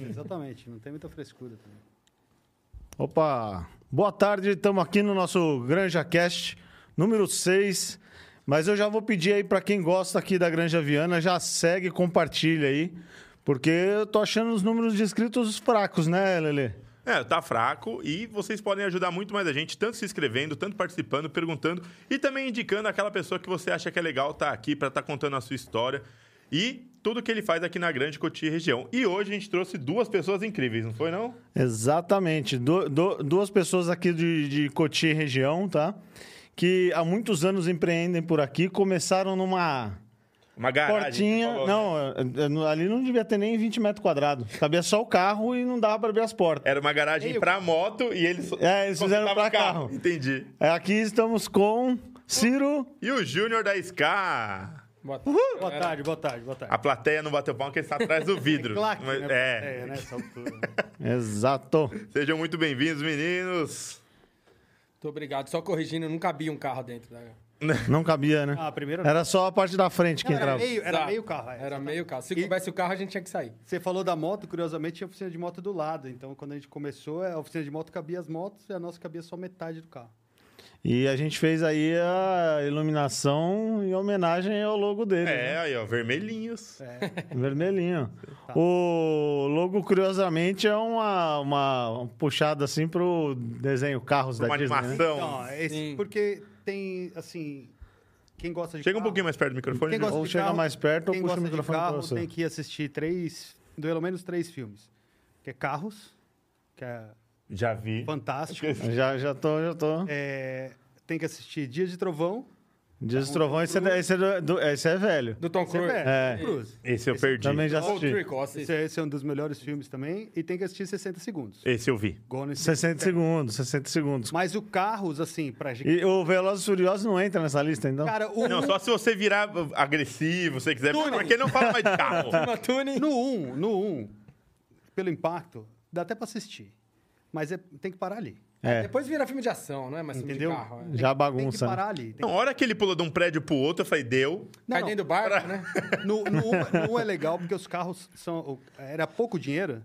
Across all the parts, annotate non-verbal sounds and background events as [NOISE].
Exatamente, não tem muita frescura também. Opa! Boa tarde, estamos aqui no nosso Granja Cast número 6. Mas eu já vou pedir aí para quem gosta aqui da Granja Viana, já segue e compartilha aí. Porque eu tô achando os números de inscritos fracos, né, Lele? É, tá fraco e vocês podem ajudar muito mais a gente, tanto se inscrevendo, tanto participando, perguntando e também indicando aquela pessoa que você acha que é legal estar aqui para estar contando a sua história e tudo que ele faz aqui na Grande Cotia e região. E hoje a gente trouxe duas pessoas incríveis, não foi não? Exatamente. Du- du- duas pessoas aqui de, de Cotia e região, tá? Que há muitos anos empreendem por aqui, começaram numa Uma garagem. portinha. por favor. não, eu- eu- ali não devia ter nem 20 metros quadrados. Cabia só o carro e não dava para abrir as portas. Era uma garagem para moto e eles É, eles fizeram consertavam pra carro. carro. Entendi. É, Aqui estamos com Ciro. E o Júnior da SK. Boa tarde. Boa tarde, boa tarde, boa tarde. A plateia não bateu palma porque ele está atrás [LAUGHS] do vidro. Claque, Ah, Mas- né? é. É, nessa altura. [LAUGHS] né? Exato. Sejam muito bem-vindos, meninos. Muito obrigado. Só corrigindo, não cabia um carro dentro. É, Da... Não cabia, né? Ah, a primeira Era só a parte da frente que Não, era, entrava. meio, era Exato. meio carro. é. Era meio carro. Se E- coubesse o carro, a gente tinha que sair. Você falou da moto, curiosamente tinha oficina de moto do lado. Então, quando a gente começou, a oficina de moto cabia as motos e a nossa cabia só metade do carro. E a gente fez aí a iluminação em homenagem ao logo dele. É, né? aí, ó, vermelhinhos. É. [LAUGHS] Então, Vermelhinho. O logo, curiosamente, é uma, uma puxada assim pro desenho Carros da uma Disney. né? animação. Então, é esse- Sim. porque tem, assim, quem gosta de Chega um carro- pouquinho mais perto do microfone. Quem Ju. gosta Ou de chega carro, mais perto, ou quem puxa o gosta de microfone pra carro você. Tem que assistir três, pelo menos três filmes. Que é Carros, que é Já vi. fantástico. é Já, já tô, já tô. É, tem que assistir Dia de Trovão. Diz Trovão, esse é, esse, é do- do- esse é velho. Do Tom Você Cruise. perde, É. Tom Cruise. Esse eu perdi. Também já Ou assisti. Trickle, Esse, assista. é- esse é um dos melhores filmes também. E tem que assistir 60 segundos. Esse eu vi. Gone in 60 segundos, 60 segundos. Mas o Carros, assim, pra gente... E o Velozes e Furiosos não entra nessa lista, então? Cara, o um Não, só se você virar agressivo, você quiser. Túnel. Porque não fala mais de carro. é Uma Tune. no 1, no 1, pelo impacto, dá até pra assistir. Mas é- tem que parar ali. É, Depois vira filme de ação, não é mais filme Entendeu? de carro. É. Tem já que bagunça. né? parar ali. Tem Não, a hora que ele pula de um prédio pro outro, eu falei, deu. Não, Cai não. dentro do barco, né? No, no, um- no um é legal porque os carros são. o- Era pouco [COUGHS] dinheiro.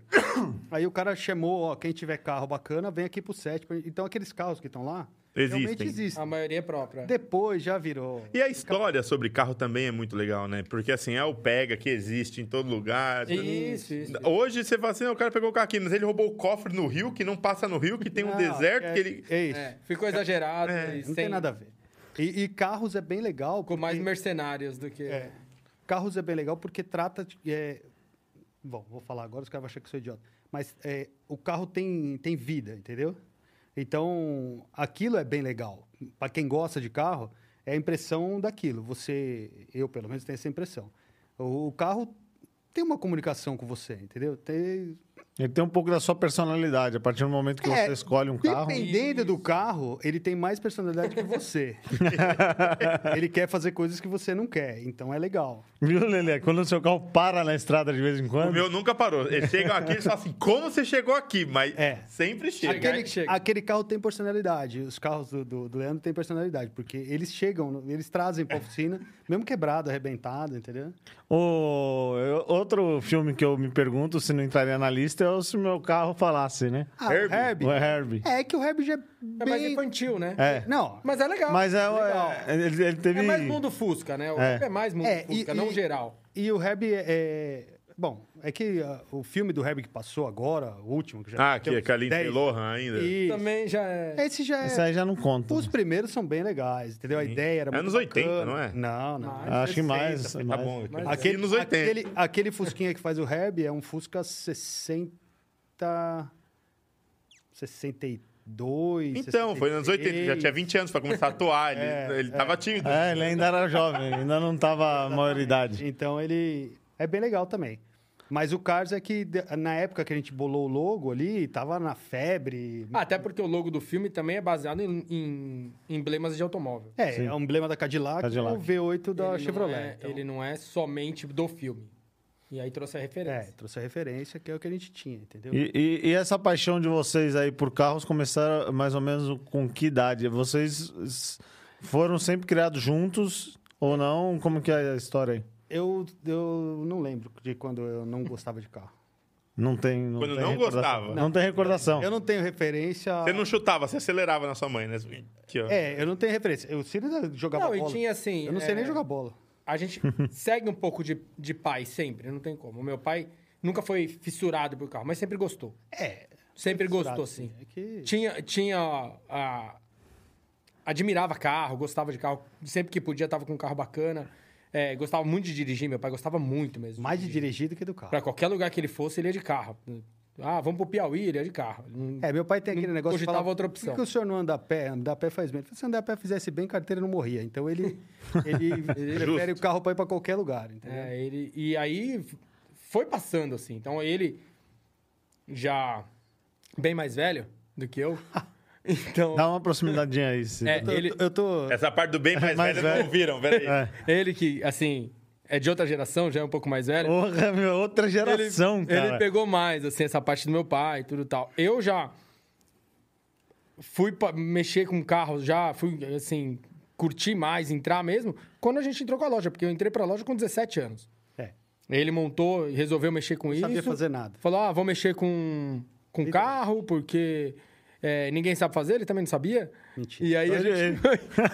Aí o cara chamou, ó, quem tiver carro bacana, vem aqui pro set. pra- Então aqueles carros que estão lá realmente Existem. existem. A maioria é própria. Depois já virou. E a história sobre carro também é muito legal, né? Porque assim, é o pega que existe em todo lugar. Isso, isso. Hoje você fala assim, "Ah, o cara pegou o carro aqui, mas ele roubou o cofre no rio, que não passa no rio, que tem um Não, deserto, é, que ele... É isso. É, ficou exagerado. e É, Não sem- tem nada a ver. E, e carros é bem legal. Ficou mais porque- mercenários do que... É. Carros é bem legal porque trata de. é, Bom, vou falar agora, os caras vão achar que eu sou idiota. Mas é, o carro tem, tem vida, entendeu? Então, aquilo é bem legal. Para quem gosta de carro, é a impressão daquilo. Você, eu pelo menos, tenho essa impressão. O, o carro tem uma comunicação com você, entendeu? Tem, Ele tem um pouco da sua personalidade. A partir do momento que É, você escolhe um carro. Dependendo do carro, ele tem mais personalidade que [LAUGHS] você. ele quer fazer coisas que você não quer, então é legal. Viu, Lelê? Quando o seu carro para na estrada de vez em O quando. meu nunca parou. Eles chegam aqui e falam assim, como você chegou aqui? Mas É. sempre chega. Aquele- Aquele, que chega. aquele carro tem personalidade. Os carros do, do, do Leandro têm personalidade, porque eles chegam, eles trazem pra oficina, mesmo quebrado, arrebentado, entendeu? O- eu- Outro filme que eu me pergunto se não entraria na lista é o se meu carro falasse, né? Ah, Herbie. o Herbie. O Herbie. É que o Herbie já é É mais bem... infantil, né? É. Não, Mas é legal. Mas é, legal. é, ele, ele teve. É mais mundo Fusca, né? O É. é, mais mundo É, e- Fusca, não e- geral. e o Herbie é... é- Bom, é que ah, o filme do Herbie que passou agora, o último, que já Ah, aqui, aquela Lindsay Lohan ainda. E Também já é... esse já é... Esse aí já não conta. Os primeiros são bem legais, entendeu? A ideia era muito Anos 80, bacana. não é? Não, não. Mais. Ah, Acho que mais. 60. Tá mais. bom. Mas- Aqui Aquele, nos 80. Aquele, aquele fusquinha que faz o Herbie é um Fusca 60... 62, Então, foi nos anos 80, ele já tinha 20 anos pra começar a atuar, ele, ele tava tímido. É, ele ainda era jovem, ainda não tava a maioridade. Então, ele é bem legal também. Mas o Cars é que, de- na época que a gente bolou o logo ali, tava na febre. Ah, Até porque o logo do filme também é baseado em, em emblemas de automóvel. é, é o emblema da Cadillac, Cadillac. o V8 da não Chevrolet. é- então. Ele não é somente do filme. E aí trouxe a É, referência. trouxe a referência, que é o que a gente tinha, entendeu? E, e- e essa paixão de vocês aí por carros começaram mais ou menos com que idade? Vocês s- foram sempre criados juntos ou não? Como que é a história aí? Eu, eu não lembro de quando eu não gostava de carro. Não tem. Não Quando tem não recordação. gostava. Não, tem recordação. Eu não tenho referência. Você não chutava, você acelerava na sua mãe, né? Aqui, ó. É, eu não tenho referência. O Sirius jogava Não, bola. e tinha assim. Eu não sei é, nem jogar bola. [LAUGHS] A gente segue um pouco de, de pai sempre, não tem como. O meu pai nunca foi fissurado por carro, mas sempre gostou. É. Sempre gostou, sim. sim. É que- Tinha. tinha a- admirava carro, gostava de carro. Sempre que podia, tava com um carro bacana. É, gostava muito de dirigir, meu pai gostava muito mesmo. Mais de dirigir do que do carro. Pra qualquer lugar que ele fosse, ele ia de carro. Ah, vamos pro Piauí, ele ia de carro. Ele não- É, meu pai tem aquele Não negócio de cogitava falar, outra Por opção." que que o senhor não anda a pé? Andar a pé faz bem. Ele falou, Se andar a pé fizesse bem, carteira não morria. Então [LAUGHS] ele, ele, ele prefere o carro para ir para qualquer lugar, entendeu? É, ele, e aí f- foi passando, assim. Então ele já bem mais velho do que eu. Então, Dá uma proximidadinha aí. se- é, Então, Eu- ele, Eu, tô... Essa parte do bem mais, É, Mais velho, velho. não viram, peraí. É. ele que, assim, é de outra geração, já é um pouco mais velho. Porra, meu, é outra ele, geração, cara. ele pegou mais, assim, essa parte do meu pai e tudo e tal. Eu já fui pa- mexer com carro, já fui, assim, curtir mais, entrar mesmo, quando a gente entrou com a loja, porque eu entrei pra loja com 17 anos. É. Ele montou e resolveu mexer com isso. sabia fazer [LAUGHS] Então. nada. Falou, ah, vou mexer com, com carro, porque é, ninguém sabe fazer, ele também não sabia. Mentira. Então é E aí a Olha gente... [LAUGHS]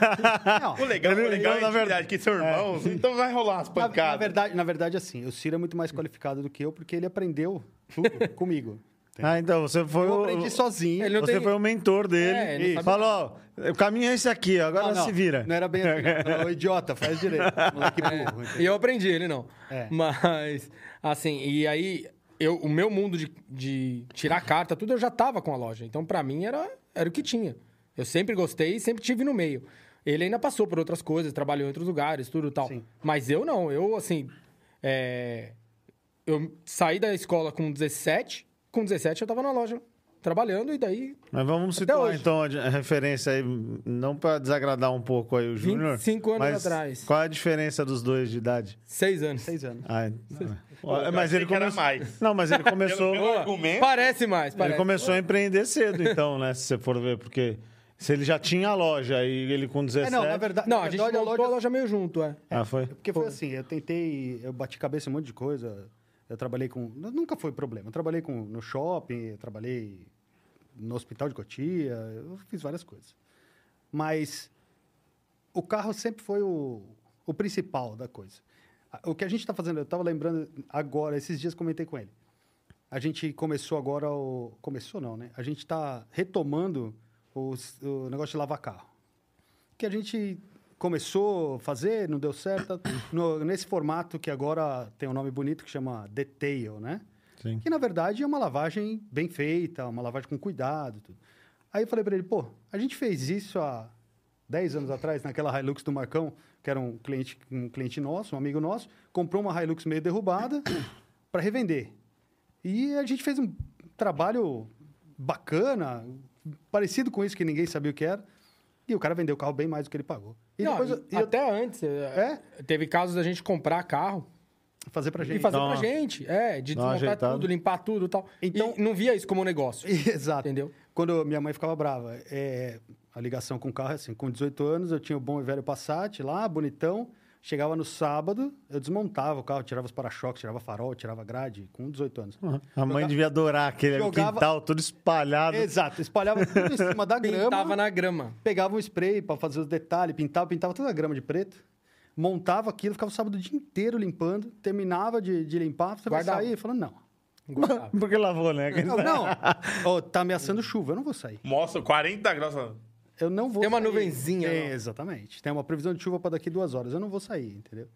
Não, O legal, o Ele- legal é na a verdade- verdade que são irmãos, então vai rolar as na, na, pancadas. verdade, na verdade, assim, o Ciro é muito mais qualificado do que eu, porque ele aprendeu tudo [LAUGHS] comigo. Ah, então você foi Eu o. aprendi sozinho. Ele não você tem- foi o mentor dele. É, ele não e sabe falou: ó, o caminho é esse aqui, ó, agora se é vira. Não era bem assim. não. Falava, [LAUGHS] "Ô, idiota, faz [LAUGHS] direito. Moleque burro. E eu aprendi, ele não. É. Mas, assim, e aí, eu, o meu mundo de, de tirar carta, tudo, eu já tava com a loja. Então, pra mim, era, era o que tinha. Eu sempre gostei e sempre tive no meio. Ele ainda passou por outras coisas, trabalhou em outros lugares, tudo e tal. Sim. Mas eu não, eu, assim. é, Eu saí da escola com 17, com 17 eu tava na loja trabalhando, e daí Mas vamos Até situar hoje. então a de- a referência aí, não pra desagradar um pouco aí o Júnior. 25 anos mas atrás. Qual é a diferença dos dois de idade? seis anos. Seis anos. Ah, é. Ó, eu mas achei ele que era começou. mais. Não, mas ele começou. Pelo- pelo- Argumento? Parece mais, ele parece. começou a empreender cedo, então, né? Se você for ver, porque se ele já tinha a loja e ele com 17. É, não, na verdade, Não, na a gente verdade, montou a loja meio junto, é. Ah, foi. Porque foi assim, eu tentei, eu bati cabeça em um monte de coisa. Eu trabalhei com. Nunca foi problema. Eu trabalhei com, no shopping, eu trabalhei no hospital de Cotia, eu fiz várias coisas. Mas o carro sempre foi o, o principal da coisa. A- O que a gente está fazendo, eu estava lembrando agora, esses dias comentei com ele. A gente começou agora o. Começou não, né? A gente está retomando os- o negócio de lavar carro que a gente começou a fazer, não deu certo, no- nesse formato que agora tem um nome bonito que chama Detail, né? Sim. Que na verdade é uma lavagem bem feita, uma lavagem com cuidado, e tudo. Aí eu falei para ele, pô, a gente fez isso há 10 anos atrás naquela Hilux do Marcão, que era um cliente, um cliente nosso, um amigo nosso, comprou uma Hilux meio derrubada [COUGHS] para revender. E a gente fez um trabalho bacana, parecido com isso que ninguém sabia o que era. E o cara vendeu o carro bem mais do que ele pagou. E Não, depois e- eu- e eu- até antes. é, Teve casos da gente comprar carro fazer pra gente. e fazer Dá pra uma- gente. É, de dá uma desmontar ajeitada. tudo, limpar tudo e tal. Então- Então, não via isso como negócio. [LAUGHS] Exato. Entendeu? Quando minha mãe ficava brava, é, a ligação com o carro é assim, com 18 anos eu tinha o bom e velho Passat lá, bonitão, chegava no sábado, eu desmontava o carro, tirava os para-choques, tirava farol, tirava grade, com 18 anos. Ah, A mãe devia adorar aquele Jogava- quintal todo espalhado. Exato, espalhava tudo em cima [LAUGHS] da grama. Pintava na grama. pegava um spray para fazer os detalhes, pintava, pintava toda a grama de preto, montava aquilo, ficava o sábado o dia inteiro limpando, terminava de, de limpar, você Guardava. vai sair? Falando, [LAUGHS] não. Guardava. [LAUGHS] Porque lavou, né? Aquele- Não, não. Ó, tá ameaçando chuva, eu não vou sair. Mostra 40 graus. falando, Eu não vou Tem uma sair. nuvenzinha, É, não. exatamente. Tem uma previsão de chuva para daqui duas horas, eu não vou sair, entendeu?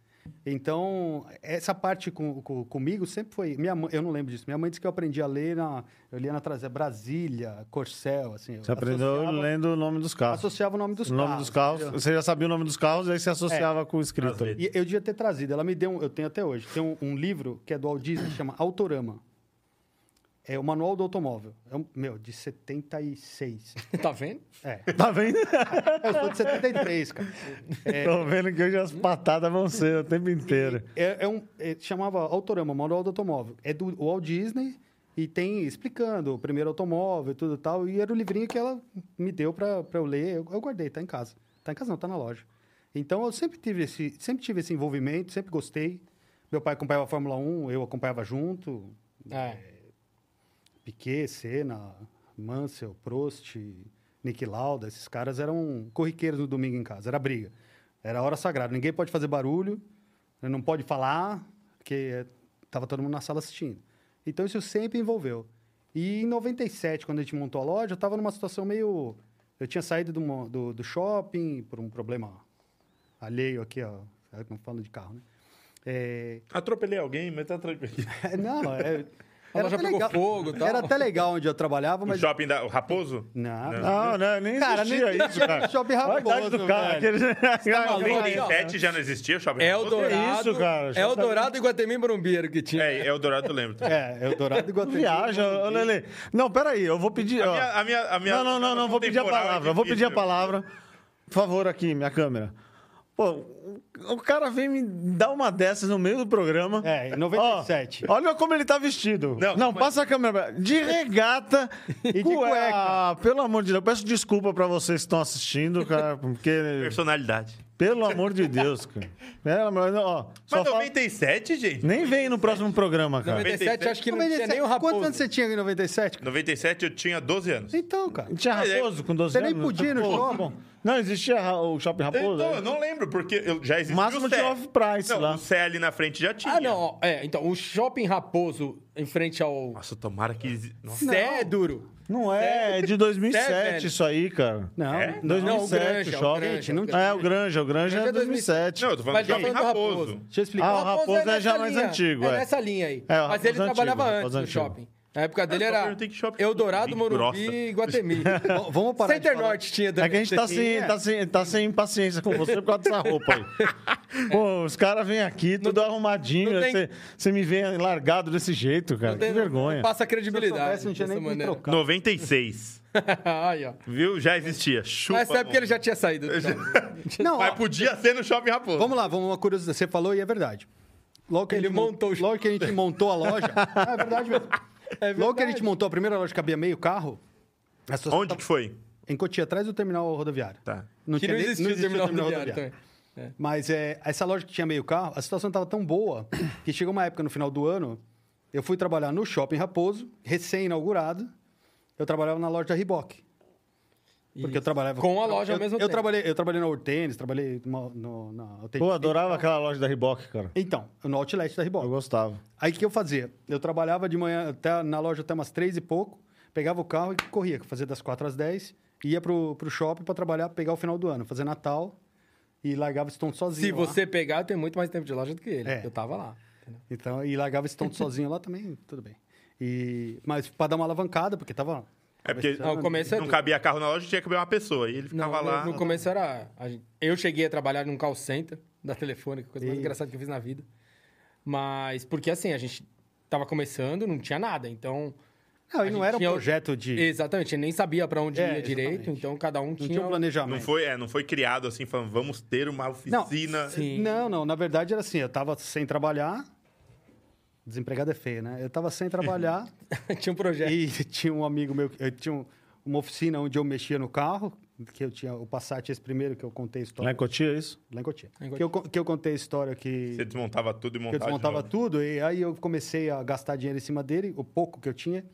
Então, essa parte com, com- comigo sempre foi... Minha mãe, eu não lembro disso. Minha mãe disse que eu aprendi a ler na... Eu lia na traseira Brasília, Corcel, assim. eu [LAUGHS] Você aprendeu associava, lendo o nome dos carros. associava o nome dos o nome dos carros. entendeu? É. Você já sabia o nome dos carros, aí você associava com o Às escrito. vezes. E eu devia ter trazido. Ela me deu, um, eu tenho até hoje, tem um, um livro que é do Walt Disney, chama Autorama. É o Manual do Automóvel. É um, meu, de 76. tá vendo? É. Tá vendo? Eu sou de 73, cara. [LAUGHS] Tô vendo que hoje as patadas vão ser o tempo inteiro. É, é um, é- chamava Autorama, Manual do Automóvel. É do Walt Disney e tem explicando o primeiro automóvel e tudo e tal. E era o livrinho que ela me deu pra pra eu ler. Eu, eu guardei, tá em casa. Tá em casa não, tá na loja. Então eu sempre tive esse, sempre tive esse envolvimento, sempre gostei. Meu pai acompanhava a Fórmula 1, eu acompanhava um, junto. É. Piquet, Senna, Mansell, Prost, Nick Lauda, esses caras eram corriqueiros no domingo em casa, era briga. Era hora sagrada, ninguém pode fazer barulho, não pode falar, porque estava todo mundo na sala assistindo. Então isso sempre envolveu. E em 97, quando a gente montou a loja, eu estava numa situação meio. Eu tinha saído do, mo- do, do shopping por um problema alheio aqui, ó. Não falo de carro, né? É, [LAUGHS] Atropelei alguém, mas [LAUGHS] tá tranquilo. Não, é. A loja pegou fogo e tal. Era até legal onde eu trabalhava, O mas. shopping da. O Raposo? Não, Ah, Não, não, nem Cara, existia nem [LAUGHS] isso, cara. Shopping Olha a idade Raposo, do cara. velho. aquele- tá maluco? Em Não. 7 já não existia o shopping É Raposo? Eldorado. isso, cara? Já tá- Eldorado e Guatemi Morumbi era o que tinha. É, Eldorado eu lembro. também. É, Eldorado e Guatemi. [LAUGHS] Viaja, ô, Lele. Não, peraí, eu vou pedir. A ó. minha- a minha- a minha- não, não, não, não, vou pedir a contemporânea é palavra. eu Vou pedir difícil. a palavra. Por favor, aqui, minha câmera. Pô, o cara vem me dar uma dessas no meio do programa. É, em 97. Ó, olha como ele tá vestido. Não, Não, mas- passa a câmera. De [LAUGHS] regata e de cueca. Ah, pelo amor de Deus, eu peço desculpa pra vocês que estão assistindo, cara, porque. Personalidade. Pelo amor de Deus, cara. É, mas, ó, só Mas fala- 97, gente? Nem vem no próximo programa, cara. 97, acho que não tinha 97, nem o Raposo. é Quantos anos você tinha em 97? 97 eu tinha 12 anos. Então, cara. Tinha é- Raposo com 12 Você anos? nem podia ir no Pô, shopping. bom. Não, existia ra- o Shopping Raposo? é Então, eu não lembro, porque eu já existia né? Máximo o Cé. de off-price Não, lá. o Cé ali na frente já tinha. Ah, não. ó, É, então, o Shopping Raposo em frente ao... Nossa, tomara que... exi- Nossa. Cé é duro. Não é, é de É, 2007 velho. isso aí, cara. Não, É? não. Não, o 2007 Granja, o o shopping. Granja, o é, o Granja, o Granja é Granja é 2007. Não, eu tô falando Mas de já Shopping falando do Raposo. Deixa eu Ah, explicar. o Raposo é já nessa mais linha, antigo, É é. nessa linha aí. É, o Mas ele Raposo antigo, trabalhava Raposo é antes do antigo. shopping. Na época dele Eu só era perguntei que shopping Eldorado, que Morumbi grossa. [LAUGHS] e Guatemi. Bom, Vamos parar. de Center falar. Norte tinha É também. que a gente tá sem, tá, sem, tá sem paciência com você por causa dessa roupa [LAUGHS] aí. Pô, os caras vêm aqui, tudo arrumadinho. não aí tem- Você você me vem largado desse jeito, cara. Que Não vergonha. Passa Se eu credibilidade. soubesse, não tinha dessa nem me maneira. trocar. 96. [LAUGHS] Aí, ó. Viu? Já existia. Chupa. Nessa época mano. ele já tinha saído. então? do shopping. Não, ó, Mas podia ser no Shopping Raposo. vamos lá, vamos uma curiosidade. Você falou e é verdade. Logo que a Ele gente mon- montou o- Logo que a gente montou a loja. Ah, [LAUGHS] é verdade mesmo. É Logo que a gente montou a primeira loja que cabia meio carro. as pessoas Onde que foi? Em Cotia, atrás do terminal rodoviário. Tá. Não que tinha não nem- existia o então. terminal rodoviário também. Mas é, essa loja que tinha meio carro, a situação estava tão boa [COUGHS] que chegou uma época no final do ano, eu fui trabalhar no Shopping Raposo, recém-inaugurado. Eu trabalhava na loja da Reebok. Porque eu trabalhava... Com a loja eu, ao mesmo eu tempo. Trabalhei, eu trabalhei na Hortênis, trabalhei no, no, na... Pô, Authentic- então. adorava aquela loja da Reebok, cara. Então, no Outlet da Reebok. Eu gostava. Aí o que eu fazia? Eu trabalhava de manhã até, na loja até umas três e pouco, pegava o carro e corria, fazia das quatro às dez, ia pro, pro shopping para trabalhar, pegar o final do ano, fazer Natal e largava esse tonto sozinho. Se lá. você pegar, eu tenho muito mais tempo de loja do que ele. É. Eu tava lá. Então, e largava esse [LAUGHS] tonto sozinho lá também, tudo bem. E, mas para dar uma alavancada, porque tava. É porque Não, o começo é não duro. cabia carro na loja, tinha que ver uma pessoa. E ele Não, ficava no- lá. No, começo era. a gente- eu cheguei a trabalhar num call center da telefônica, coisa mais Ih. engraçada que eu fiz na vida. Mas, porque assim, a gente tava começando, não tinha nada. Então. Não, a e não gente era um tinha o- projeto de. Exatamente, nem sabia pra onde É, ia direito, exatamente. então cada um Não tinha. tinha um planejamento. Não foi, é, não foi criado assim, falando, vamos ter uma oficina. sim. Não, não. Na verdade era assim, eu tava sem trabalhar. Desempregado é feio, né? Eu tava sem [LAUGHS] trabalhar. [LAUGHS] tinha um projeto. E [LAUGHS] tinha um amigo meu, eu tinha um- uma oficina onde eu mexia no carro, que eu tinha o Passat esse primeiro que eu contei a Lá história. em Cotia, é isso? Lá em Cotia. Lá em Cotia. Que eu, con- que eu contei a história que, Você desmontava que tudo e eu montava. de desmontava novo. tudo, e aí eu comecei a gastar dinheiro em cima dele, o pouco que eu tinha,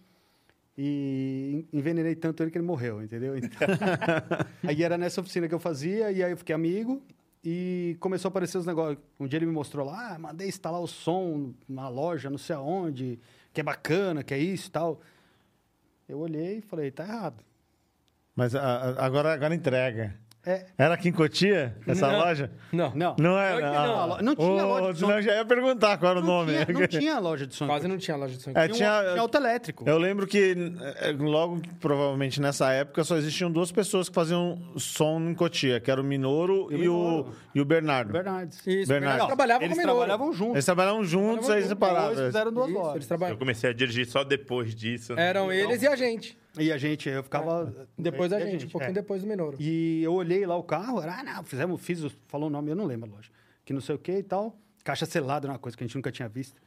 e en- envenenei tanto ele que ele morreu, entendeu? Então, aí era nessa oficina que eu fazia, e aí eu fiquei amigo, e começou a aparecer os negócios. Um dia ele me mostrou lá, ah, mandei instalar o som na loja, não sei aonde, que é bacana, que é isso e tal. Eu olhei e falei, tá errado. Mas a- a- agora, agora entrega. É, Era aqui em Cotia, essa Não. loja? Não. não. Não era? Claro que não, Ah, a lo- não tinha ô, loja de som. senão eu já ia perguntar qual era o Não nome. né? tinha, não tinha loja de som. Quase não tinha loja de som. É, Tinha, tinha- um, tinha autoelétrico. Eu lembro que eh, logo, provavelmente nessa época, só existiam duas pessoas que faziam som em Cotia, que era o Minoro e, Minoro. o, e o Bernardo. Verdades. Isso, Bernardo. Bernardo trabalhava Eles com Minoro. trabalhavam juntos. Eles trabalhavam juntos, aí separados. Depois fizeram duas Isso, lojas. eles trabalhavam- Eu comecei a dirigir só depois disso. né? Eram Então, eles e a gente. E a gente, eu ficava. Depois e a gente, um pouquinho é. depois do Minoro. E eu olhei lá o carro, era, ah, não, fizemos, fiz, o- falou o nome, eu não lembro, lógico. Que não sei o que e tal. Caixa selada era uma coisa que a gente nunca tinha visto.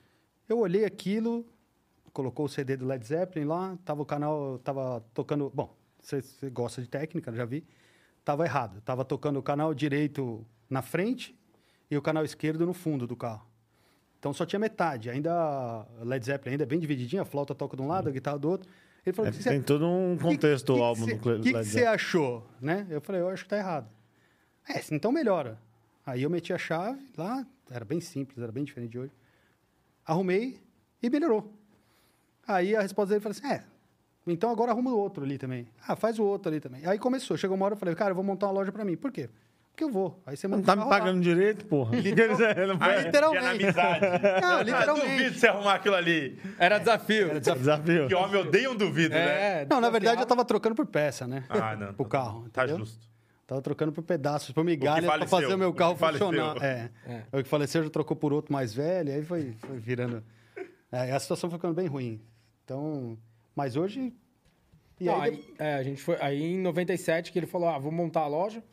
Eu olhei aquilo, colocou o CD do Led Zeppelin lá, tava o canal, tava tocando. Bom, você você gosta de técnica, já vi. Tava errado. Tava tocando o canal direito na frente e o canal esquerdo no fundo do carro. Então só tinha metade. Ainda Led Zeppelin ainda é bem divididinha, a flauta toca de um lado, a guitarra do outro. Ele falou, É, "O que tem você- todo um contexto que, o álbum que do Cle- O que Led você Zeppelin. achou? Né? Eu falei, eu acho que tá errado. É, se- então melhora. Aí eu meti a chave lá, era bem simples, era bem diferente de hoje. Arrumei e melhorou. Aí a resposta dele foi assim: é, então agora arruma o outro ali também. Ah, faz o outro ali também. Aí começou, chegou uma hora eu falei, cara, eu vou montar uma loja pra mim. Por quê? Porque eu vou. Aí você monta Não tá o me carro lá. pagando direito, porra. [LAUGHS] Não Ah, Aí, vai- literalmente. Que é na [LAUGHS] amizade. Não, Ah, duvido literalmente. você arrumar aquilo ali. é. Era desafio. Era desafio. Desafio. Que homem odeia um duvido, É. né? Não, na verdade eu tava trocando por peça, né? Ah, [LAUGHS] não. Pro carro. Tá entendeu? justo. Tava trocando por pedaços, por migalhas, pra faleceu, fazer o o meu que carro faleceu. funcionar. É. O que faleceu já trocou por outro mais velho, aí foi, foi virando. É, a situação foi ficando bem ruim. Então, mas hoje. E Não, aí, aí, é, a gente foi, aí em 97 que ele falou, ah, vou montar a loja.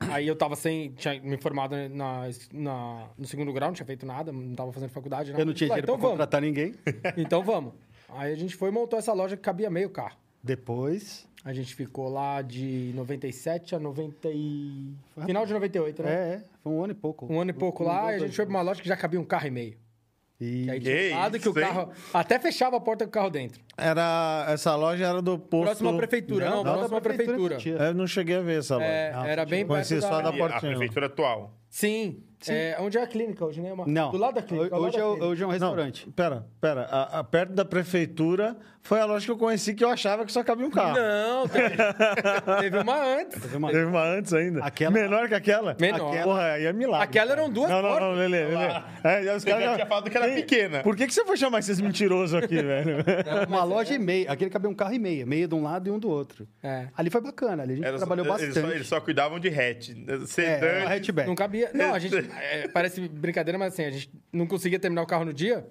Aí eu tava sem... Tinha me formado na, na- no segundo grau, não tinha feito nada, não tava fazendo faculdade. eu não tinha Falei, dinheiro pra então contratar ninguém. vamos. Então vamos. Aí a gente foi e montou essa loja que cabia meio carro. Depois. A gente ficou lá de 97 a 90 e... Final de 98, né? É, é, foi um ano e pouco. Um ano e pouco lá, e a gente foi pra uma loja que já cabia um carro e meio. E Que aí Que tinha um lado que o isso, hein? carro... Até fechava a porta com o carro dentro. Era, essa loja era do posto... Próxima prefeitura. Não, da próxima prefeitura. não tinha. Eu não cheguei a ver essa loja. É, Não, era bem Conheci perto só da... da E a portinha. prefeitura atual. Sim. É, onde é a clínica hoje, né? Uma... Não. Do lado da clínica. ao lado Hoje é, da o- clínica. hoje é um Não, restaurante. pera, pera. A, a- perto da prefeitura foi a loja que eu conheci que eu achava que só cabia é um carro. Não, teve, teve uma antes. Teve [LAUGHS] uma- Teve uma antes ainda. Aquela- Menor que aquela? Menor. Aquela... Porra, aí é milagre. Aquela eram duas Não, não, não, portas. Lelê, Lelê. É, aí os Você caras já tinha falado que era Ei, pequena. Por que, que você foi chamar esses mentirosos aqui, velho? Uma loja e meia. Aquele cabia um carro e meia. Meia de um lado e um do outro. É. Ali foi bacana. Ali a gente Era só- trabalhou Eles bastante. só, eles só cuidavam de hatch. É, era um Sedã. hatchback. Não cabia. [LAUGHS] Não, a gente. é, parece brincadeira, mas assim, a gente não conseguia terminar o carro no dia.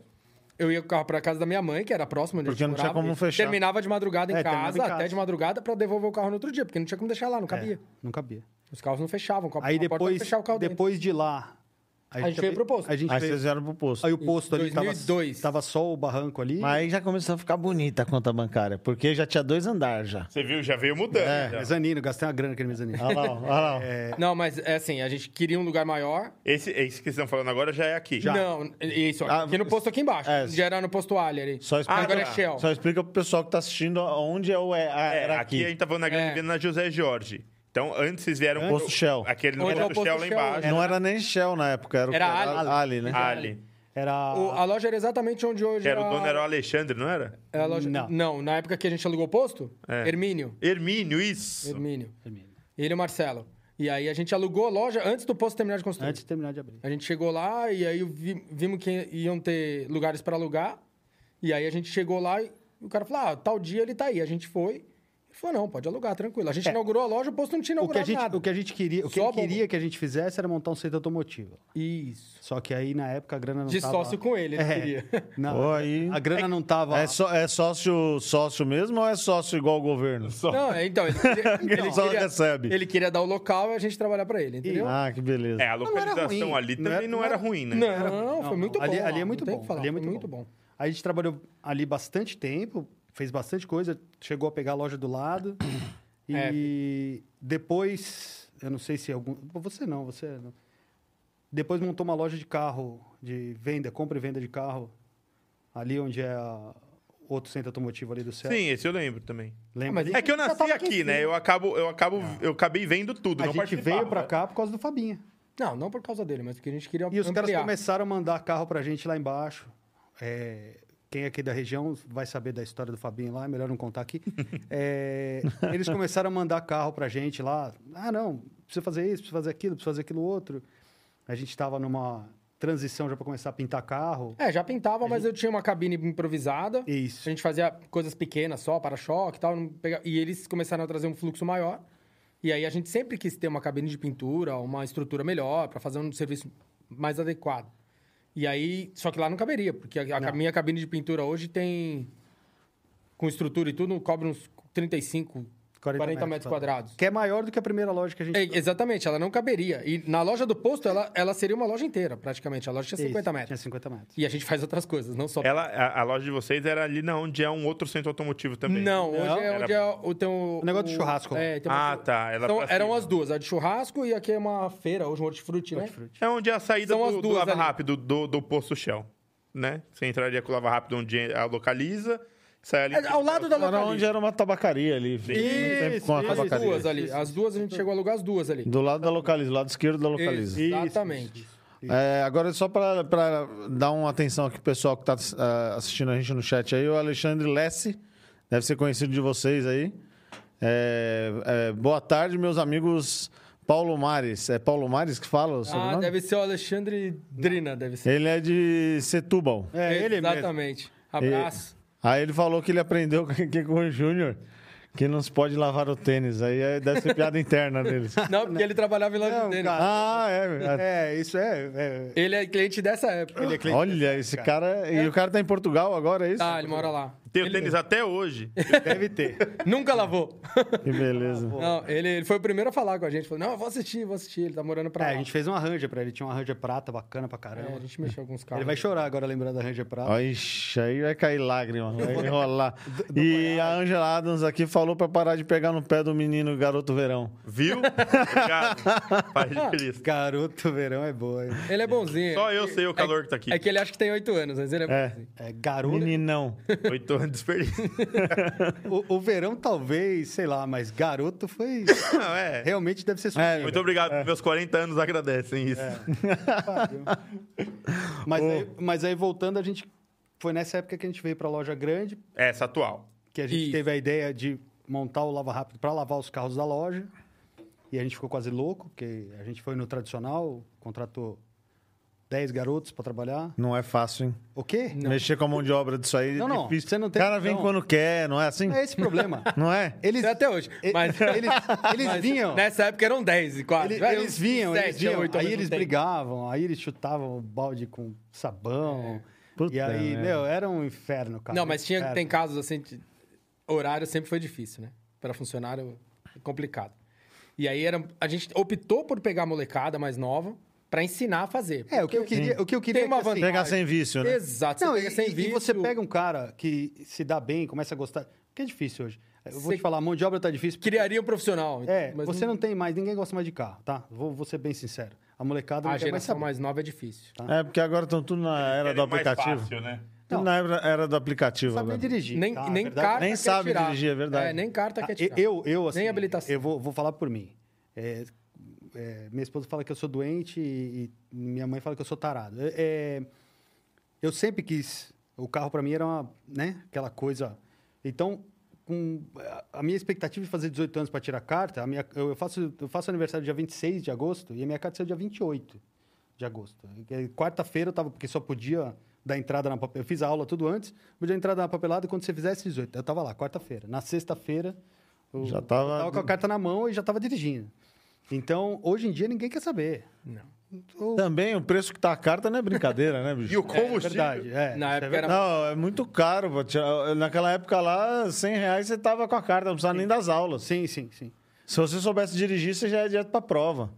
Eu ia com o carro pra casa da minha mãe, que era próximo onde a Porque gente não tinha morava, como e fechar. Terminava de madrugada em, É, terminava casa, em casa. até de madrugada, pra devolver o carro no outro dia, porque não tinha como deixar lá, não cabia. É, não cabia. Os carros não fechavam. Com a Aí a porta depois, fechar o carro dentro. depois de lá. A gente veio pro posto. A gente Aí veio- vocês vieram pro posto. aí o posto ali tava, 2002. tava só o barranco ali. Mas aí já começou a ficar bonita a conta bancária, porque já tinha dois andares já. Você viu, já veio mudando. então. já. Mezanino, gastei uma grana aquele mezanino. Ah. Olha lá, ó, olha lá. ó. Não, mas é assim, a gente queria um lugar maior. Esse, esse que vocês estão falando agora já é aqui. Não, isso, Ah, aqui no posto aqui embaixo. é. Já era no posto Alha ali. Só explica, Agora é Shell. só explica pro pessoal que tá assistindo onde é o é, a- É, era aqui. aqui. a gente tá falando na Grande É. Viana na José Jorge. Então, antes vocês vieram... Posto Shell. Aquele no Onde é o posto, posto Shell lá Shell, embaixo. Não era nem Shell na época, era, o Era que? Ali. Ali, né? Ali. Era. O- a loja era exatamente onde hoje Que era, a- o dono era o Alexandre, não era? é a loja- Não. Não. na época que a gente alugou o posto, É. Hermínio. Hermínio, isso. Hermínio. Ele e o Marcelo. E aí a gente alugou a loja antes do posto terminar de construir. Antes de terminar de abrir. A gente chegou lá e aí vi- vimos que iam ter lugares para alugar. E aí a gente chegou lá e o cara falou: ah, tal dia ele tá aí. A gente foi. Ele falou: não, pode alugar, tranquilo. A gente inaugurou a loja, o posto não tinha É. O que, inaugurado a gente, nada. o que a gente queria, o que Só ele a bomba. queria que a gente fizesse era montar um centro automotivo. Isso. Só que aí na época a grana não De tava. É. sócio com ele, ele queria. Não, Pô, aí- A grana não tava. É, só- é sócio, sócio mesmo ou é sócio igual o governo? Não, é, então, [LAUGHS] ele queria, ele, só queria, recebe. ele queria dar o local e a gente trabalhar para ele, entendeu? Ah, que beleza. É, a não era localização ruim. ali Não também era- não era ruim, né? Não, foi muito bom. ali, lá, Ali é não muito tem o bom. que falar, ali é foi muito, bom. Aí a gente trabalhou ali bastante tempo, fez bastante coisa, chegou a pegar a loja do lado. e depois, eu não sei se algum. Você não, você. é, Não. Depois montou uma loja de carro, de venda, compra e venda de carro, ali onde é a- outro centro automotivo ali do céu. Sim, esse eu lembro também. Lembra? mas É que eu Já nasci tava aqui, aqui, Ah. né? sim. Eu acabo, eu acabo, eu acabei vendo tudo. a não gente participava. veio pra cá por causa do Fabinha. Não, não por causa dele, mas porque a gente queria E os ampliar. caras começaram a mandar carro pra gente lá embaixo. É, quem é aqui da região vai saber da história do Fabinho lá, é melhor não contar aqui. [LAUGHS] É, eles começaram a mandar carro pra gente lá. Ah, não, precisa fazer isso, precisa fazer aquilo, precisa fazer aquilo outro. A gente tava numa transição já pra começar a pintar carro. É, já pintava, mas eu tinha uma cabine improvisada. Isso. A gente fazia coisas pequenas só, para-choque e tal. não pegava- E eles começaram a trazer um fluxo maior. E aí a gente sempre quis ter uma cabine de pintura, uma estrutura melhor, para fazer um serviço mais adequado. E aí, só que lá não caberia, porque a, a minha cabine de pintura hoje tem. Com estrutura e tudo, cobra uns 35 40, 40 metros quadrados. Que é maior do que a primeira loja que a gente... É, exatamente, ela não caberia. E na loja do posto, ela, ela seria uma loja inteira, praticamente. A loja tinha É, 50 Isso, metros. Tinha 50 metros. E a gente faz outras coisas, não só. Ela, a, a loja de vocês era ali na onde é um outro centro automotivo também. Não, hoje é Era- onde é o, tem o. O negócio de churrasco. É, tem uma Ah, chu- tá. Ela Então, pra eram cima. as duas, a de churrasco e aqui é uma feira, hoje um hortifruti, né? É onde é a saída São do, as do duas Lava ali. Rápido, do, do posto Shell, né? Você entraria com o Lava Rápido onde a localiza, sai ali... É, ao lado da Era localiza. onde era uma tabacaria ali. Sempre com uma isso, As tabacaria. duas ali. As duas a gente chegou a alugar as duas ali. Do lado da localiza, do lado esquerdo da localiza. Exatamente. É, agora, só para dar uma atenção aqui pro pessoal que está assistindo a gente no chat aí, o Alexandre Lesse, deve ser conhecido de vocês aí. É, é, boa tarde, meus amigos Paulo Mares. É Paulo Mares que fala o Ah, sobrenome? deve ser o Alexandre Drina, deve ser. Ele é de Setúbal. É, ele mesmo. Exatamente. Abraço. Aí ele falou que ele aprendeu [LAUGHS] aqui com o Júnior que não se pode lavar o tênis. Aí é- deve ser piada [LAUGHS] interna deles. [LAUGHS] Não, porque ele trabalhava em loja Não, dele. cara. Ah, é. É, isso é... é- Ele é cliente dessa época. ele é cliente Olha, esse cara. E o cara tá em Portugal agora, é isso? Tá, ele mora lá. Tem o tênis até hoje. Deve ter. [LAUGHS] Nunca lavou. Que beleza. Não, ele, ele foi o primeiro a falar com a gente. Falou, não, eu vou assistir, vou assistir. Ele tá morando pra É, lá. a gente fez uma Ranger pra ele. Tinha uma Ranger prata bacana pra É, a caramba. gente mexeu com os carros. Ele vai chorar agora lembrando da Ranger prata. Ó, Ixi, aí vai cair lágrima, vai [LAUGHS] rolar. E a Angela Adams aqui falou pra parar de pegar no pé do menino garoto verão. [LAUGHS] Viu? Obrigado. Pai de Cristo. Garoto verão é boa. hein? Ele é bonzinho. Só é eu que- sei o calor que tá aqui. É que ele acha que tem oito anos, mas ele é, É. bonzinho. É, garoto. Meninão. é Oito anos desperdiçado. [LAUGHS] O, o verão talvez, sei lá, mas garoto foi. Não, é. Realmente deve ser É, sujo. Muito obrigado. Meus 40 anos agradecem isso. Mas, aí, mas aí voltando, a gente. Foi nessa época que a gente veio pra loja grande, É, Essa atual. que a gente Isso. teve a ideia de montar o Lava Rápido pra lavar os carros da loja. E a gente ficou quase louco, porque a gente foi no tradicional, contratou 10 garotos pra trabalhar. Não é fácil, hein? O quê? Mexer com a mão de obra disso aí Não, é não, difícil. você não tem o cara vem noção. quando quer, não é assim? Não é esse o problema. Não é? Eles, [LAUGHS] Isso é até hoje. e- Mas- [LAUGHS] eles, eles Mas vinham. Nessa época eram dez e quase. Ele- Vai, eles uns vinham, sete eles a vinham, oito ao aí mesmo eles tempo. brigavam, aí eles chutavam o balde com sabão. Puta né? e aí, merda. meu, era um inferno, cara. É. É. Não, mas tinha, Inferno. tem casos assim, de- horário sempre foi difícil, né? Para funcionário, é complicado. E aí era, a gente optou por pegar a molecada mais nova para ensinar a fazer. É, o que eu queria, o que eu queria é que, uma assim, vantagem, Pegar sem vício, né? Exato, não, você pega e, sem e vício. você pega um cara que se dá bem, começa a gostar. Porque é difícil hoje. Eu vou Você- te falar, a mão de obra tá difícil. porque- Criaria um profissional. É, mas você não... tem mais, ninguém gosta mais de carro, tá? Vou, vou ser bem sincero. A molecada não A quer mais geração saber. mais nova é difícil. Tá. É, porque agora estão tudo na era do Querem mais aplicativo. fácil, né? Tudo na era, era do aplicativo Sabe nem agora. dirigir. Nem, tá? A nem verdade- carta Nem quer sabe tirar. dirigir, é verdade. É, nem carta quer Ah, tirar. Eu, eu, assim, Nem habilitação. eu vou, vou falar por mim. É, é, minha esposa fala que eu sou doente e, e minha mãe fala que eu sou tarado. É, é, eu sempre quis. O carro para mim era uma, né, aquela coisa. Então, com a minha expectativa de fazer 18 anos para tirar carta, a minha, eu, eu faço eu faço aniversário dia 26 de agosto e a minha carta saiu dia 28 de agosto. E Quarta-feira eu tava porque só podia dar entrada na papelada. Eu fiz a aula tudo antes, podia dar entrada na papelada quando você fizesse 18. Eu tava lá quarta-feira. Na sexta-feira eu Já tá tava- eu com a carta na mão e já tava dirigindo. Então, hoje em dia ninguém quer saber. Não. Ou- Também o preço que tá a carta não é brincadeira, né, bicho? [LAUGHS] E o É combustível. verdade, é. Na Isso é época era Não, é muito caro. pra tirar. Naquela época lá, 100 reais você tava com a carta, não precisava nem das aulas. Sim, sim, [LAUGHS] sim. Se você soubesse dirigir, você já ia direto pra prova.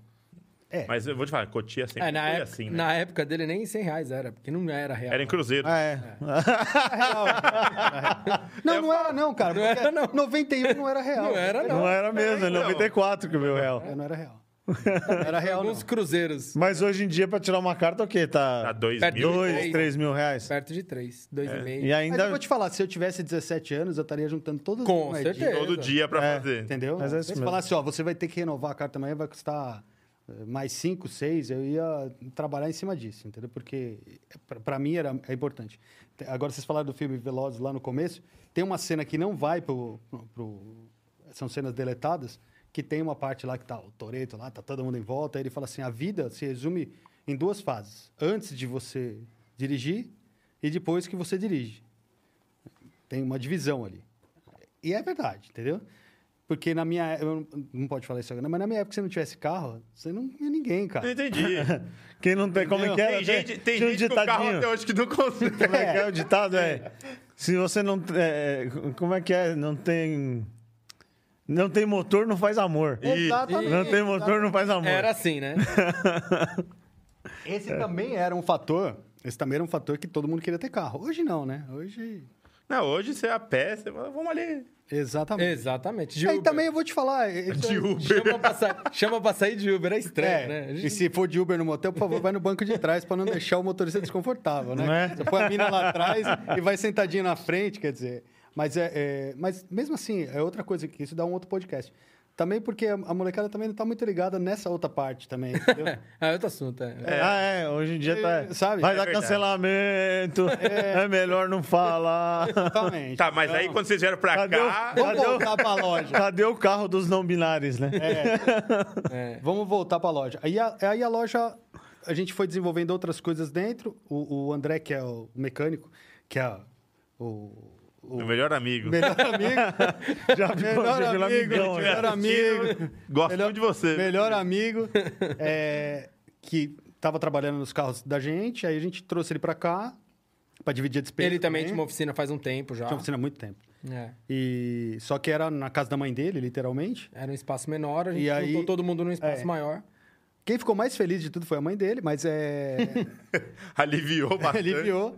Mas eu vou te falar, Cotia sempre É, na, foi época, assim, né? na época dele nem 100 reais era, porque não era real. Era em Cruzeiro. Ah, é. [LAUGHS] Não, não era não, cara. Não porque era, não. 91 não era real. Não [LAUGHS] era, Não era mesmo, é Não. 94 que veio o real. É, não era [LAUGHS] real. Não era real, não. Alguns cruzeiros, Mas hoje em dia, pra tirar uma carta, o quê? Tá Tá dois Perto mil. do- dois, três mil reais. perto de 3, É. 2,5. E Mas eu vou ainda. te falar, se eu tivesse 17 anos, eu estaria juntando todos Com os certeza. Todo dia pra É. fazer. Entendeu? Mas é isso se mesmo. falasse, ó, você vai ter que renovar a carta amanhã, vai custar eh, mais 5, 6, eu ia trabalhar em cima disso, entendeu? Porque eh, pra- pra mim era é importante. Te- Agora vocês falaram do filme Velozes lá no começo, tem uma cena que não vai pro, pro- pro- são cenas deletadas, que tem uma parte lá que tá o Toreto lá, tá todo mundo em volta, aí ele fala assim: "A vida se resume em duas fases: antes de você dirigir e depois que você dirige". Tem uma divisão ali. E é verdade, entendeu? Porque na minha época, não pode falar isso agora, mas na minha época, se você não tivesse carro, você não tinha ninguém, Não cara. entendi. Quem não tem. [LAUGHS] Como é que era? Tem gente, tem tinha um gente com carro até ditadinho. hoje que não consegue. [LAUGHS] Como é que é o ditado? É. Se você não. é, como é que é? Não tem. Não tem motor, não faz amor. Exatamente. Não tem motor, não faz amor. Era assim, [LAUGHS] né? Esse também era um fator. Esse também era um fator que todo mundo queria ter carro. Hoje não, né? Hoje. Não, hoje você é a pé, você fala, vamos ali. Exatamente. É, Exatamente. De Aí Uber. também eu vou te falar. isso De é- Uber. Chama pra, sair, chama pra sair de Uber, é estranho, É, né? A gente- E se for de Uber no motel, por favor, vai no banco de trás pra não deixar o motorista desconfortável, né? Não é? Você põe a mina lá atrás e vai sentadinho na frente, quer dizer. Mas, é, é- mas mesmo assim, é outra coisa que isso dá um outro podcast. Também porque a a molecada também não tá muito ligada nessa outra parte também, entendeu? Ah, outro assunto, [LAUGHS] é. Ah, é, hoje em dia tá. É, sabe? Vai É dar verdade. cancelamento, é. melhor não falar. [LAUGHS] Totalmente. Tá, mas aí quando vocês vieram pra Cadê o- cá. Vamos tá, Cadê o- voltar pra loja. Cadê o carro dos não binários, né? é. Vamos voltar para a loja. Aí a, aí a loja, a gente foi desenvolvendo outras coisas dentro. O, o André, que é o mecânico, que é o, o Meu melhor amigo. melhor amigo, Já vi Melhor já vi lá amigo, amigão, gente, né? melhor amigo. Gosto Melhor- muito de você. melhor amigo, é, que estava trabalhando nos carros da gente. Aí a gente trouxe ele para cá, para dividir a despesa. Ele também tinha uma oficina faz um tempo já. Tinha oficina há muito tempo. É. E, só que era na casa da mãe dele, literalmente. Era um espaço menor, a gente E juntou aí- todo mundo num espaço é. maior. Quem ficou mais feliz de tudo foi a mãe dele, mas é. [LAUGHS] Aliviou [LAUGHS] bastante. aliviou.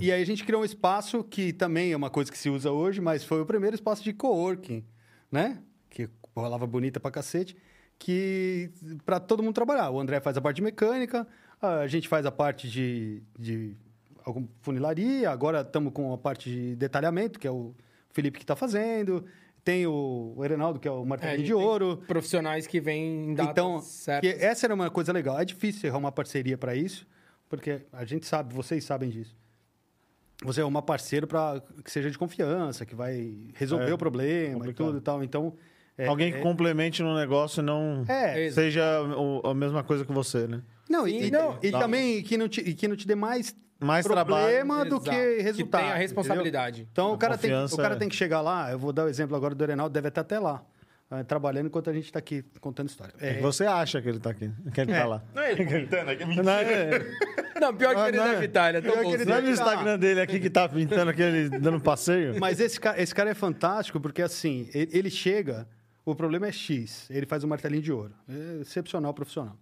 E aí a gente criou um espaço que também é uma coisa que se usa hoje, mas foi o primeiro espaço de coworking, né? Que rolava bonita pra cacete, que pra todo mundo trabalhar. O André faz a parte de mecânica, a gente faz a parte de, de alguma funilaria, agora estamos com a parte de detalhamento, que é o Felipe que tá fazendo, tem o, o Erenaldo, que é o É, a martelinho gente de tem ouro. Profissionais que vêm em datas Então, que certas. essa era uma coisa legal. É difícil arrumar parceria para isso, porque a gente sabe, vocês sabem disso. Você é arrumar parceiro para que seja de confiança, que vai resolver É, o problema complicado. e tudo e tal. Então, é, Alguém que complemente no negócio e não é, seja o- a mesma coisa que você, né? não, e, Sim, e- não. e também que não te, e que não te dê mais Mais trabalho. problema do Exato. que resultado. Que tem a entendeu? responsabilidade. Então A o cara, tem, o confiança cara é- tem que chegar lá. Eu vou dar o exemplo agora do Erenaldo, deve estar até lá, eh, trabalhando enquanto a gente está aqui contando história. É que É, Você acha que ele tá aqui, que ele tá lá. Não é ele comentando, é que é Não, mentira. é, Não, pior que Ah, ele não é. deve estar, ele é tão né? Pior que bom. ele não é deve no tá lá. Instagram dele aqui que tá pintando aquele dando passeio? Mas esse cara, esse cara é fantástico porque, assim, ele, ele chega, o problema é X, ele faz um martelinho de ouro. É excepcional profissional.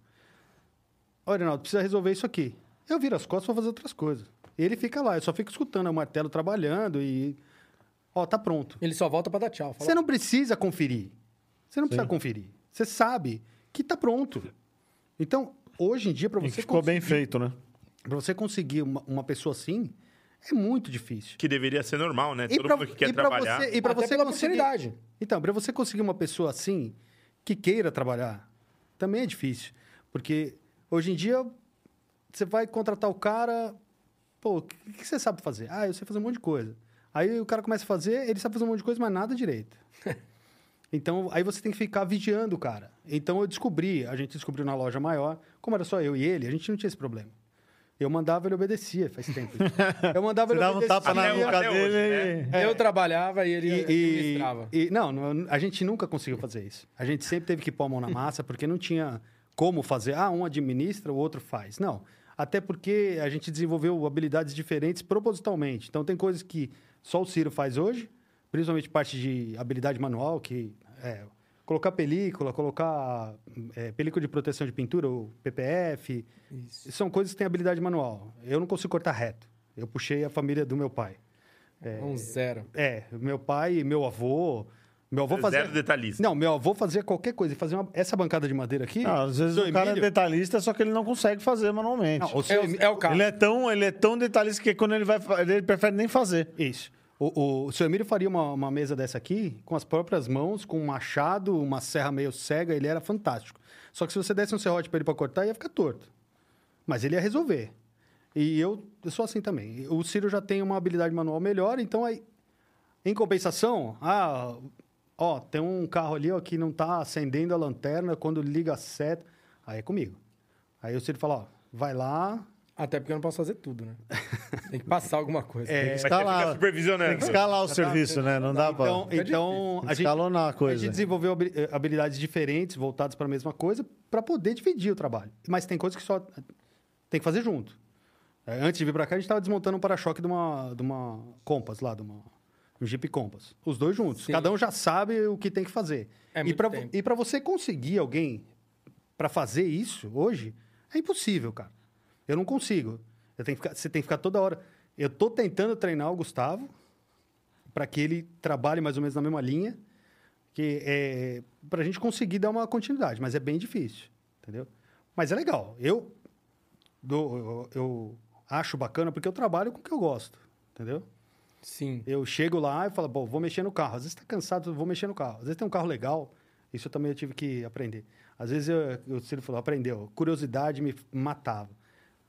Olha, Reinaldo, precisa resolver isso aqui. Eu viro as costas para fazer outras coisas. Ele fica lá, eu só fico escutando é o martelo trabalhando e. Ó, tá pronto. Ele só volta pra dar tchau. fala, Você não precisa conferir. Você não precisa conferir. Você sabe que tá pronto. Então, hoje em dia, para E você, ficou cons- bem feito, né? pra você conseguir uma, uma pessoa assim, é muito difícil. Que deveria ser normal, né? Todo pra- mundo que quer e pra trabalhar. você- e para "Ah, Até você pela conseguir, oportunidade. Então, para você conseguir uma pessoa assim que queira trabalhar, também é difícil, porque hoje em dia você vai contratar o cara, pô, o que, que você sabe fazer? Ah, eu sei fazer um monte de coisa. Aí o cara começa a fazer, ele sabe fazer um monte de coisa, mas nada [LAUGHS] direito. Então, aí você tem que ficar vigiando o cara. Então, eu descobri, a gente descobriu na loja maior, como era só eu e ele, a gente não tinha esse problema. Eu mandava, ele obedecia, faz [LAUGHS] tempo. Eu mandava, Você ele dava um obedecia. tapa na Até boca hoje, dele né? Eu trabalhava e ele É. E, administrava. e- e- não, não, a gente nunca conseguiu fazer isso. A gente sempre teve que pôr a mão na massa porque não tinha como fazer. Ah, um administra, o outro faz. Não. Até porque a gente desenvolveu habilidades diferentes propositalmente. Então, tem coisas que só o Ciro faz hoje, principalmente parte de habilidade manual, que é colocar película, colocar é, película de proteção de pintura, o PPF. São coisas que têm habilidade manual. Eu não consigo cortar reto. Eu puxei a família do meu pai. Um zero. É, meu pai e meu avô. Meu avô fazia. Zero detalhista. Não, meu avô fazia qualquer coisa. Ele fazia uma- essa bancada de madeira aqui. Ah, às vezes seu o cara é Emílio- detalhista, só que ele não consegue fazer manualmente. Não, o seu É, o- Emí- é o caso. Ele é tão, ele é tão detalhista que quando ele vai, fa- ele prefere nem fazer. Isso. O, o, o seu Emílio faria uma, uma mesa dessa aqui com as próprias mãos, com um machado, uma serra meio cega. Ele era fantástico. Só que se você desse um serrote para ele para cortar, ia ficar torto. Mas ele ia resolver. E eu, eu sou assim também. O Ciro já tem uma habilidade manual melhor, então aí. Em compensação, ah, ó, tem um carro ali ó, que não tá acendendo a lanterna quando liga a seta. Aí é comigo. Aí o Ciro fala, ó, vai lá. Até porque eu não posso fazer [LAUGHS] tudo, né? Tem que passar alguma coisa. É. Tem que Mas você fica escalar, ah, tem supervisionando. que escalar o serviço, né? Não dá pra É Então, então tem que a gente escalonar a A gente coisa. desenvolveu habili- eh, habilidades diferentes, voltadas para a mesma coisa, para poder dividir o trabalho. Mas tem coisas que só tem que fazer Eh, junto. Eh, Antes de vir para cá, a gente estava desmontando um para-choque de uma, de uma Compass lá, de uma um Jeep Compass. Os dois juntos. Sim. Cada um já sabe o que tem que fazer. É e muito pra- tempo. e para você conseguir alguém para fazer isso hoje, é impossível, cara. Eu não consigo. Eu tenho que ficar- você tem que ficar toda hora. Eu tô tentando treinar o Gustavo para que ele trabalhe mais ou menos na mesma linha, que é para a gente conseguir dar uma continuidade, mas é bem difícil, entendeu? Mas é legal. Eu dou- eu, eu acho bacana porque eu trabalho com o que eu gosto, entendeu? Sim. Eu chego lá e falo, bom, vou mexer no carro. Às vezes tá cansado, vou mexer no carro. Às vezes tem um carro legal, isso eu também eu tive que aprender. Às vezes eu, o Ciro falou, aprendeu. Curiosidade me matava.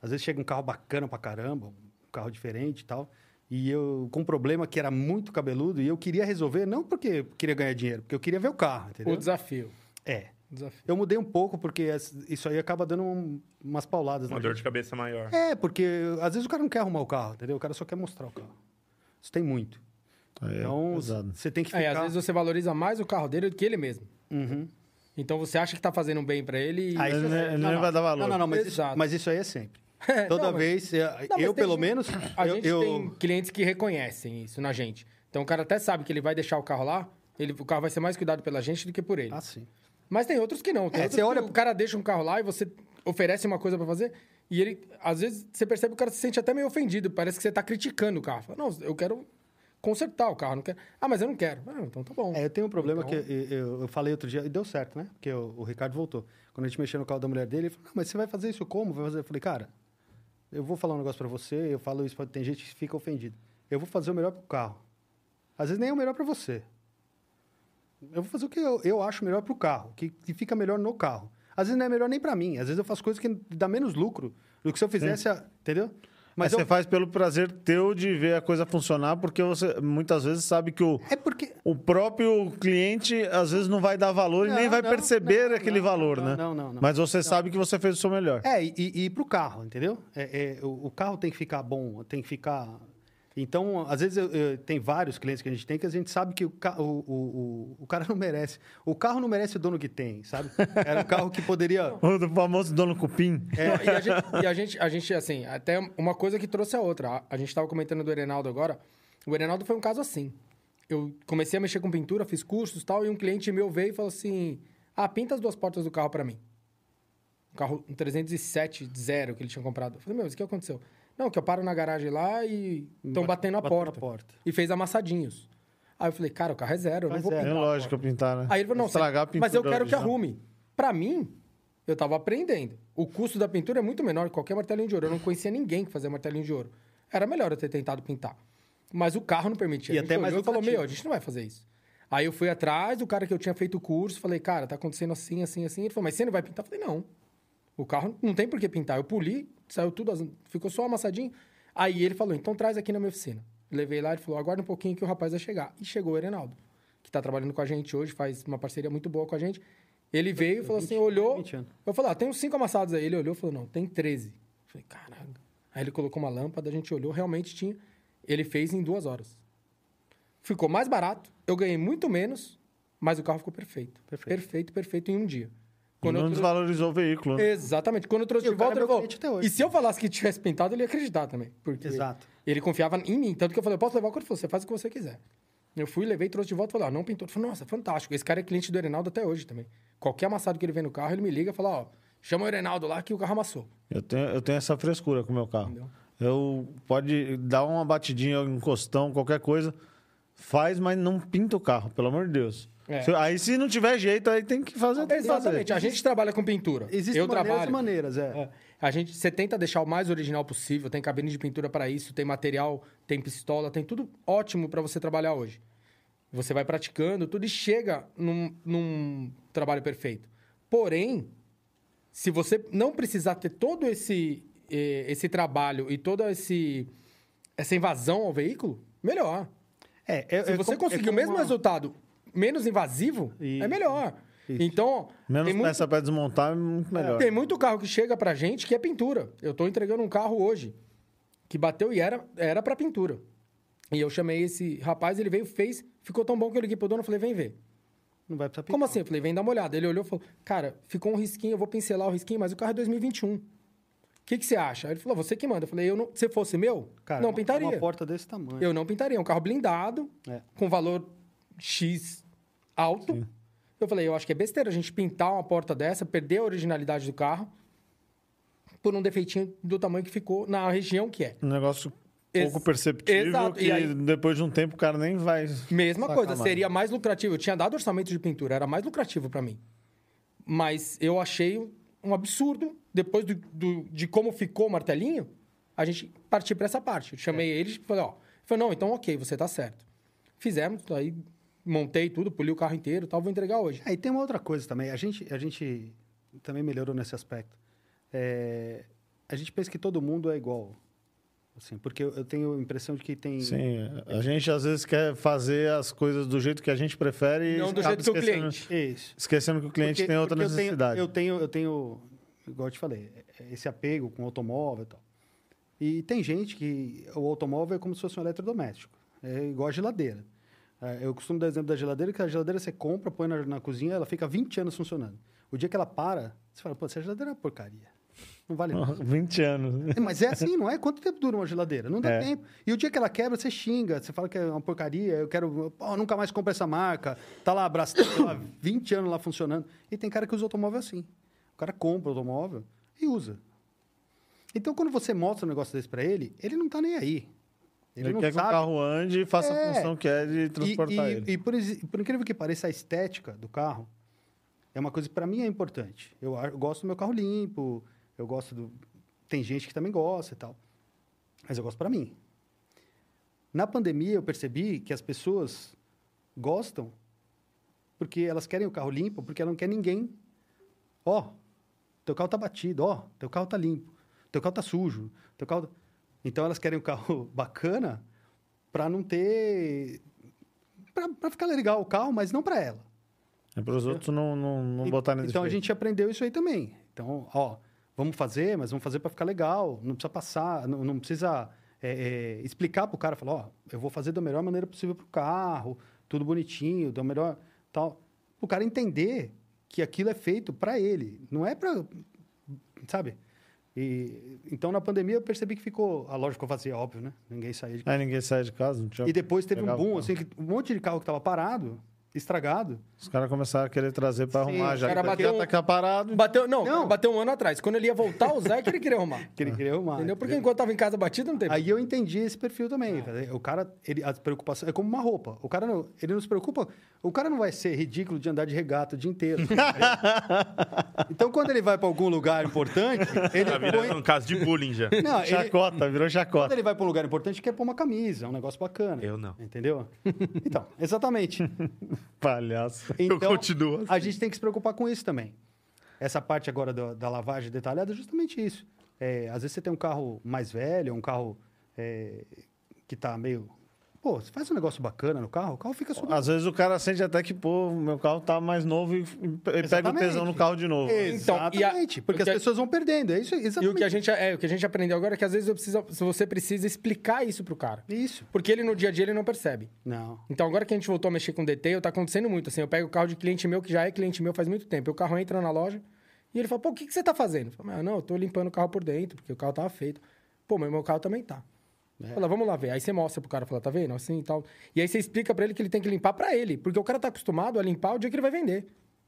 Às vezes chega um carro bacana pra caramba, um carro diferente e tal. E eu com um problema que era muito cabeludo e eu queria resolver, não porque eu queria ganhar dinheiro, porque eu queria ver o carro, entendeu? O desafio. É. O desafio. Eu mudei um pouco porque es- isso aí acaba dando um- umas pauladas Uma na dor gente. de cabeça maior. É, porque às vezes o cara não quer arrumar o carro, entendeu? O cara só quer mostrar o carro. Isso tem muito. É, Então, pesado. você tem que ficar... É, às vezes você valoriza mais o carro dele do que ele mesmo. Uhum. Então você acha que tá fazendo um bem pra ele e... [LAUGHS] Aí Ele você- é, não- ele não vai dar valor. Não, não, não, mas, isso, Exato. mas isso aí é sempre. É, Toda [LAUGHS] não, mas- vez, eu, Não, mas eu, tem- pelo menos, A eu, gente eu- tem clientes que reconhecem isso na gente. Então o cara até sabe que ele vai deixar o carro lá, ele, o carro vai ser mais cuidado pela gente do que por ele. Ah, sim. Mas tem outros que não. Tem É, outros você que olha- O cara deixa um carro lá e você oferece uma coisa pra fazer e ele, às vezes, você percebe que o cara se sente até meio ofendido. Parece que você tá criticando o carro. Fala, não, eu quero consertar o carro, não quero... Ah, mas eu não quero. Ah, então tá bom. É, eu tenho um problema Então- que eu, eu- eu falei outro dia, e deu certo, né? Porque o, o Ricardo voltou. Quando a gente mexeu no carro da mulher dele, ele falou, "Não, mas você vai fazer isso como? Vai fazer? Eu falei, cara, eu vou falar um negócio pra você, eu falo isso, pra- tem gente que fica ofendida. Eu vou fazer o melhor pro carro. Às vezes nem é o melhor pra você. Eu vou fazer o que eu, eu acho melhor pro carro, que, que fica melhor no carro. Às vezes não é melhor nem pra mim. Às vezes eu faço coisas que dá menos lucro do que se eu fizesse, a- entendeu? Mas eu, você faz pelo prazer teu de ver a coisa funcionar, porque você muitas vezes sabe que o, É porque. o próprio cliente às vezes não vai dar valor e Não, nem vai não, perceber não, aquele não, valor, não, né? não, não, não. Mas você sabe que você fez o seu melhor. É, e, e, e pro carro, entendeu? É, é, o, o carro tem que ficar bom, tem que ficar. Então, às vezes, eu- eu- tem vários clientes que a gente tem que a gente sabe que o, ca- o, o, o, o cara não merece. O carro não merece o dono que tem, sabe? Era um carro que [LAUGHS] poderia. O do famoso dono cupim. Não, e, a gente, É, e a gente, a gente, assim, até uma coisa que trouxe a outra. A, a gente tava comentando do Erenaldo agora. O Erenaldo foi um caso assim. Eu comecei a mexer com pintura, fiz cursos e tal, e um cliente meu veio e falou assim: Ah, pinta as duas portas do carro pra mim. Um carro um 307 zero que ele tinha comprado. Eu falei, meu, isso que aconteceu? Não, que eu paro na garagem lá e estão Bate- batendo a bateu na porta. porta. E fez amassadinhos. Aí eu falei, cara, o carro é zero, eu não Mas vou é, É pintar. a lógico pintar, né? Aí ele falou, não, Estragar você- a mas eu pintura quero que original. arrume. Pra mim, eu tava aprendendo. O custo da pintura é muito menor que qualquer martelinho de ouro. Eu não conhecia ninguém que fazia martelinho de ouro. Era melhor eu ter tentado pintar. Mas o carro não permitia. E A gente até mais olhou e falou, lucrativo. meu, a gente não vai fazer isso. Aí eu fui atrás do cara que eu tinha feito o curso, falei, cara, tá acontecendo assim, assim, assim. Ele falou, mas você não vai pintar? Eu falei, não. O carro não tem por que pintar. Eu poli, saiu tudo, as- ficou só amassadinho. Aí ele falou, então traz aqui na minha oficina. Levei lá, ele falou, aguarda um pouquinho que o rapaz vai chegar. E chegou o Erenaldo, que tá trabalhando com a gente hoje, faz uma parceria muito boa com a gente. Ele veio e falou assim, olhou... 20 anos. Eu falei, ah, tem uns cinco amassados aí. Ele olhou e falou, não, tem 13. Eu falei, caraca. Aí ele colocou uma lâmpada, a gente olhou, realmente tinha. Ele fez em duas horas. Ficou mais barato, eu ganhei muito menos, mas o carro ficou perfeito. Perfeito. Perfeito, perfeito, em um dia. E Quando eu não trouxe- desvalorizou o veículo. né? Exatamente. Quando eu trouxe E de o cara volta, é ele meu falou. cliente até hoje. E se eu falasse que tivesse pintado, ele ia acreditar também. Porque Exato. Ele confiava em mim. Tanto que eu falei, eu posso levar o que ele falou, você faz o que você quiser. Eu fui, levei, trouxe de volta e falei, ó, não pintou. Ele falou, nossa, fantástico. Esse cara é cliente do Erenaldo até hoje também. Qualquer amassado que ele vê no carro, ele me liga e fala, ó, chama o Erenaldo lá que o carro amassou. Eu tenho, eu tenho essa frescura com o meu carro. Entendeu? Eu pode dar uma batidinha, um encostão, qualquer coisa. Faz, mas não pinta o carro, pelo amor de Deus. É. Se- Aí se não tiver jeito, aí tem que fazer. tem que fazer. Exatamente. A gente trabalha com pintura. Existem eu maneiras trabalho. e maneiras, é. É. A gente, você tenta deixar o mais original possível, tem cabine de pintura para isso, tem material, tem pistola, tem tudo ótimo para você trabalhar hoje. Você vai praticando tudo e chega num, num trabalho perfeito. Porém, se você não precisar ter todo esse, eh, esse trabalho e toda esse, essa invasão ao veículo, melhor. É, é, Se é como- é você conseguir o como mesmo uma- resultado menos invasivo, Isso, é melhor. Então, Menos tem muito- peça pra desmontar é muito melhor. tem muito carro que chega pra gente que é pintura. Eu tô entregando um carro hoje que bateu e era, era pra pintura. E eu chamei esse rapaz, ele veio, fez, ficou tão bom que eu liguei pro dono e falei, vem ver. Não vai precisar pintar. Como assim? Eu falei, vem dar uma olhada. Ele olhou e falou, cara, ficou um risquinho, eu vou pincelar o risquinho, mas o carro é 2021. O que, que você acha? Aí ele falou, você que manda. Eu falei, eu não, se fosse meu, Cara, não uma- pintaria. Uma porta desse tamanho. Eu não pintaria. É um carro blindado, né? É. com valor X alto. Eu falei, eu acho que é besteira a gente pintar uma porta dessa, perder a originalidade do carro por um defeitinho do tamanho que ficou na região que é. Um negócio Ex- pouco perceptível exato, e que aí- depois de um tempo o cara nem vai. Mesma sacar coisa, mais. seria mais lucrativo. Eu tinha dado orçamento de pintura, era mais lucrativo pra mim. Mas eu achei um absurdo, depois do- do- de como ficou o martelinho, a gente partir pra essa parte. Eu chamei É. eles e falei, ó. Ele falou, não, então ok, você tá certo. Fizemos, aí montei tudo, poli o carro inteiro e tal, vou entregar hoje. Aí É, tem uma outra coisa também. A gente, a gente também melhorou nesse aspecto. É, a gente pensa que todo mundo é igual. Assim, porque eu eu tenho a impressão de que tem. Sim, a gente às vezes quer fazer as coisas do jeito que a gente prefere e Não do acaba jeito que o esquecendo- cliente. Isso. Esquecendo que o cliente Porque- tem outra porque eu tenho- necessidade. [LAUGHS] Eu tenho, eu tenho, igual eu te falei, esse apego com o automóvel e tal. E tem gente que o automóvel é como se fosse um eletrodoméstico. É igual a geladeira. É, Eu costumo dar exemplo da geladeira, que a geladeira você compra, põe na, na cozinha, ela fica 20 anos funcionando. O dia que ela para, você fala, pô, essa geladeira é uma porcaria. Não [LAUGHS] vale nada. 20 anos. É, Mas é assim, não é? Quanto tempo dura uma geladeira? Não dá É. tempo. E o dia que ela quebra, você xinga, você fala que é uma porcaria, eu quero. Pô, eu nunca mais compro essa marca. Tá lá abraçado, tá lá 20 anos lá funcionando. E tem cara que usa automóvel assim. O cara compra o automóvel e usa. Então, quando você mostra um negócio desse pra ele, ele não tá nem aí. Ele, quer que o carro ande e faça É. a função que é de transportar e, e- ele. e por, exi- por incrível que pareça, a estética do carro é uma coisa que para mim é importante. Eu, a- eu gosto do meu carro limpo, eu gosto do. Tem gente que também gosta e tal. Mas eu gosto para mim. Na pandemia, eu percebi que as pessoas gostam porque elas querem o carro limpo, porque ela não quer ninguém. Ó, teu carro tá batido, ó, teu carro tá limpo, teu carro tá sujo, teu carro. tá- Então elas querem um carro [LAUGHS] bacana para não ter Pra pra ficar legal o carro, mas não pra ela. É para os outros não, não, não E- botarem então a defeito. gente aprendeu isso aí também. Então, ó, vamos fazer, mas vamos fazer pra ficar legal. Não precisa passar, não, não precisa é, é, explicar pro cara, falar, ó, eu vou fazer da melhor maneira possível pro carro, tudo bonitinho, da melhor tal, o cara entender que aquilo é feito pra ele, não é pra, sabe? E, então na pandemia eu percebi que ficou, a loja ficou vazia, óbvio, né? Ninguém saía de Aí ninguém sai de casa, não tinha... E depois teve um É, Pegava o boom, carro. assim, que um monte de carro que tava parado, estragado, Os caras começaram a querer trazer para Sim, arrumar, o já cara que bateu já um- tá aqui parado. Bateu, não, Não. bateu um ano atrás. Quando ele ia voltar a usar, é que ele [LAUGHS] queria arrumar. que ele Ah. queria arrumar. Entendeu? Porque enquanto tava em casa batido, não teve. Aí eu entendi esse perfil também. cara. O cara, ele, as preocupações. É como uma roupa. O cara não, ele não se preocupa. O cara não vai ser ridículo de andar de regata o dia [LAUGHS] inteiro. então, quando ele vai para algum lugar [LAUGHS] importante, É, ele Tá põe. virando um caso de bullying já. Não, ele, Chacota, virou quando chacota. [LAUGHS] ele vai para um lugar importante, quer pôr uma camisa, um negócio bacana. Eu não. Entendeu? Então, exatamente. Palhaço. Então, continuo A gente tem que se preocupar com isso também. Essa parte agora da, da lavagem detalhada é justamente isso. É, às vezes você tem um carro mais velho, um carro é, que tá meio. Pô, você faz um negócio bacana no carro, o carro fica super. Às vezes o cara sente até que, pô, meu carro tá mais novo e, e pega o Exatamente. tesão no carro de novo. Então, e a- exatamente. porque o que as a- pessoas vão perdendo. É isso, exatamente. E o que a gente, é, o que a gente aprendeu agora é que às vezes eu preciso- você precisa explicar isso pro cara. Isso. Porque ele no dia a dia ele não percebe. Não. Então agora que a gente voltou a mexer com detail, tá acontecendo muito. Assim, eu pego o carro de cliente meu, que já é cliente meu faz muito tempo. E o carro entra na loja e ele fala, pô, o que, que você tá fazendo? Eu falo, "Ah, não, eu tô limpando o carro por dentro, porque o carro tava feito. Pô, mas meu carro também tá. É. Fala, vamos lá ver. Aí você mostra pro cara, fala, tá vendo? Assim e tal. E aí você explica pra ele que ele tem que limpar pra ele, porque o cara tá acostumado a limpar o dia que ele vai vender.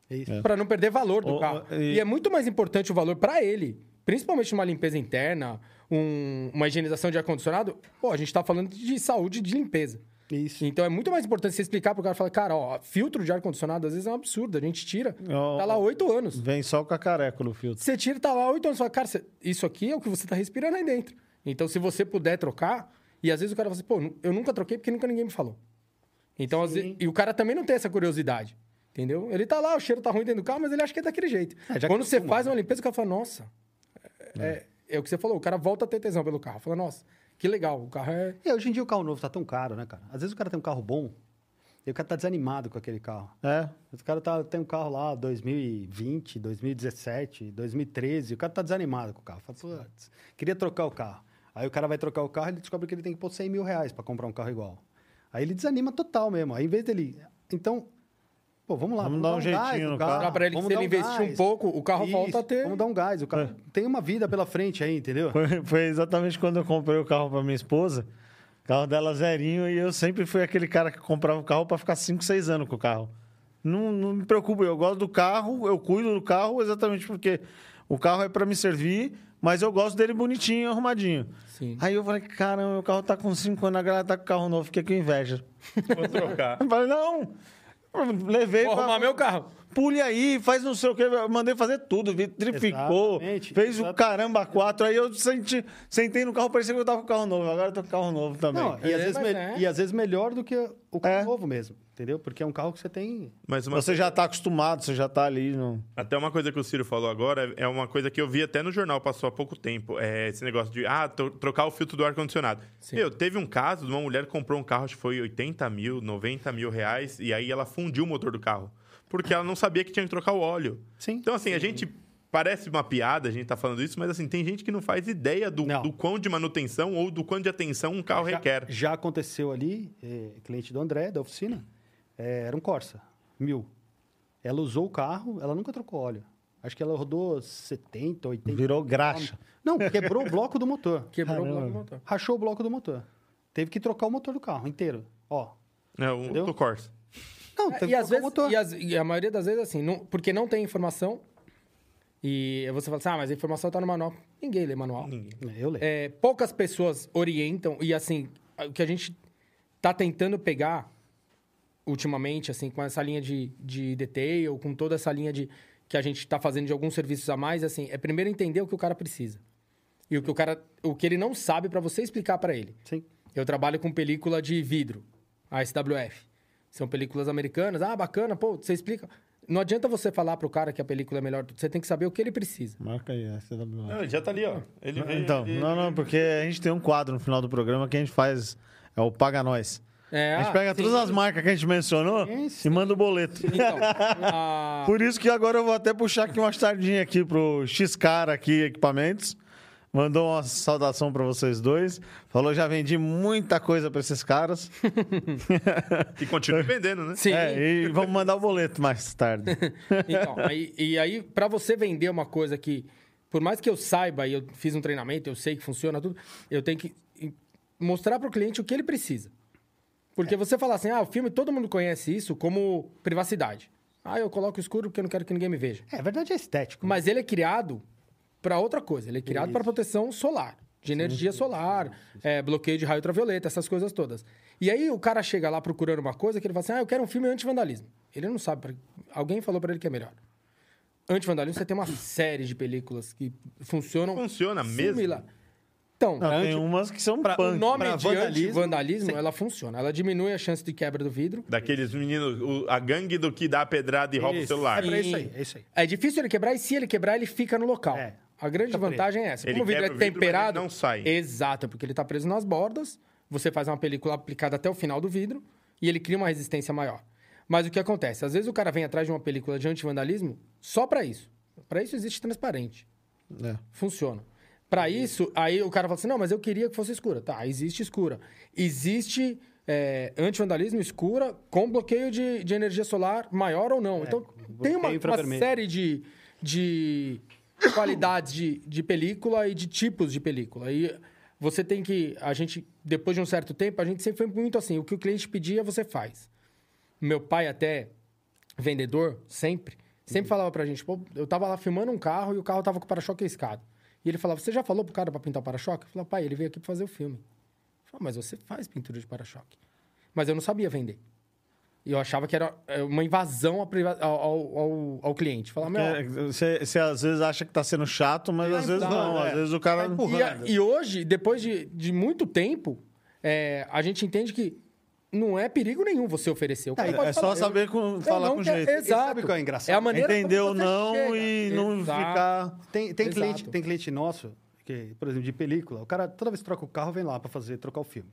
É isso. Pra não perder valor do O- carro. o- e... e- é muito mais importante o valor pra ele. Principalmente uma limpeza interna, um- uma higienização de ar-condicionado. Pô, a gente tá falando de saúde e de limpeza. Isso. Então é muito mais importante você explicar pro cara falar, cara, ó, filtro de ar-condicionado às vezes é um absurdo, a gente tira. Ó, Tá lá oito anos. Vem só o cacareco no filtro. Você tira, tá lá oito anos. Você fala, cara, você- isso aqui é o que você tá respirando aí dentro. Então, se você puder trocar, e às vezes o cara fala assim, pô, eu nunca troquei porque nunca ninguém me falou. Então, às vezes, e o cara também não tem essa curiosidade. Entendeu? Ele tá lá, o cheiro tá ruim dentro do carro, mas ele acha que é daquele jeito. já Quando você acostuma, faz uma limpeza, o cara fala, nossa. É, é o que você falou, o cara volta a ter tesão pelo carro. Fala, nossa, que legal, o carro é. E hoje em dia o carro novo tá tão caro, né, cara? Às vezes o cara tem um carro bom e o cara tá desanimado com aquele carro. É. O cara tá, tem um carro lá 2020, 2017, 2013, o cara tá desanimado com o carro. Fala, "Putz, queria trocar o carro. Aí o cara vai trocar o carro, ele descobre que ele tem que pôr 100 mil reais para comprar um carro igual. Aí ele desanima total mesmo. Aí em vez dele. Então, Pô, vamos lá. Vamos dar um gás jeitinho no carro. carro. Dá pra ele, Vamos se ele dar um investir um gás. pouco, o carro volta a ter. Vamos dar um gás. O carro É. tem uma vida pela frente aí, entendeu? Foi, foi exatamente quando eu comprei o carro para minha esposa. O carro dela zerinho e eu sempre fui aquele cara que comprava o carro para ficar 5, 6 anos com o carro. Não, não me preocupo, eu gosto do carro, eu cuido do carro exatamente porque o carro é para me servir, mas eu gosto dele bonitinho, arrumadinho. Sim. Aí eu falei, caramba, meu carro tá com 5 anos, a galera tá com carro novo, fiquei com inveja. Vou trocar. Eu falei, não! Levei Vou pra- arrumar meu carro. pule aí, faz não sei o que. Eu mandei fazer tudo, vitrificou, Exatamente, fez o exatamente. caramba quatro. Aí eu senti, sentei no carro, parecia que eu tava com o carro novo. Agora eu tô com o carro novo também. Não, e, às vezes Mas me- é. e às vezes melhor do que o carro É. novo mesmo, entendeu? Porque é um carro que você tem. Mas uma você já tá acostumado, você já tá ali. No... Até uma coisa que o Ciro falou agora é uma coisa que eu vi até no jornal, passou há pouco tempo. É esse negócio de, ah, tro- trocar o filtro do ar-condicionado. Meu, teve um caso de uma mulher que comprou um carro, acho que foi 80 mil, 90 mil reais, e aí ela fundiu o motor do carro. Porque ela não sabia que tinha que trocar o óleo. Sim. Então, assim, a gente. Parece uma piada a gente tá falando isso, mas assim, tem gente que não faz ideia do, Não. do quão de manutenção ou do quão de atenção um carro Já, requer. já aconteceu ali, é, cliente do André, da oficina, é, era um Corsa, mil. Ela usou o carro, ela nunca trocou óleo. Acho que ela rodou 70, 80. Virou graxa. Não, quebrou o bloco do motor. Quebrou o bloco Caramba. do motor. Rachou o bloco do motor. Teve que trocar o motor do carro inteiro. Ó. É, o Entendeu? do Corsa. Não, É, teve que e, às trocar o vezes, motor. e, as- e a maioria das vezes, assim, não- porque não tem informação. E você fala assim, ah, mas a informação tá no manual. Ninguém lê manual. Eu leio. É, poucas pessoas orientam e, assim, o que a gente tá tentando pegar ultimamente, assim, com essa linha de, de detail, com toda essa linha de que a gente tá fazendo de alguns serviços a mais, assim, é primeiro entender o que o cara precisa. E o que o cara, o que ele não sabe pra você explicar pra ele. Sim. Eu trabalho com película de vidro, a SWF. São películas americanas. Ah, bacana, pô, você explica. Não adianta você falar pro cara que a película é melhor. Você tem que saber o que ele precisa. Marca aí, é a CW. Não, ele já tá ali, ó. Ele veio- Então, ele- não, não, porque a gente tem um quadro no final do programa que a gente faz. É o Paga Nós. É, a gente ah, pega sim. todas as marcas que a gente mencionou Sim, sim. e manda o boleto. Então, a- Por isso que agora eu vou até puxar aqui umas tardinhas aqui pro X-Cara aqui, equipamentos. Mandou uma saudação para vocês dois. Falou, já vendi muita coisa para esses caras. [LAUGHS] E continua vendendo, né? sim. É, e vamos mandar o boleto mais [LAUGHS] tarde. Então, aí- e aí, pra você vender uma coisa que, por mais que eu saiba e eu fiz um treinamento, eu sei que funciona tudo, eu tenho que mostrar pro cliente o que ele precisa. Porque É. você fala assim, ah, o filme, todo mundo conhece isso como privacidade. Ah, eu coloco escuro porque eu não quero que ninguém me veja. É, a verdade é estético. Mas ele é criado para outra coisa. Ele é criado para proteção solar, de energia solar, é, bloqueio de raio ultravioleta, essas coisas todas. E aí o cara chega lá procurando uma coisa que ele fala assim: ah, eu quero um filme anti-vandalismo. Ele não sabe. pra- Alguém falou para ele que é melhor. Anti-vandalismo, você tem uma série de películas que funcionam. Funciona mesmo? similar. Então, Não, tem umas que são pra, o nome pra de vandalismo, anti-vandalismo, ela funciona. Ela diminui a chance de quebra do vidro. Daqueles meninos, o- a gangue do que dá a pedrada e rouba o Isso. celular. É pra isso aí, é isso aí. É difícil ele quebrar e se ele quebrar, ele fica no local. É. A grande Fica preso. vantagem é essa. Ele Como o vidro é quebra o vidro, mas ele temperado. não sai. Exato, porque ele está preso nas bordas. Você faz uma película aplicada até o final do vidro e ele cria uma resistência maior. Mas o que acontece? Às vezes o cara vem atrás de uma película de antivandalismo só para isso. Para isso existe transparente. É. Funciona. Para isso, aí o cara fala assim: não, mas eu queria que fosse escura. Tá, existe escura. Existe é, antivandalismo escura com bloqueio de, de energia solar maior ou não. então, tem uma, É, bloqueio uma infravermelho. série de, de qualidades de, de película e de tipos de película. E você tem que. A gente, depois de um certo tempo, a gente sempre foi muito assim: o que o cliente pedia, você faz. Meu pai, até vendedor, sempre, Uhum. sempre falava pra gente: pô, eu tava lá filmando um carro e o carro tava com o para-choque riscado. E ele falava: Você já falou pro cara pra pintar o para-choque? Eu falava: Pai, ele veio aqui pra fazer o filme. Eu falava, Mas você faz pintura de para-choque. Mas eu não sabia vender. E eu achava que era é, uma invasão à priva- ao, ao, ao- ao cliente. Falava, meu, É, Você você às vezes acha que tá sendo chato, mas às vezes não. empurrando, Às é. vezes o cara. Tá empurrando. E, a- e hoje, depois de, de muito tempo, é, a gente entende que não é perigo nenhum você oferecer. O cara pode É só falar, eu- saber com- eu falar não com quero- jeito. Exato. Sabe o que é engraçado? a maneira como Entendeu você não chega. e não Exato. ficar. Tem, tem, Exato. cliente, tem cliente nosso, que, por exemplo, de película, o cara toda vez que troca o carro, vem lá pra fazer, trocar o filme.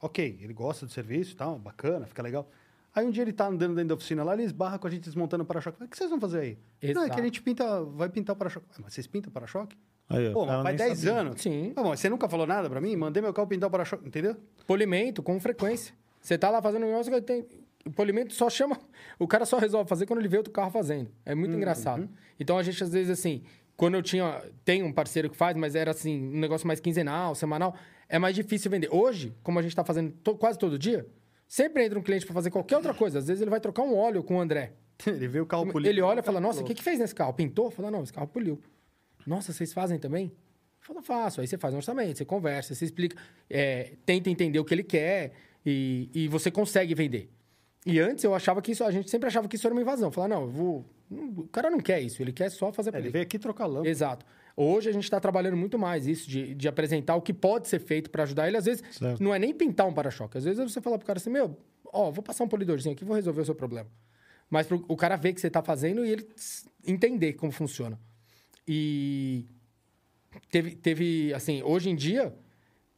Ok, ele gosta do serviço e tal, bacana, fica legal. Aí um dia ele tá andando dentro da oficina lá, ele esbarra com a gente desmontando o para-choque. Fala, O que vocês vão fazer aí? Não, é que Exato. a gente pinta, vai pintar o para-choque. "Ah, Mas vocês pintam o para-choque? Aí, ó, Pô, o cara mas faz nem 10 sabia. anos. Sim. Pô, mas você nunca falou nada pra mim? Mandei meu carro pintar o para-choque, entendeu? [LAUGHS] Polimento com frequência. Você tá lá fazendo um negócio que tem. o polimento só chama. [LAUGHS] O cara só resolve fazer quando ele vê outro carro fazendo. É muito engraçado. Então a gente, às vezes, assim, quando eu tinha. Tem um parceiro que faz, mas era assim, um negócio mais quinzenal, semanal. É mais difícil vender. Hoje, como a gente tá fazendo to- quase todo dia, sempre entra um cliente para fazer qualquer outra coisa. Às vezes ele vai trocar um óleo com o André. Ele vê o carro polido. Ele olha e fala, nossa, o que, que fez nesse carro? Pintou? Fala, não, esse carro poliu. Nossa, vocês fazem também? Fala, faço. Aí você faz um orçamento, você conversa, você explica, é, tenta entender o que ele quer e, e você consegue vender. E antes eu achava que isso, a gente sempre achava que isso era uma invasão. Falar, não, eu vou. não, O cara não quer isso, ele quer só fazer É, ele política. veio aqui trocar lâmpada. Exato. Hoje a gente está trabalhando muito mais isso, de, de apresentar o que pode ser feito para ajudar ele. Às vezes, Certo. não é nem pintar um para-choque. Às vezes você fala pro cara assim, meu, ó, vou passar um polidorzinho aqui, vou resolver o seu problema. Mas pro, o cara ver que você tá fazendo e ele s- entender como funciona. E teve, teve, assim, hoje em dia,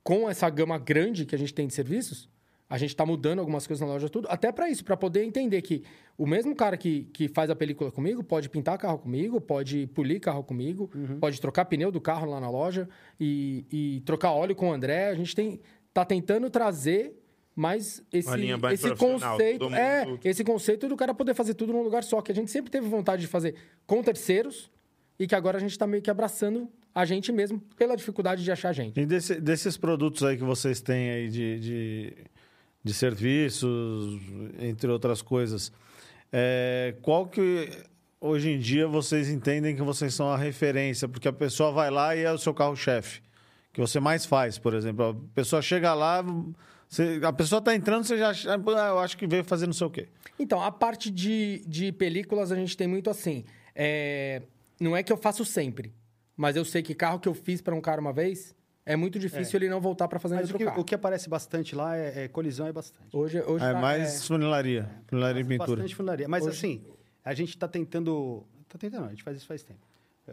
com essa gama grande que a gente tem de serviços, a gente está mudando algumas coisas na loja, tudo, até para isso, para poder entender que o mesmo cara que, que faz a película comigo pode pintar carro comigo, pode polir carro comigo, Uhum. pode trocar pneu do carro lá na loja e, e trocar óleo com o André. A gente tem, tá tentando trazer mais esse, Uma linha mais esse profissional, conceito. todo É, mundo- esse conceito do cara poder fazer tudo num lugar só, que a gente sempre teve vontade de fazer com terceiros e que agora a gente está meio que abraçando a gente mesmo pela dificuldade de achar gente. E desse- desses produtos aí que vocês têm aí de, de, de serviços, entre outras coisas, é, qual que hoje em dia vocês entendem que vocês são a referência? Porque a pessoa vai lá e é o seu carro-chefe, que você mais faz, por exemplo. A pessoa chega lá, você- a pessoa está entrando, você já acha, "Ah, eu acho que veio fazer não sei o quê. Então, a parte de, de películas a gente tem muito assim. é, Não é que eu faço sempre, mas eu sei que carro que eu fiz para um cara uma vez é muito difícil ele não voltar para fazer Mas outro o que, carro. o que aparece bastante lá é, é colisão é bastante. Hoje, hoje É tá- mais funilaria, funilaria e pintura. Bastante funilaria. Mas Hoje- assim, a gente está tentando. Tá tentando, não, a gente faz isso faz tempo.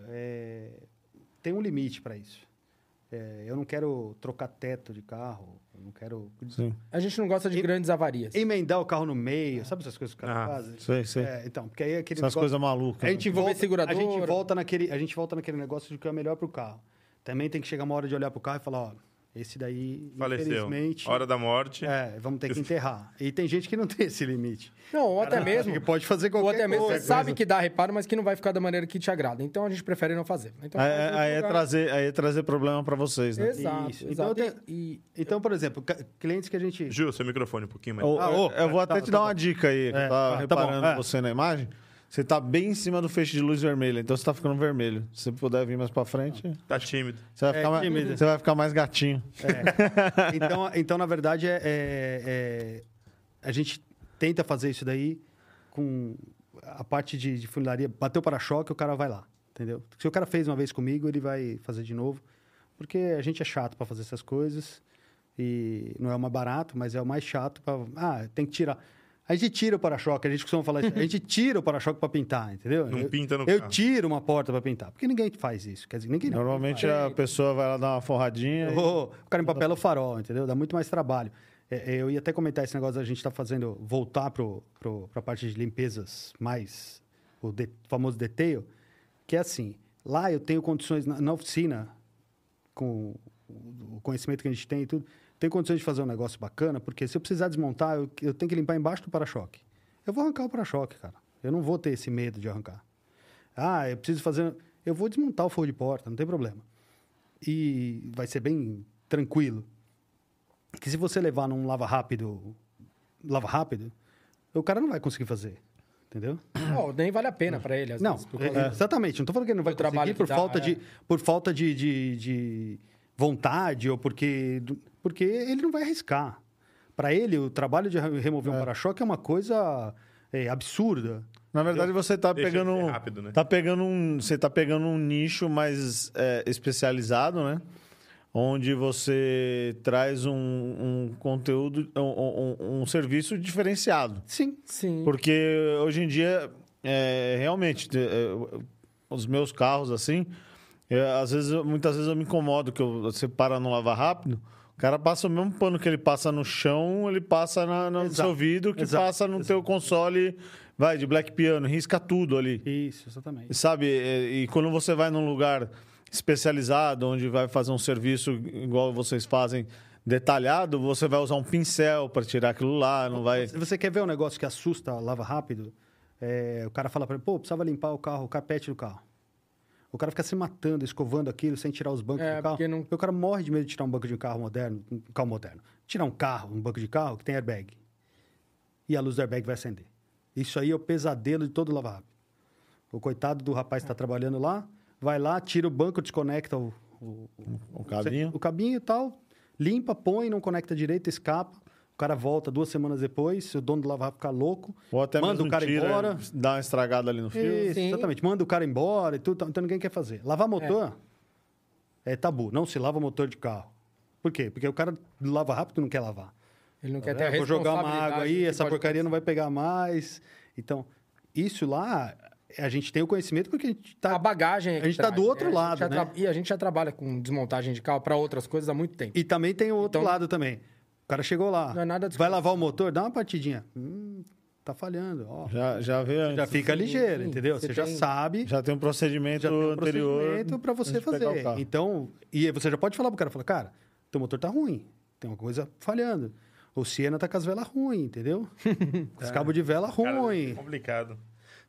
É, tem um limite para isso. É, eu não quero trocar teto de carro, eu não quero Sim, é, a gente não gosta de grandes avarias. emendar o carro no meio, sabe essas coisas que o cara Ah, faz? sei, sei. É, então, porque aí é aquele Essas negócio- né? coisas malucas. A gente, Envolver volta, a seguradora. gente volta naquele, a gente volta naquele negócio de que é melhor para o carro. Também tem que chegar uma hora de olhar para o carro e falar, ó, esse daí, Faleceu. infelizmente, Hora da morte. é, vamos ter que enterrar. E tem gente que não tem esse limite. Não, ou até Cara, mesmo. que pode fazer Ou assim, qualquer até mesmo coisa. você sabe que dá reparo, mas que não vai ficar da maneira que te agrada. Então a gente prefere não fazer. Então, Aí, faz em outro aí é lugar. trazer, aí é trazer problema para vocês, né? Exato, Isso. exato. Então eu tenho- E- Então, por exemplo, ca- clientes que a gente. Ju, seu microfone um pouquinho mais. Ô, Ah, eu- ô, eu vou até tá, te tá dar bom. uma dica aí, que É, eu tava tá bom, reparando é. você na imagem. Você tá bem em cima do feixe de luz vermelha, então você tá ficando vermelho. Se você puder vir mais pra frente, Tá tímido. você vai, É, ficar mais, tímido. você vai ficar mais gatinho. Então, então, na verdade, é, é- é- a gente tenta fazer isso daí com a parte de, de funilaria. Bateu para-choque, o cara vai lá, entendeu? Se o cara fez uma vez comigo, ele vai fazer de novo. Porque a gente é chato para fazer essas coisas. E não é o mais barato, mas é o mais chato para. Ah, tem que tirar. A gente tira o para-choque, a gente costuma falar isso. A gente tira o para-choque para pintar, entendeu? Não eu, pinta no Eu carro. tiro uma porta para pintar. Porque ninguém faz isso. Quer dizer, ninguém. [LAUGHS] não. Normalmente a pessoa vai lá dar uma forradinha. e- Ô, o cara empapela é o farol, entendeu? Dá muito mais trabalho. É, é, eu ia até comentar esse negócio da gente estar fazendo, voltar pro, pro, pra parte de limpezas mais, o de- famoso detail, que é assim, lá eu tenho condições, na, na oficina, com o conhecimento que a gente tem e tudo, tenho condições de fazer um negócio bacana, porque se eu precisar desmontar, eu, eu tenho que limpar embaixo do para-choque. Eu vou arrancar o para-choque, cara. Eu não vou ter esse medo de arrancar. Ah, eu preciso fazer... Eu vou desmontar o forro de porta, não tem problema e vai ser bem tranquilo. Que se você levar num lava rápido, lava rápido, o cara não vai conseguir fazer, entendeu? [COUGHS] Ó, nem vale a pena pra ele. às não, vezes, por é- causa disso. exatamente. Não tô falando que ele não vai Do conseguir trabalho que por dá, falta, é. de, por falta de, de, de vontade ou porque, porque ele não vai arriscar. Para ele, o trabalho de remover um para-choque é uma coisa é, absurda. Na verdade, você tá Deixa pegando. de ser um- rápido, né? Tá pegando um. Você tá pegando um nicho mais é, especializado, né? Onde você traz um, um conteúdo, um- um- um serviço diferenciado. Sim. Sim. Porque hoje em dia, é, realmente, te- é, os meus carros, assim, é, às vezes, eu- muitas vezes eu me incomodo que eu, você para no lavar rápido, o cara passa o mesmo pano que ele passa no chão, ele passa na, no Exato. seu vidro, que Exato. passa no teu console, vai, de Black Piano, risca tudo ali. Isso, exatamente. Sabe, É, e, e quando você vai num lugar especializado, onde vai fazer um serviço igual vocês fazem detalhado, você vai usar um pincel para tirar aquilo lá, não vai. Se Você quer ver um negócio que assusta, lava rápido? É, o cara fala pra mim, pô, precisava limpar o carro, o carpete do carro. O cara fica se matando, escovando aquilo, sem tirar os bancos É, do carro. porque não- O cara morre de medo de tirar um banco de um carro moderno, um carro moderno. Tirar um carro, um banco de carro que tem airbag. E a luz do airbag vai acender. Isso aí é o pesadelo de todo lava rápido. O coitado do rapaz que está trabalhando lá, vai lá, tira o banco, desconecta o, o- O um cabinho. o cabinho e tal, limpa, põe, não conecta direito, escapa. O cara volta duas semanas depois, o dono do lava rápido fica louco, Ou até manda mesmo o cara tira, embora. dá uma estragada ali no fio. Isso, Sim. exatamente. Manda o cara embora e tudo. tal. Então ninguém quer fazer. Lavar motor é. tabu. Não se lava motor de carro. Por quê? Porque o cara lava rápido e não quer lavar. Ele não quer ter a Ah, Vou jogar uma água responsabilidade aí, que essa pode porcaria não vai pegar mais. Então, isso lá, a gente tem o conhecimento porque a gente tá. A bagagem é A que gente tá traz, do né? outro A gente lado, já né? tra- E a gente já trabalha com desmontagem de carro para outras coisas há muito tempo. E também tem o outro Então- lado também. O cara chegou lá. Não é nada vai lavar o motor, dá uma partidinha. Hum, tá falhando. ó. Já, já veio Já antes. fica ligeiro, sim. entendeu? Você Você, já tem- sabe. Já tem um procedimento já tem um anterior. procedimento para você antes de pegar o fazer. carro. Então, e aí você já pode falar pro cara, falar, cara, teu motor tá ruim, tem uma coisa falhando. O Siena tá com as velas ruins, [LAUGHS] entendeu? Com os cabos de vela Cara, é ruim. complicado.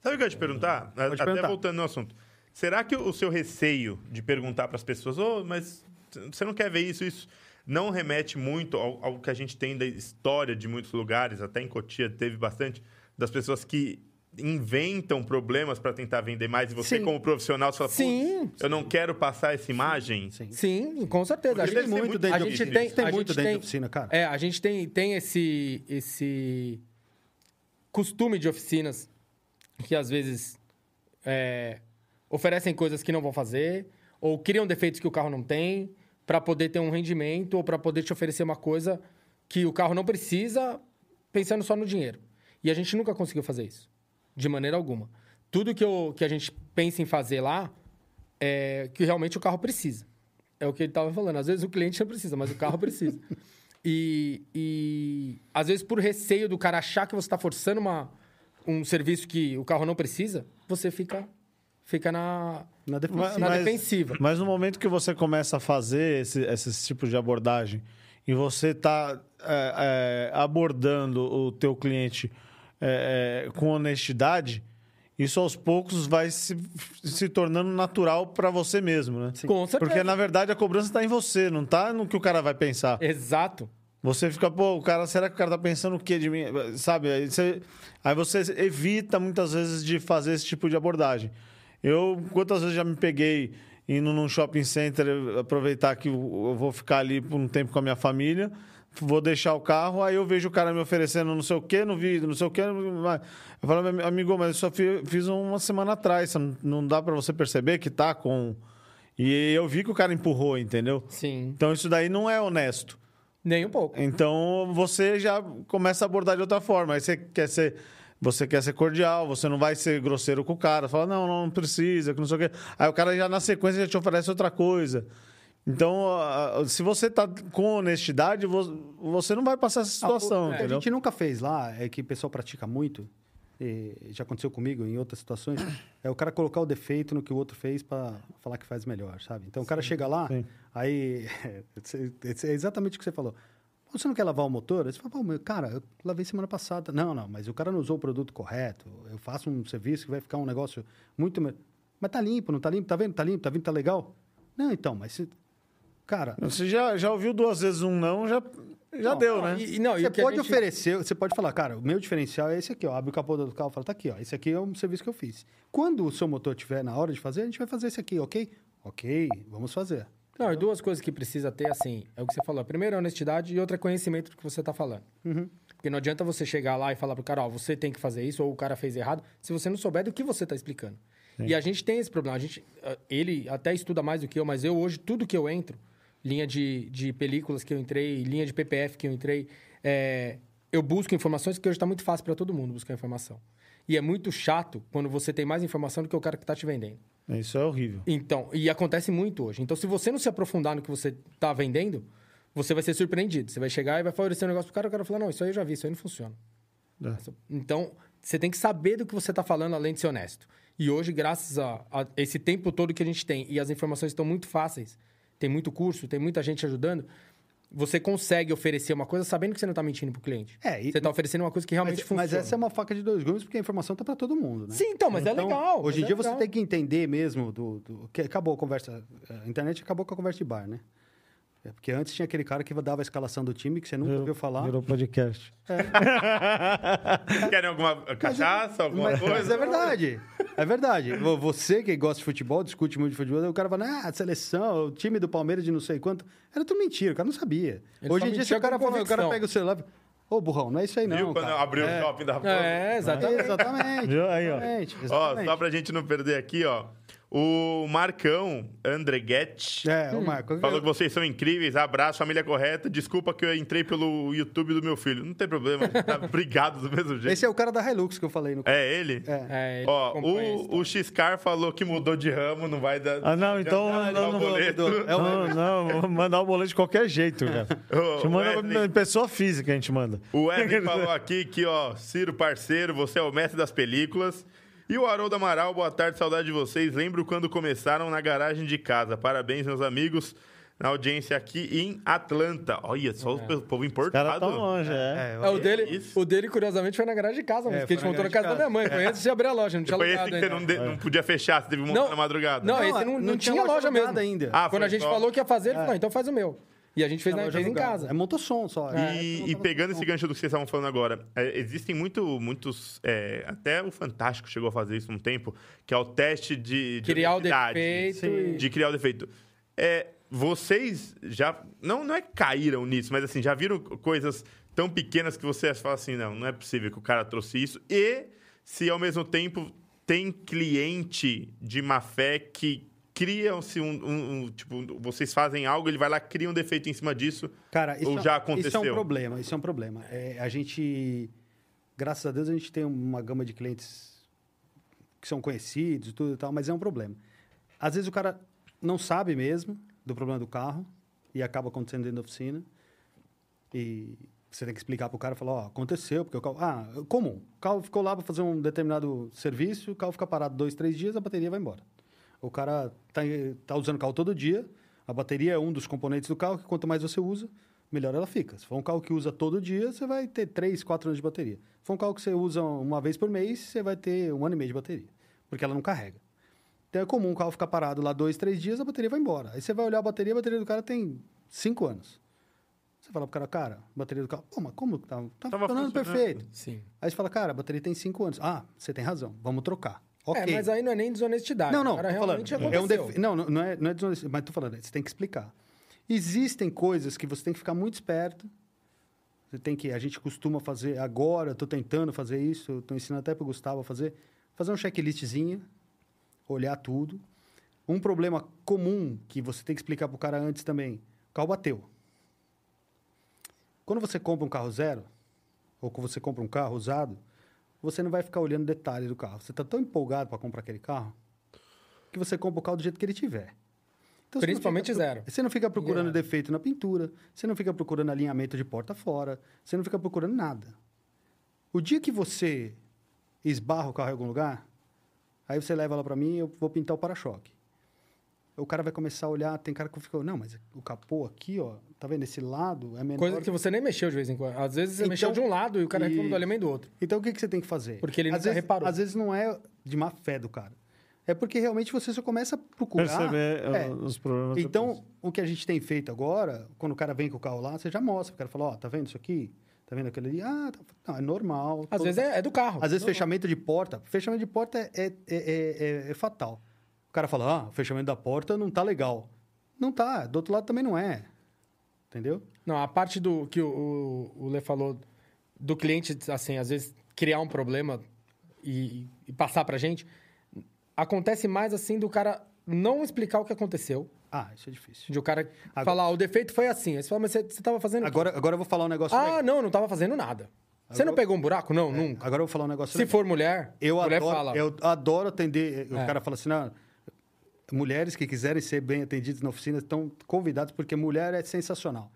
Sabe o que eu ia te perguntar? A- Até Hum, perguntar. voltando no assunto. Será que o seu receio de perguntar para as pessoas, ô, mas você não quer ver isso, isso não remete muito ao, ao que a gente tem da história de muitos lugares, até em Cotia teve bastante, das pessoas que inventam problemas para tentar vender mais e você Sim. como profissional você fala, "Putz, Sim. eu não quero passar essa imagem. Sim. Sim, com certeza. Porque A gente, deve ser muito a dentro de gente oficina. tem, Isso tem a muito gente dentro de tem- oficina, cara. É, a gente tem, tem esse, esse costume de oficinas que às vezes é, oferecem coisas que não vão fazer ou criam defeitos que o carro não tem para poder ter um rendimento ou para poder te oferecer uma coisa que o carro não precisa pensando só no dinheiro. E a gente nunca conseguiu fazer isso, de maneira alguma. Tudo que, eu, que a gente pensa em fazer lá é que realmente o carro precisa. É o que ele estava falando. Às vezes o cliente não precisa, mas o carro precisa. e, e às vezes por receio do cara achar que você está forçando uma, um serviço que o carro não precisa, você fica, fica na, Na Mas- é defensiva. na mas- defensiva. Mas no momento que você começa a fazer esse, esses tipos de abordagem e você está abordando o teu cliente é, é, com honestidade, isso aos poucos vai se, se tornando natural para você mesmo, né? Com certeza. Porque na verdade a cobrança está em você, não está no que o cara vai pensar. Exato. Você fica, pô, o cara, será que o cara tá pensando o quê de mim? Sabe? Aí você, aí você evita muitas vezes de fazer esse tipo de abordagem. Eu, quantas vezes já me peguei indo num shopping center, aproveitar que eu eu vou ficar ali por um tempo com a minha família, vou deixar o carro, aí eu vejo o cara me oferecendo não sei o quê no vídeo, não sei o quê. mas- Eu falo, "Meu amigo, mas eu só fi- fiz uma semana atrás, você não- não dá pra você perceber que tá com. E eu vi que o cara empurrou, entendeu? Sim. Então isso daí não é honesto. Nem um pouco. Então você já começa a abordar de outra forma. Aí você quer ser. Você quer ser cordial, você não vai ser grosseiro com o cara, fala, não, não precisa, que não sei o quê. Aí o cara já na sequência já te oferece outra coisa. Então, a- a- se você tá com honestidade, vo- você não vai passar essa Ah, situação, O que a entendeu? gente nunca fez lá, é que o pessoal pratica muito, e já aconteceu comigo em outras [COUGHS] situações, é o cara colocar o defeito no que o outro fez para falar que faz melhor, sabe? Então o cara chega lá, aí. [LAUGHS] É exatamente o que você falou. Você não quer lavar o motor? Aí Você fala, Pô, meu, cara, eu lavei semana passada. Não, não, mas o cara não usou o produto correto. Eu faço um serviço que vai ficar um negócio muito. me- Mas tá limpo, não tá limpo? Tá vendo? Tá limpo, tá vindo, tá legal? Não, então, mas. se- Cara, Você já, já ouviu duas vezes um não, já, já Não, deu, né? E, e não, e você o que a pode gente- oferecer, você pode falar, cara, o meu diferencial é esse aqui, ó. Abre o capô do carro e fala, tá aqui, ó. Esse aqui é um serviço que eu fiz. Quando o seu motor tiver na hora de fazer, a gente vai fazer esse aqui, ok? Ok, vamos fazer. Não, e duas coisas que precisa ter, assim, é o que você falou. Primeiro é honestidade e outra é conhecimento do que você está falando. Porque não adianta você chegar lá e falar pro cara, ó, você tem que fazer isso, ou o cara fez errado, se você não souber do que você está explicando. E a gente tem esse problema. A gente, ah, ele até estuda mais do que eu, mas eu hoje, tudo que eu entro, linha de, de películas que eu entrei, linha de PPF que eu entrei, é, eu busco informações, porque hoje está muito fácil para todo mundo buscar informação. E é muito chato quando você tem mais informação do que o cara que está te vendendo. Isso é horrível. Então, e acontece muito hoje. Então, se você não se aprofundar no que você está vendendo, você vai ser surpreendido. Você vai chegar e vai favorecer um negócio pro cara, o cara vai falar, não, isso aí eu já vi, isso aí não funciona. É. Então, você tem que saber do que você está falando, além de ser honesto. E hoje, graças a, a esse tempo todo que a gente tem, e as informações estão muito fáceis, tem muito curso, tem muita gente ajudando, você consegue oferecer uma coisa sabendo que você não tá mentindo pro cliente. É, e- Você tá oferecendo uma coisa que realmente Mas, funciona. mas essa é uma faca de dois gumes, porque a informação tá para todo mundo, né? Sim, então, mas é Então, legal. Hoje em mas dia é você legal. tem que entender mesmo do, do- que acabou a conversa, é, a internet acabou com a conversa de bar, né? É porque antes tinha aquele cara que dava a escalação do time que você nunca ouviu falar. É. Virou podcast. [LAUGHS] Querem alguma cachaça, alguma Mas, mas coisa? é verdade. É verdade. Vo- Você que gosta de futebol, discute muito de futebol, aí o cara fala, ah, a seleção, o time do Palmeiras de não sei quanto. Era tudo mentira, o cara não sabia. Ele Hoje só em dia, se mentia o cara com fala, o cara convicção. pega o celular e fala, ô burrão, não é isso aí não. Viu quando cara. abriu é. o shopping da É, exatamente. Né? Exatamente. Viu? Aí, ó. exatamente, Ó, só exatamente. pra gente não perder aqui, ó. O Marcão Andreguete É, Hum. o Marco. falou que vocês são incríveis. Abraço, família correta. Desculpa que eu entrei pelo YouTube do meu filho. Não tem problema. Tá obrigado do mesmo jeito. Esse é o cara da Hilux que eu falei no É ele? É, ele Ó, acompanha isso. o, o Xcar falou que mudou de ramo, não vai dar. Ah, não, então. adiantar, ele não, não, dá o vou- boleto. do- É o não, não, vou mandar o boleto de qualquer jeito, cara. [LAUGHS] Ô, A gente manda Wesley. pra pessoa física, a gente manda. O Wesley falou aqui que, ó, Ciro, parceiro, você é o mestre das películas. E o Haroldo Amaral, boa tarde, saudade de vocês. Lembro quando começaram na garagem de casa. Parabéns, meus amigos, na audiência aqui em Atlanta. Olha, só o povo É. Os caras importado. tão longe, é. É, É, o dele, isso. o dele, curiosamente, foi na garagem de casa, É, porque a foi gente na montou na garagem casa de da minha casa. mãe. Foi antes de abrir a loja, não tinha Foi esse alugado que você ainda. não, de- não podia fechar, você teve um monte Não. na madrugada. Não, Não, é, esse não não, não tinha tinha loja loja mesmo. alugada ainda. Ah, Quando foi a gente só- falou que ia fazer, É. ele falou, "Ah, então faz o meu. E a gente fez, na, loja fez em alugada. casa. É motossom só. E, e pegando esse gancho do que vocês estavam falando agora, é, existem muito, muitos. é, até o Fantástico chegou a fazer isso um tempo, que é o teste de. de Criar o habilidade, defeito sim, e- De criar o defeito. É, vocês já. Não, não é que caíram nisso, mas assim, já viram coisas tão pequenas que vocês falam assim: não, não é possível que o cara trouxe isso. E se ao mesmo tempo tem cliente de má fé que criam-se um, um- um- Tipo, vocês fazem algo, ele vai lá, cria um defeito em cima disso. Cara, isso, Ou é- já isso é um aconteceu? problema. Isso é um problema. É, a gente, graças a Deus, a gente tem uma gama de clientes que são conhecidos e tudo e tal, mas é um problema. Às vezes o cara não sabe mesmo do problema do carro e acaba acontecendo dentro da oficina. E você tem que explicar pro cara, falar, ó, aconteceu, porque o carro... Ah, comum. O carro ficou lá para fazer um determinado serviço, o carro fica parado dois, três dias, a bateria vai embora. O cara tá, tá usando o carro todo dia, a bateria é um dos componentes do carro, que quanto mais você usa, melhor ela fica. Se for um carro que usa todo dia, você vai ter três, quatro anos de bateria. Se for um carro que você usa uma vez por mês, você vai ter um ano e meio de bateria, porque ela não carrega. Então é comum o carro ficar parado lá dois, três dias, a bateria vai embora. Aí você vai olhar a bateria, a bateria do cara tem cinco anos. Você fala pro cara, cara, a bateria do carro, pô, mas como que tá, tá Tava funcionando funcionando. perfeito? Sim. Aí você fala, cara, a bateria tem cinco anos. Ah, você tem razão, vamos trocar. Ok. É, mas aí não é nem desonestidade. Não, não, Cara, tô realmente falando. É um aconteceu. defe- Não, não, não é, não é desonestidade, mas tô falando, você tem que explicar. Existem coisas que você tem que ficar muito esperto. Você tem que, a gente costuma fazer agora, estou tentando fazer isso, estou ensinando até para o Gustavo a fazer, fazer um checklistzinho, olhar tudo. Um problema comum que você tem que explicar para o cara antes também, o carro bateu. Quando você compra um carro zero, ou quando você compra um carro usado, você não vai ficar olhando detalhe do carro. Você está tão empolgado para comprar aquele carro que você compra o carro do jeito que ele tiver. Então, você não Principalmente fica- zero. Você não fica procurando Zero. defeito na pintura, você não fica procurando alinhamento de porta fora, você não fica procurando nada. O dia que você esbarra o carro em algum lugar, aí você leva lá para mim, eu vou pintar o para-choque. O cara vai começar a olhar, tem cara que fica, não, mas o capô aqui, ó, tá vendo esse lado é menor. Coisa que você nem mexeu de vez em quando. Às vezes você Então- mexeu de um lado e o cara reclama Isso. do alemão do outro. Então o que, que você tem que fazer? Porque ele às nunca vezes, reparou. Às vezes não é de má fé do cara. É porque realmente você só começa a procurar. Perceber É. uh, os problemas. Então, o que a gente tem feito agora, quando o cara vem com o carro lá, você já mostra. O cara fala, ó, tá vendo isso aqui? Tá vendo aquele ali? Ah, tá- não, é normal. Às Todo- vezes é, é do carro. Às vezes Não- fechamento de porta. Fechamento de porta é, é, é, é- é fatal. O cara fala, ah, o fechamento da porta não tá legal. Não tá, do outro lado também não é. Entendeu? Não, a parte do que o, o, o Lê falou do cliente, assim, às vezes criar um problema e, e passar pra gente, acontece mais assim do cara não explicar o que aconteceu. Ah, isso é difícil. De o cara Agora- falar, "Ah, o defeito foi assim. Aí você fala, mas você, você tava fazendo. o quê?" Agora, agora eu vou falar um negócio ah, legal. não, não tava fazendo nada. Você não Agora- pegou um buraco? Não, nunca. Agora eu vou falar um negócio Se legal. for mulher, Eu mulher adoro, fala. eu adoro atender. O É. cara fala assim, "Não, mulheres que quiserem ser bem atendidas na oficina estão convidadas, porque mulher é sensacional.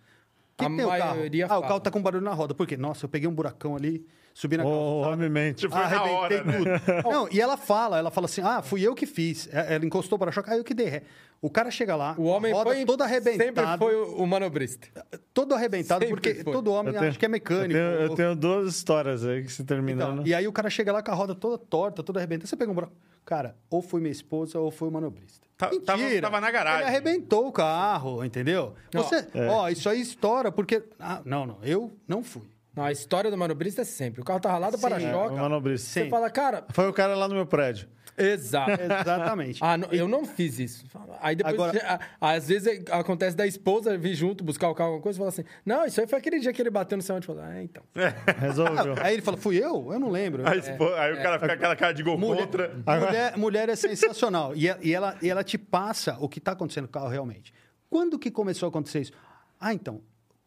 O que A que tem o carro? maioria Ah, o fala. carro tá com barulho na roda. Por quê? Nossa, eu peguei um buracão ali. Subi na O calçada. homem mente. Tipo, foi na arrebentei hora, né? tudo. [LAUGHS] Não, e ela fala, ela fala assim: ah, fui eu que fiz. É, Ela encostou para choque, aí eu que dei ré. O cara chega lá, O homem roda foi todo sempre arrebentado, foi o o manobrista. todo arrebentado, sempre porque foi. todo homem Eu tenho- acha que é mecânico. Eu tenho, eu ou- tenho duas histórias aí que se Então, terminam. né? E aí o cara chega lá com a roda toda torta, toda arrebentada. Você pega um buraco. Cara, ou foi minha esposa ou foi o manobrista. Ta- Tá, tava- Mentira. tava na garagem. Ele arrebentou o carro, entendeu? Ó. Você, ó, isso aí estoura, porque. Ah, não, não, eu não fui. Não, a história do manobrista é sempre. O carro tá ralado, para é, O choca. É manobrista. Você [LAUGHS] fala, cara, Foi o cara lá no meu prédio. exato. Exatamente. Ah, não, eu não fiz isso. Aí depois, Agora- a- às vezes é- acontece da esposa vir junto buscar o carro, alguma coisa, e fala assim: Não, isso aí foi aquele dia que ele bateu no céu e falou: Ah, então. [LAUGHS] Resolveu. Ah, Aí ele fala, fui eu? Eu não lembro. A É, esposa- aí o cara fica com aquela cara de gol Mulher, contra. mulher, mulher é sensacional. E, e ela, e ela te passa o que está acontecendo com o carro realmente. Quando que começou a acontecer isso? Ah, então,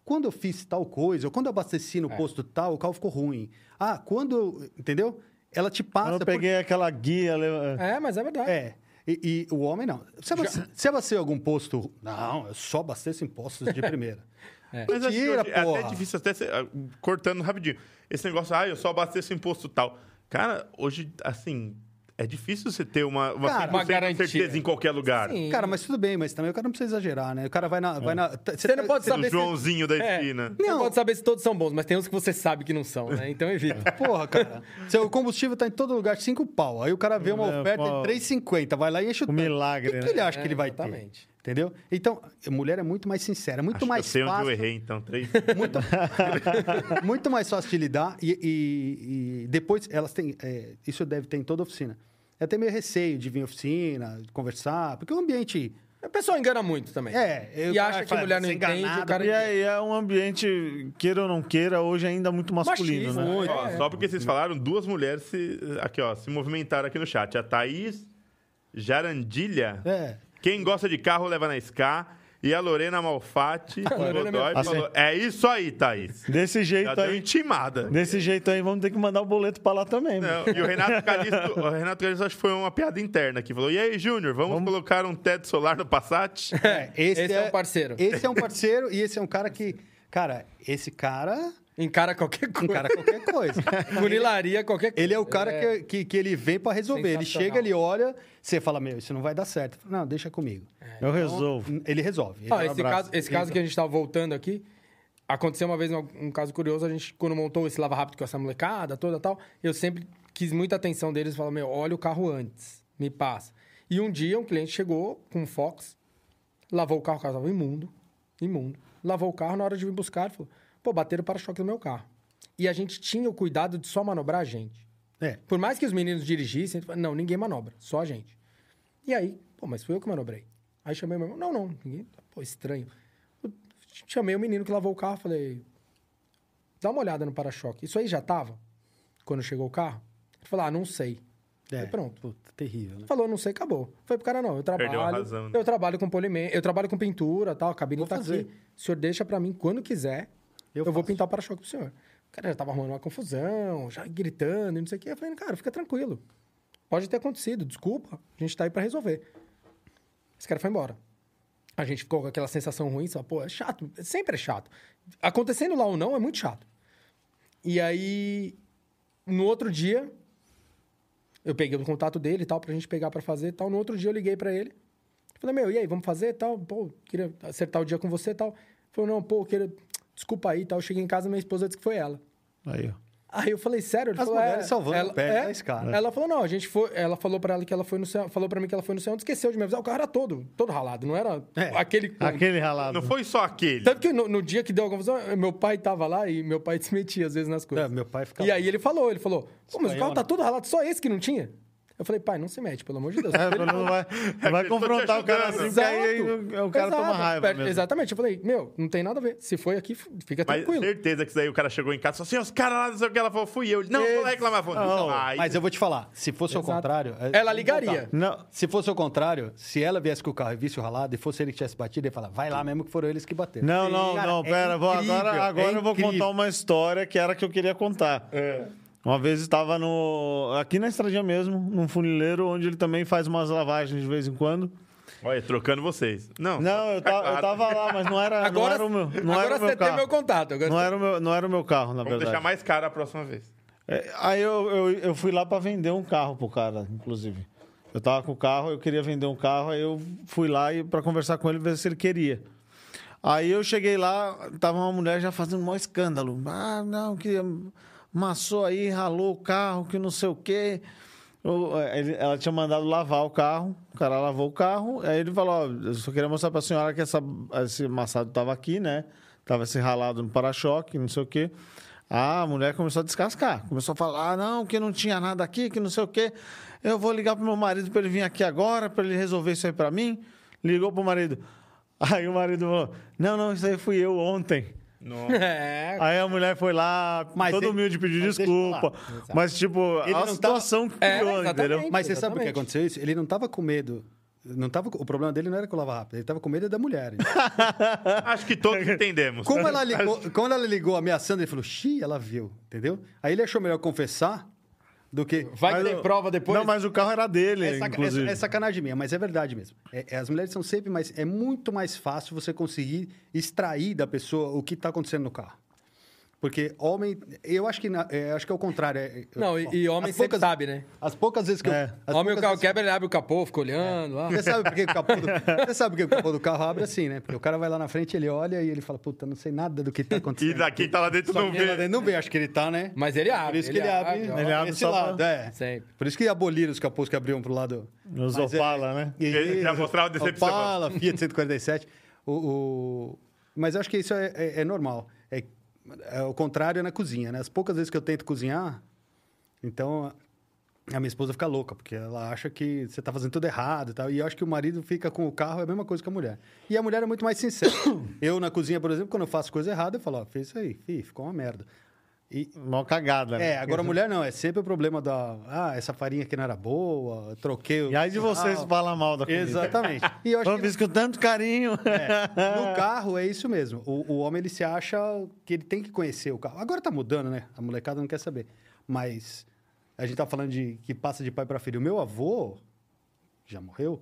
quando eu fiz tal coisa, ou quando eu abasteci É. no posto tal, o carro ficou ruim. Ah, quando. eu- Entendeu? Ela te passa. eu não por- peguei aquela guia. le- É, mas é verdade. É. E, e o homem não. Se abaste- se abastecer em algum posto. Não, eu só abasteço em [LAUGHS] postos de primeira. Mas acho que Mentira, hoje é porra. até difícil, até ser, ah, cortando rapidinho. Esse negócio, ah, eu só abasteço imposto tal. Cara, hoje, assim, é difícil você ter uma, uma, Cara, 100% uma garantia. certeza em qualquer lugar. Sim. Cara, mas tudo bem, mas também o cara não precisa exagerar, né? O cara vai na. Vai na t- Você não tá- pode cê- O saber se. Joãozinho da É, esquina. Você Não. pode saber se todos são bons, mas tem uns que você sabe que não são, né? Então [LAUGHS] evita. Porra, cara. Seu combustível tá em todo lugar, cinco pau. Aí o cara vê uma É, oferta pô. de 3,50, vai lá e enche o Um tanque. milagre, O que, que né? ele acha que ele vai Exatamente. ter? Entendeu? Então, mulher é muito mais sincera, é muito Acho que mais eu sei fácil. onde eu errei, então. [LAUGHS] Três. Muito, [LAUGHS] muito mais fácil de lidar. E, e- e depois, elas têm. é, isso deve ter em toda oficina. É até meio receio de vir em oficina, de conversar, porque o ambiente. O pessoal engana muito também. É, eu- e acha que fala, a mulher não "Você é entende, o enganado", cara. E é, e é um ambiente, queira ou não queira, hoje ainda muito masculino, Machista, né? muito. Ó, É. Só porque vocês falaram, duas mulheres se, aqui, ó, se movimentaram aqui no chat. A Thaís Jarandilha. [LAUGHS] É. Quem gosta de carro leva na SK. E a Lorena Malfatti Lorena Godoy é falou: É isso aí, Thaís. Desse Já jeito deu aí. intimada. Desse jeito aí, vamos ter que mandar o boleto pra lá também. né? Não, mano. e o Renato Calixto, o Renato Calixto acho que foi uma piada interna que falou: E aí, Júnior, vamos, colocar um teto solar no Passat? É, esse, Esse é um parceiro. Esse é um parceiro e esse é um cara que. Cara, esse cara. Encara qualquer coisa. Encara qualquer [LAUGHS] coisa. Funilaria qualquer coisa. Ele é o cara Que, que, que ele vem pra resolver. Ele Sensacional. chega, ele olha, você fala, meu, isso não vai dar certo. Fala, Não, deixa comigo. Eu resolvo. Ele resolve. Ele- É. Ah, esse, abraço. caso, esse caso que a gente tava voltando aqui, aconteceu uma vez um, um caso curioso, a gente, quando montou esse Lava Rápido com essa molecada toda e tal, eu sempre quis muita atenção deles, falava, meu, olha o carro antes, me passa. E um dia um cliente chegou com um Fox, lavou o carro, o carro tava imundo, imundo, lavou o carro, na hora de vir buscar, ele falou, pô, bateram o para-choque do meu carro. E a gente tinha o cuidado de só manobrar a gente. É. Por mais que os meninos dirigissem, ele falou, não, ninguém manobra, só a gente. E aí, pô, mas fui eu que manobrei. Aí chamei meu irmão, não, não, ninguém, pô, estranho. Eu chamei o menino que lavou o carro, falei, dá uma olhada no para-choque. Isso aí já tava? Quando chegou o carro? Ele falou, ah, não sei. É. Aí pronto. Puta, terrível, né? Falou, não sei, acabou. Foi pro cara, não, eu Perdeu a trabalho, razão, né? eu trabalho com polimento, eu trabalho com pintura, tal, a cabine Vou tá fazer. aqui. O senhor deixa pra mim quando quiser, Eu eu, vou faço. pintar o para-choque pro senhor. O cara já tava arrumando uma confusão, já gritando, e não sei o quê. Eu falei, cara, fica tranquilo. Pode ter acontecido, desculpa, a gente tá aí pra resolver. Esse cara foi embora. A gente ficou com aquela sensação ruim, só, pô, é chato, sempre é chato. Acontecendo lá ou não, é muito chato. E aí, no outro dia, eu peguei o contato dele e tal, pra gente pegar pra fazer e tal. No outro dia eu liguei pra ele. Falei, meu, e aí, vamos fazer e tal? Pô, queria acertar o dia com você e tal. Falou, não, pô, queria... desculpa aí e tal. Eu cheguei em casa, minha esposa disse que foi ela. Aí, ó. Aí eu falei, sério? Ele As falou, mulheres salvando o pé é. desse cara. Ela falou, não, a gente foi... Ela falou pra ela que ela foi no céu, falou pra mim que ela foi no céu, esqueceu de me avisar. O carro era todo, todo ralado, não era É. aquele... ponto. Aquele ralado. Não foi só aquele. Tanto que no, no dia que deu a confusão, meu pai tava lá e meu pai [LAUGHS] se metia às vezes nas coisas. É, meu pai ficava- E aí ele falou, ele falou, pô, mas o carro Espanhol, tá né? todo ralado, só esse que não tinha? Eu falei, pai, não se mete, pelo amor [LAUGHS] de [LAUGHS] Deus. É, pelo menos não vai, não vai Aquele tô te confrontar o cara assim, ajudando. porque aí aí o cara toma Exato. raiva Per- mesmo. Exatamente. Eu falei, meu, não tem nada a ver. Se foi aqui, f- fica Mas tranquilo. certeza que isso daí o cara chegou em casa e falou assim: os caras lá, não sei o que, ela falou, fui eu. Ele, Não, vou lá reclamar. Falou, não, aí, Mas eu vou te falar, se fosse ao Exato. contrário. é- Ela ligaria. Não, Se fosse ao contrário, se ela viesse com o carro e visse o ralado e fosse ele que tivesse batido, ele ia falar, vai lá mesmo que foram eles que bateram. não, não, Cara, não, é pera, vou, incrível, agora, agora é eu vou incrível. contar uma história que era a que eu queria contar. É. Uma vez estava no aqui na estradinha mesmo, num funileiro, onde ele também faz umas lavagens de vez em quando. olha, trocando vocês. Não, Não, eu, tá ta- eu claro. tava lá, mas não era, Agora, não era o meu, não agora era o você meu tem carro. meu contato. Agora Não você- era o meu, não era o meu carro, na Vamos verdade. deixar mais caro a próxima vez. É, aí eu, eu, eu fui lá pra vender um carro pro cara, inclusive. Eu tava com o carro, eu queria vender um carro, aí eu fui lá e- pra conversar com ele, ver se ele queria. Aí eu cheguei lá, tava uma mulher já fazendo um maior escândalo. Ah, não, que amassou aí, ralou o carro, que não sei o quê. Eu- ele- Ela tinha mandado lavar o carro, o cara lavou o carro, aí ele falou, ó, eu só queria mostrar pra senhora que essa, esse amassado tava aqui, né? Tava esse ralado no para-choque, não sei o quê. Ah, a mulher começou a descascar. Começou a falar, ah, não, que não tinha nada aqui, que não sei o quê. Eu vou ligar pro meu marido para ele vir aqui agora, para ele resolver isso aí para mim. Ligou pro marido. Aí o marido falou, não, não, isso aí fui eu ontem. Nossa. [LAUGHS] É, Aí a mulher foi lá, Mas todo ele- humilde, pediu mas deixa eu desculpa. falar. Exato. Mas, tipo, Ele a não tá- situação que É, criou, exatamente. entendeu? Mas você sabe o que Exatamente. aconteceu isso? Ele não tava com medo. Não tava, com- o problema dele não era que eu lavava rápido, ele tava com medo da mulher. Acho que todos entendemos. Como [LAUGHS] ela ligou, quando ela ligou ameaçando, ele falou, xi, ela viu, entendeu? Aí ele achou melhor confessar do que. vai Mas ter o- prova depois. Não, mas o carro era dele, É, saca- inclusive. é- é sacanagem minha, mas é verdade mesmo. É- é- as mulheres são sempre mais. É muito mais fácil você conseguir extrair da pessoa o que está acontecendo no carro. Porque homem. Eu acho que, na- é, acho que é o contrário. é- é- Não, e- bom, e homem as sempre sabe, né? As poucas vezes que eu. É. as Homem, o poucas carro vezes- quebra, ele abre o capô, fica olhando. ah. Você sabe por que o capô do, você sabe por que o capô do carro abre assim, né? Porque o cara vai lá na frente, ele olha e ele fala, puta, não sei nada do que [LAUGHS] tá E acontecendo. daqui tá lá dentro não Só que ele lá vê. dentro não vê, acho que ele tá, né? Mas ele abre. Por isso que ele abre, ó. Ele abre esse só pra- lado, é. Sempre. Por isso que aboliram os capôs que abriam pro lado. Nos Mas é- Opala, né? Ele [LAUGHS] já Isso. mostrava a decepção. Opala, Fiat 147. O, o- Mas eu acho que isso é, é- é normal. É, é o contrário é na cozinha, né? As poucas vezes que eu tento cozinhar, então a minha esposa fica louca, porque ela acha que você tá fazendo tudo errado e tal. E eu acho que o marido fica com o carro, é a mesma coisa que a mulher. E a mulher é muito mais sincera. eu, na cozinha, por exemplo, quando eu faço coisa errada, eu falo, ó, fez isso aí, fi, ficou uma merda. E, Mó cagada, né? é, agora a mulher não, é sempre o problema da. Ah, essa farinha aqui não era boa, troquei o. E aí de vocês Ah, falar mal da comida. Exatamente. [LAUGHS] E eu acho Eu que fiz com tanto carinho. é, no carro é isso mesmo. O, o homem ele se acha que ele tem que conhecer o carro. Agora tá mudando, né? A molecada não quer saber. Mas a gente tá falando de que passa de pai para filho. O meu avô já morreu,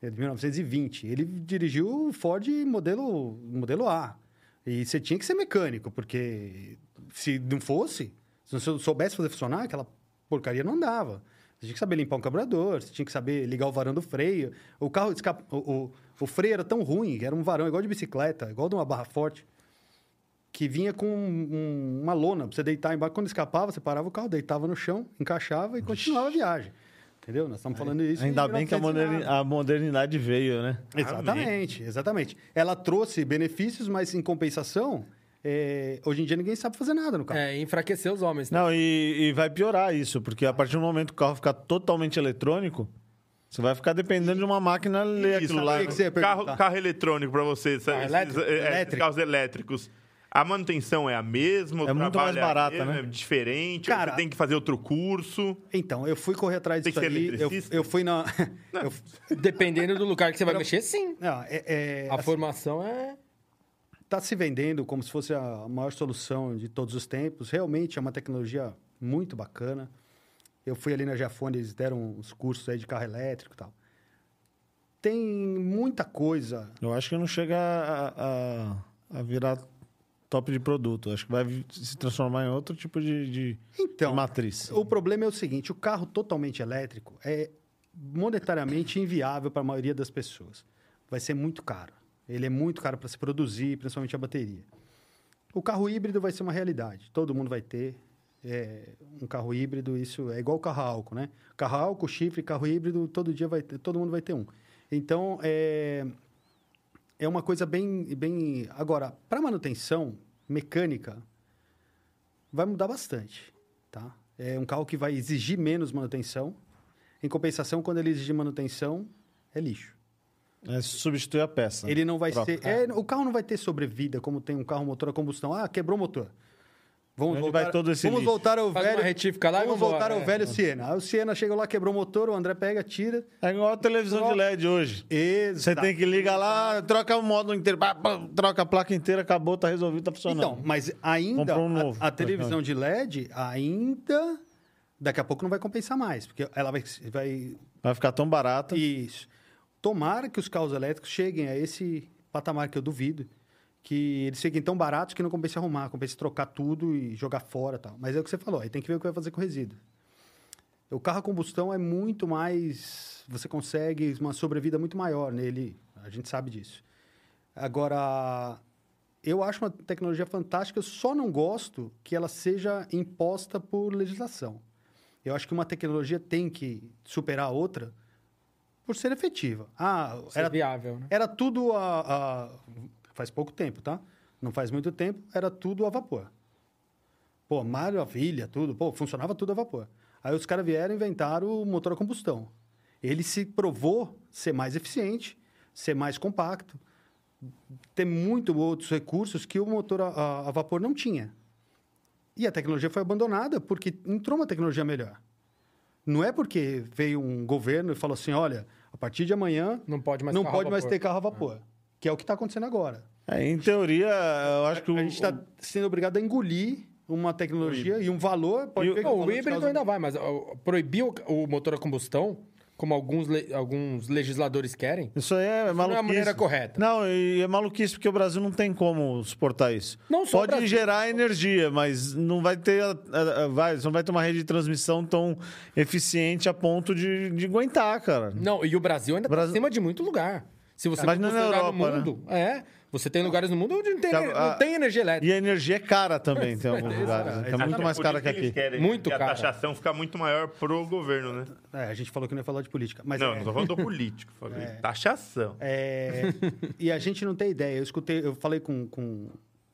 é de 1920. Ele dirigiu o Ford modelo modelo A. E você tinha que ser mecânico, porque se não fosse, se não soubesse fazer funcionar, aquela porcaria não andava. Você tinha que saber limpar um carburador, você tinha que saber ligar o varão do freio. O carro escapa... o, o, o freio era tão ruim, era um varão igual de bicicleta, igual de uma barra forte, que vinha com um- uma lona pra você deitar embaixo. Quando escapava, você parava o carro, deitava no chão, encaixava e continuava a viagem. Entendeu? Nós estamos falando isso. em [LAUGHS] Ainda bem que 1900 a e moderni- nada. a modernidade veio, né? Exatamente, exatamente. Ela trouxe benefícios, mas em compensação, é, hoje em dia ninguém sabe fazer nada no carro. É, enfraquecer os homens. né? Não, e, e vai piorar isso, porque a partir do momento que o carro ficar totalmente eletrônico, você vai ficar dependendo de uma máquina ler Isso, aquilo lá. sabe o que você ia carro, perguntar? carro eletrônico pra você. esses- elétrico? esses- é, Elétrico. Carros elétricos. A manutenção é a mesma? o É muito trabalho mais barata, é a mesma, né? É diferente? Cara- você tem que fazer outro curso? Então, eu fui correr atrás Tem disso que ser aí. Eu, eletricista? eu fui [LAUGHS] na. [LAUGHS] eu- Dependendo do lugar que você vai mexer, sim. não, é- é, assim, A formação é. está se vendendo como se fosse a maior solução de todos os tempos. Realmente é uma tecnologia muito bacana. Eu fui ali na Jafone, eles deram uns cursos aí de carro elétrico e tal. Tem muita coisa Eu acho que não chega a, a- a virar top de produto. Acho que vai vi- se transformar em outro tipo de, de- Então, de matriz. O problema é o seguinte: o carro totalmente elétrico é monetariamente inviável para a maioria das pessoas. Vai ser muito caro. Ele é muito caro para se produzir, principalmente a bateria. O carro híbrido vai ser uma realidade. Todo mundo vai ter é, um carro híbrido. Isso é igual o carro a álcool, né? Carro a álcool, chifre, carro híbrido, todo dia vai ter, todo mundo vai ter um. Então, é, é uma coisa bem, bem... Agora, para manutenção mecânica, vai mudar bastante, tá? É um carro que vai exigir menos manutenção. Em compensação, quando ele exigir manutenção, é lixo. É substituir a peça. Ele não vai Troca. ser... é, o carro não vai ter sobrevida, como tem um carro motor a combustão. Ah, quebrou o motor. Vamos, Onde voltar, vai todo esse vamos lixo? voltar ao Faz uma velho... retífica lá e vamos vambora, voltar ao é. velho Siena. Aí o Siena chegou lá, quebrou o motor, o André pega, tira... É igual a televisão de LED hoje. Você Exato. tem que ligar lá, troca o módulo inteiro, pá, pá, troca a placa inteira, acabou, tá resolvido, tá funcionando. Então, mas ainda Comprou um a- novo. a, televisão de LED ainda daqui a pouco não vai compensar mais, porque ela vai, vai Vai ficar tão barato. isso. Tomara que os carros elétricos cheguem a esse patamar que eu duvido, que eles fiquem tão baratos que não compensa arrumar, compensa trocar tudo e jogar fora e tal. Mas é o que você falou, aí tem que ver o que vai fazer com o resíduo. O carro a combustão é muito mais. Você consegue uma sobrevida muito maior nele, a gente sabe disso. Agora, eu acho uma tecnologia fantástica, eu só não gosto que ela seja imposta por legislação. Eu acho que uma tecnologia tem que superar a outra por ser efetiva. Ah, Ser era viável, né? era tudo a, a- Faz pouco tempo, tá? Não faz muito tempo, era tudo a vapor. Pô, maravilha, tudo. Pô, funcionava tudo a vapor. Aí os caras vieram e inventaram o motor a combustão. Ele se provou ser mais eficiente, ser mais compacto, ter muito outros recursos que o motor a- a- a vapor não tinha. E a tecnologia foi abandonada porque entrou uma tecnologia melhor. Não é porque veio um governo e falou assim, olha, a partir de amanhã Não pode mais não carro a Ah. pode mais vapor. ter carro a vapor. Que é o que está acontecendo agora. É, em teoria, eu acho que o, A gente tá está sendo obrigado a engolir uma tecnologia e um valor. Pode E o- ver que Não, valor o então de híbrido causa- ainda vai, mas ó, proibir o, ca- o motor a combustão, como alguns, le- alguns legisladores querem, Isso aí é maluquice. não é a maneira correta. Não, e é maluquice porque o Brasil não tem como suportar isso. Não só o Pode Brasil. gerar energia, mas não vai ter. a- a- a- Vai, não vai ter uma rede de transmissão tão eficiente a ponto de, de aguentar, cara. Não, e o Brasil ainda está Brasil- acima de muito lugar. Se você Mas for não é na considerar Europa, no mundo, é. Você tem lugares no mundo onde não tem, Que a- ener- a- não tem energia elétrica. E a energia é cara também, tem alguns lugares. né? Tá Exatamente, muito mais é por cara isso que eles aqui. querem Muito que a cara. taxação fica muito maior pro governo, né? É, a gente falou que não ia falar de política. Mas não, é- não tô falando do político, falei taxação. É, e a gente não tem ideia. Eu escutei, eu falei com, com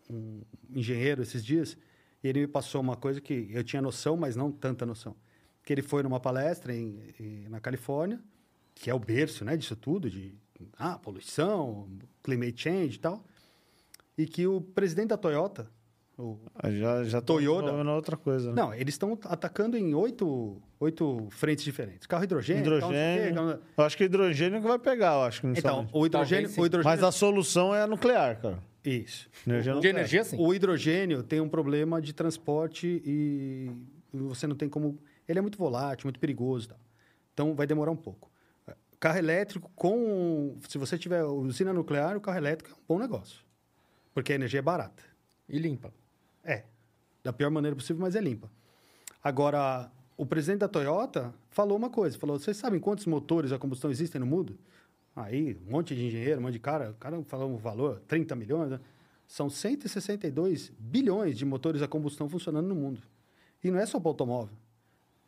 um engenheiro esses dias, e ele me passou uma coisa que eu tinha noção, mas não tanta noção. Que ele foi numa palestra em- em- na Califórnia, que é o berço né, disso tudo, de ah, poluição, climate change e tal, e que o presidente da Toyota, o Ah, Já, já tô Toyota. falando outra coisa. né? não, eles estão atacando em oito, oito frentes diferentes. Carro hidrogênio, tal, não sei o quê, hidrogênio. tal- Eu acho que hidrogênio que vai pegar, eu acho que não Então, somente. o hidrogênio... Talvez sim. O hidrogênio Mas a solução é a nuclear, cara. Isso. Energia De nuclear. energia, sim. O hidrogênio tem um problema de transporte e você não tem como. Ele é muito volátil, muito perigoso. e tal. Então vai demorar um pouco. Carro elétrico com. Se você tiver usina nuclear, o carro elétrico é um bom negócio. Porque a energia é barata. E limpa. É. Da pior maneira possível, mas é limpa. Agora, o presidente da Toyota falou uma coisa. Falou, vocês sabem quantos motores a combustão existem no mundo? Aí, um monte de engenheiro, um monte de cara. O cara falou um valor, 30 milhões. Né? São 162 bilhões de motores a combustão funcionando no mundo. E não é só para automóvel.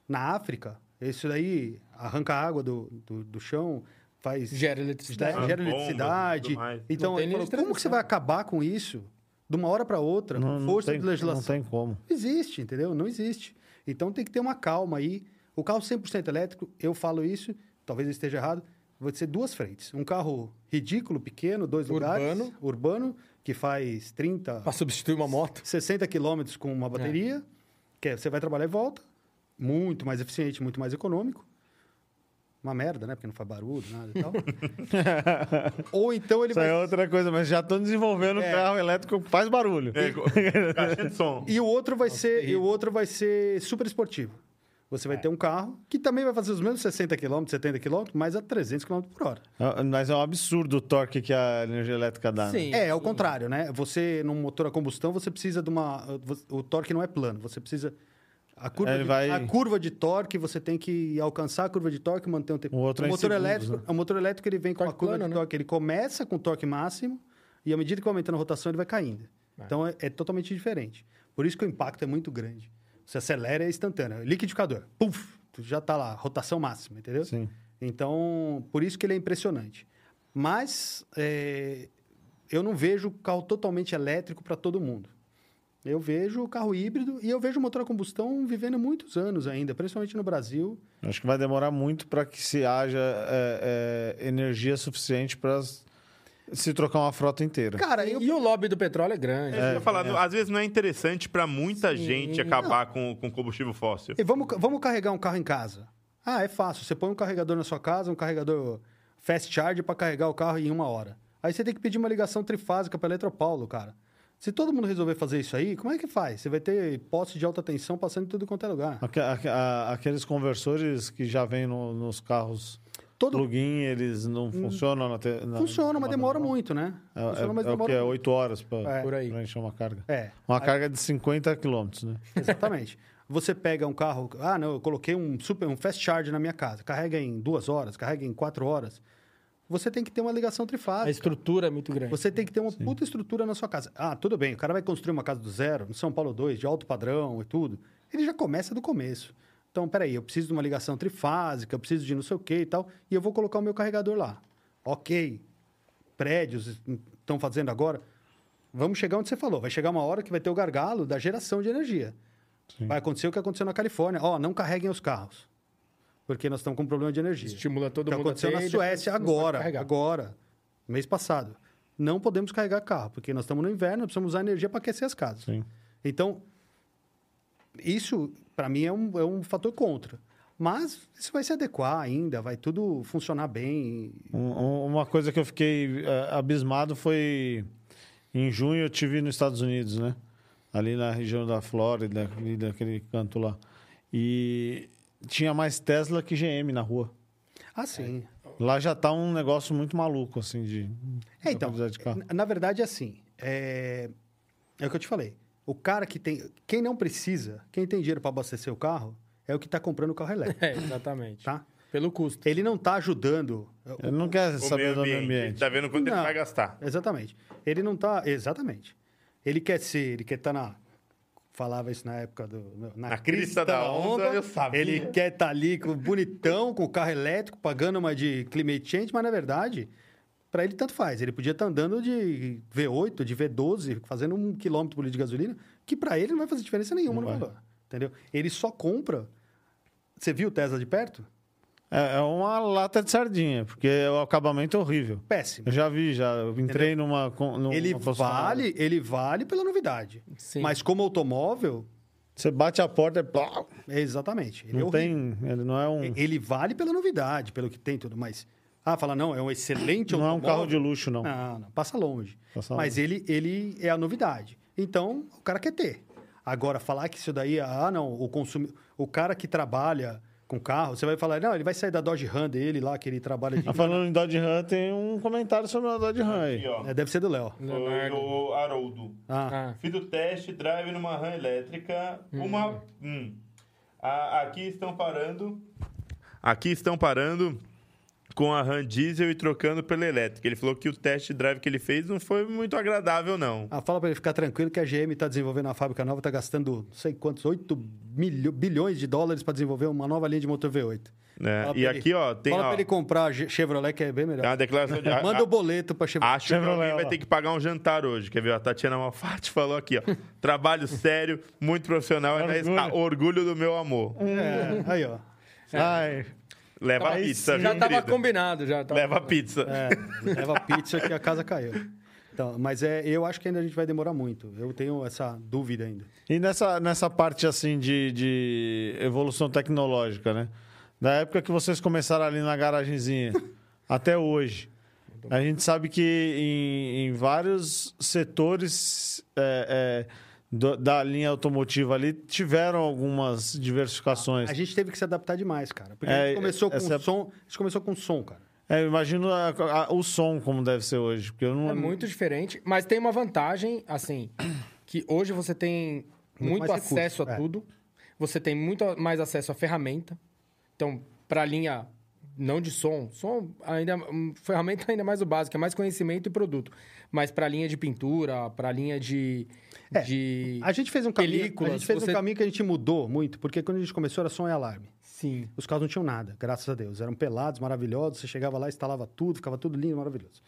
Na África, isso daí arranca água do, do, do chão, faz... Gera eletricidade. Gera, Ah, gera bombas e eletricidade. tudo mais. Então, Não tem ele falou, nem como que você vai acabar com isso de uma hora para outra, Não, com não força tem- de legislação? Não tem como. Não existe, entendeu? Não existe. Então tem que ter uma calma aí. O carro 100% elétrico, eu falo isso, talvez eu esteja errado, vai ser duas frentes. Um carro ridículo, pequeno, dois lugares. Urbano. Urbano, que faz 30, Para substituir uma moto. 60 quilômetros com uma bateria, que é, você vai trabalhar e volta. Muito mais eficiente, muito mais econômico. Uma merda, né? Porque não faz barulho, nada [LAUGHS] e tal. Ou então ele Isso vai aí é outra coisa, mas já estão desenvolvendo É. carro elétrico que faz barulho. É, co- caixa [LAUGHS] de som. E o outro vai ser, e o outro vai ser super esportivo. Você É. vai ter um carro que também vai fazer os mesmos 60 km, 70 km, mas a 300 km por hora. Ah, Mas é um absurdo o torque que a energia elétrica dá. né? Sim. É, é o contrário, né? Você, num motor a combustão, você precisa de uma... O torque não é plano, você precisa... A curva, É, Ele de, vai- a curva de torque, você tem que alcançar a curva de torque e manter um tempo. O outro é em motor segundos, elétrico, né? O um motor elétrico, ele vem com a Torque curva plano, de né? torque. Ele começa com torque máximo e, à medida que vai aumentando a rotação, ele vai caindo. Então, é, é totalmente diferente. Por isso que o impacto é muito grande. Você acelera e é instantâneo. Liquidificador, puf, tu já tá lá, rotação máxima, entendeu? Sim. Então, por isso que ele é impressionante. Mas é, eu não vejo carro totalmente elétrico para todo mundo. Eu vejo carro híbrido e eu vejo motor a combustão vivendo muitos anos ainda, principalmente no Brasil. Acho que vai demorar muito para que se haja é, é, energia suficiente para se trocar uma frota inteira. Cara, eu, E o lobby do petróleo é É, grande. isso que eu ia falar, às vezes não é interessante pra muita gente acabar com, com combustível fóssil. E vamos, vamos carregar um carro em casa. Ah, é fácil. Você põe um carregador na sua casa, um carregador fast charge para carregar o carro em uma hora. Aí você tem que pedir uma ligação trifásica para Eletropaulo, cara. Se todo mundo resolver fazer isso aí, como é que faz? Você vai ter poste de alta tensão Ah, passando em tudo quanto é lugar. Aque- aque- a- Aqueles conversores que já vêm no- nos carros Todo Hum. Plugin, eles não funcionam na... te- na- funciona, mas na- demora muito, né? É, é, Funciona, mas é o que? demora É 8 horas pra, É. Por aí. pra encher uma carga. É. Uma carga de 50 quilômetros, né? Exatamente. Você pega um carro, ah, não, eu coloquei um super, um fast charge na minha casa, carrega em duas horas, carrega em quatro horas. Você tem que ter uma ligação A trifásica. estrutura é muito grande. Você tem que ter uma puta estrutura na sua casa. Ah, tudo bem, o cara vai construir uma casa do zero, no São Paulo 2, de alto padrão e tudo. Ele já começa do começo. Então, peraí, eu preciso de uma ligação trifásica, eu preciso de não sei o que e tal, e eu vou colocar o meu carregador lá. Ok, prédios estão fazendo agora. Vamos chegar onde você falou. Vai chegar uma hora que vai ter o gargalo da geração de energia. Vai acontecer o que aconteceu na Califórnia. Ó, não carreguem os carros, porque nós estamos com um problema de energia. Estimula todo O que mundo a aconteceu ter na e depois Suécia não pode agora, carregar. agora, mês passado. Não podemos carregar carro, porque nós estamos no inverno, precisamos usar energia para aquecer as casas. Sim. Então, isso, para mim, é um, é um fator contra. Mas isso vai se adequar ainda, vai tudo funcionar bem. Um- um- uma coisa que eu fiquei eh, abismado foi em junho eu tive nos Estados Unidos, né? Ali na região da Flórida, ali daquele canto lá. E tinha mais Tesla que GM na rua. Ah, sim. Lá já tá um negócio muito maluco, assim, de. É, da então, quantidade de carro. na- na verdade é assim, é... é o que eu te falei. O cara que tem... Quem não precisa, quem tem dinheiro para abastecer o carro, é o que está comprando o carro elétrico, É, exatamente. tá? Pelo custo. Ele não está ajudando... Ele não quer O meio saber do meio ambiente. Ele ambiente. tá vendo quanto ele Não. vai gastar. Exatamente. Ele não tá. Exatamente. Ele quer ser, ele quer estar na. Falava isso na época do. Na crista da onda, eu sabia. Ele quer estar ali com, bonitão, com o carro elétrico, pagando uma de climate change, mas na verdade, para ele tanto faz. Ele podia estar andando de V8, de V12, fazendo um quilômetro por litro de gasolina, que para ele não vai fazer diferença nenhuma Não no vai. valor. Entendeu? Ele só compra. Você viu o Tesla de perto? É, é uma lata de sardinha, porque o acabamento é horrível. Péssimo. Eu já vi, já. Eu entrei numa, com- numa. Ele concessionária. vale, ele vale pela novidade. Sim. Mas como automóvel, Você bate a porta e. plá, É, Exatamente. Ele, é Não horrível. tem. Ele não é um. ele vale pela novidade, pelo que tem e tudo, mas. Ah, fala, não, é um excelente Não é um automóvel. carro de luxo, não. Não, não, passa longe. Passa mas Ele, ele é a novidade. Então, o cara quer ter. Agora, falar que isso daí, ah, não, o consumi... o cara que trabalha com carro, você vai falar, não, ele vai sair da Dodge Ram dele lá, que ele [LAUGHS] trabalha de. Mas Tá falando em Dodge Ram, tem um comentário sobre a Dodge Ram aí. Aqui, ó. É, deve ser do Léo. Foi Leonardo. o Haroldo. Ah, Ah, Fiz o teste, drive numa RAM elétrica, uma... hum. A- aqui estão parando... Aqui estão parando com a RAM diesel e trocando pela elétrica. Ele falou que o teste drive que ele fez não foi muito agradável, não. Ah, fala pra ele ficar tranquilo que a GM tá desenvolvendo uma fábrica nova, tá gastando não sei quantos, 8 milho... bilhões de dólares para desenvolver uma nova linha de motor V8. né? Fala E pra ele- aqui, ó, tem, Fala ó, Ah, pra ele comprar a Ge- Chevrolet, que é bem melhor. tem uma declaração de... a- Manda o boleto pra Chevrolet. Acho que Chevrolet, alguém vai ó. ter que pagar um jantar hoje. Quer ver? A Tatiana Malfatti [LAUGHS] falou aqui, ó. Trabalho sério, muito profissional. É nóis. Orgulho. Ah, orgulho do meu amor. É, aí, ó. Ai, Leva a Aí pizza, sim. viu, já tava querido? combinado, já. Tava... é Leva a pizza. É, leva pizza que a casa caiu. Então, mas é, eu acho que ainda a gente vai demorar muito. Eu tenho essa dúvida ainda. E nessa, nessa parte assim de, de evolução tecnológica, né? Da época que vocês começaram ali na garagenzinha até hoje, a gente sabe que em, em vários setores é, é, do- da linha automotiva ali tiveram algumas diversificações. A gente teve que se adaptar demais, cara. Porque a É, gente começou com essa- som. A gente começou com som, cara. É, eu imagino a- a- o som como deve ser hoje, porque eu não Hum. É muito diferente, mas tem uma vantagem, assim, [CLEARS THROAT] que hoje você tem Muito muito, mais acesso recurso, a é. tudo, você tem muito mais acesso à ferramenta. Então, para a linha não de som, som ainda hum, ferramenta [LAUGHS] ainda mais o básico, é mais conhecimento e produto, mas para a linha de pintura, para a linha de, É, de... A gente fez um caminho. A Películas, gente fez você- um caminho que a gente mudou muito, porque quando a gente começou era som e alarme. sim, Os carros não tinham nada, graças a Deus. Eram pelados, maravilhosos. Você chegava lá, instalava tudo, ficava tudo lindo, maravilhoso.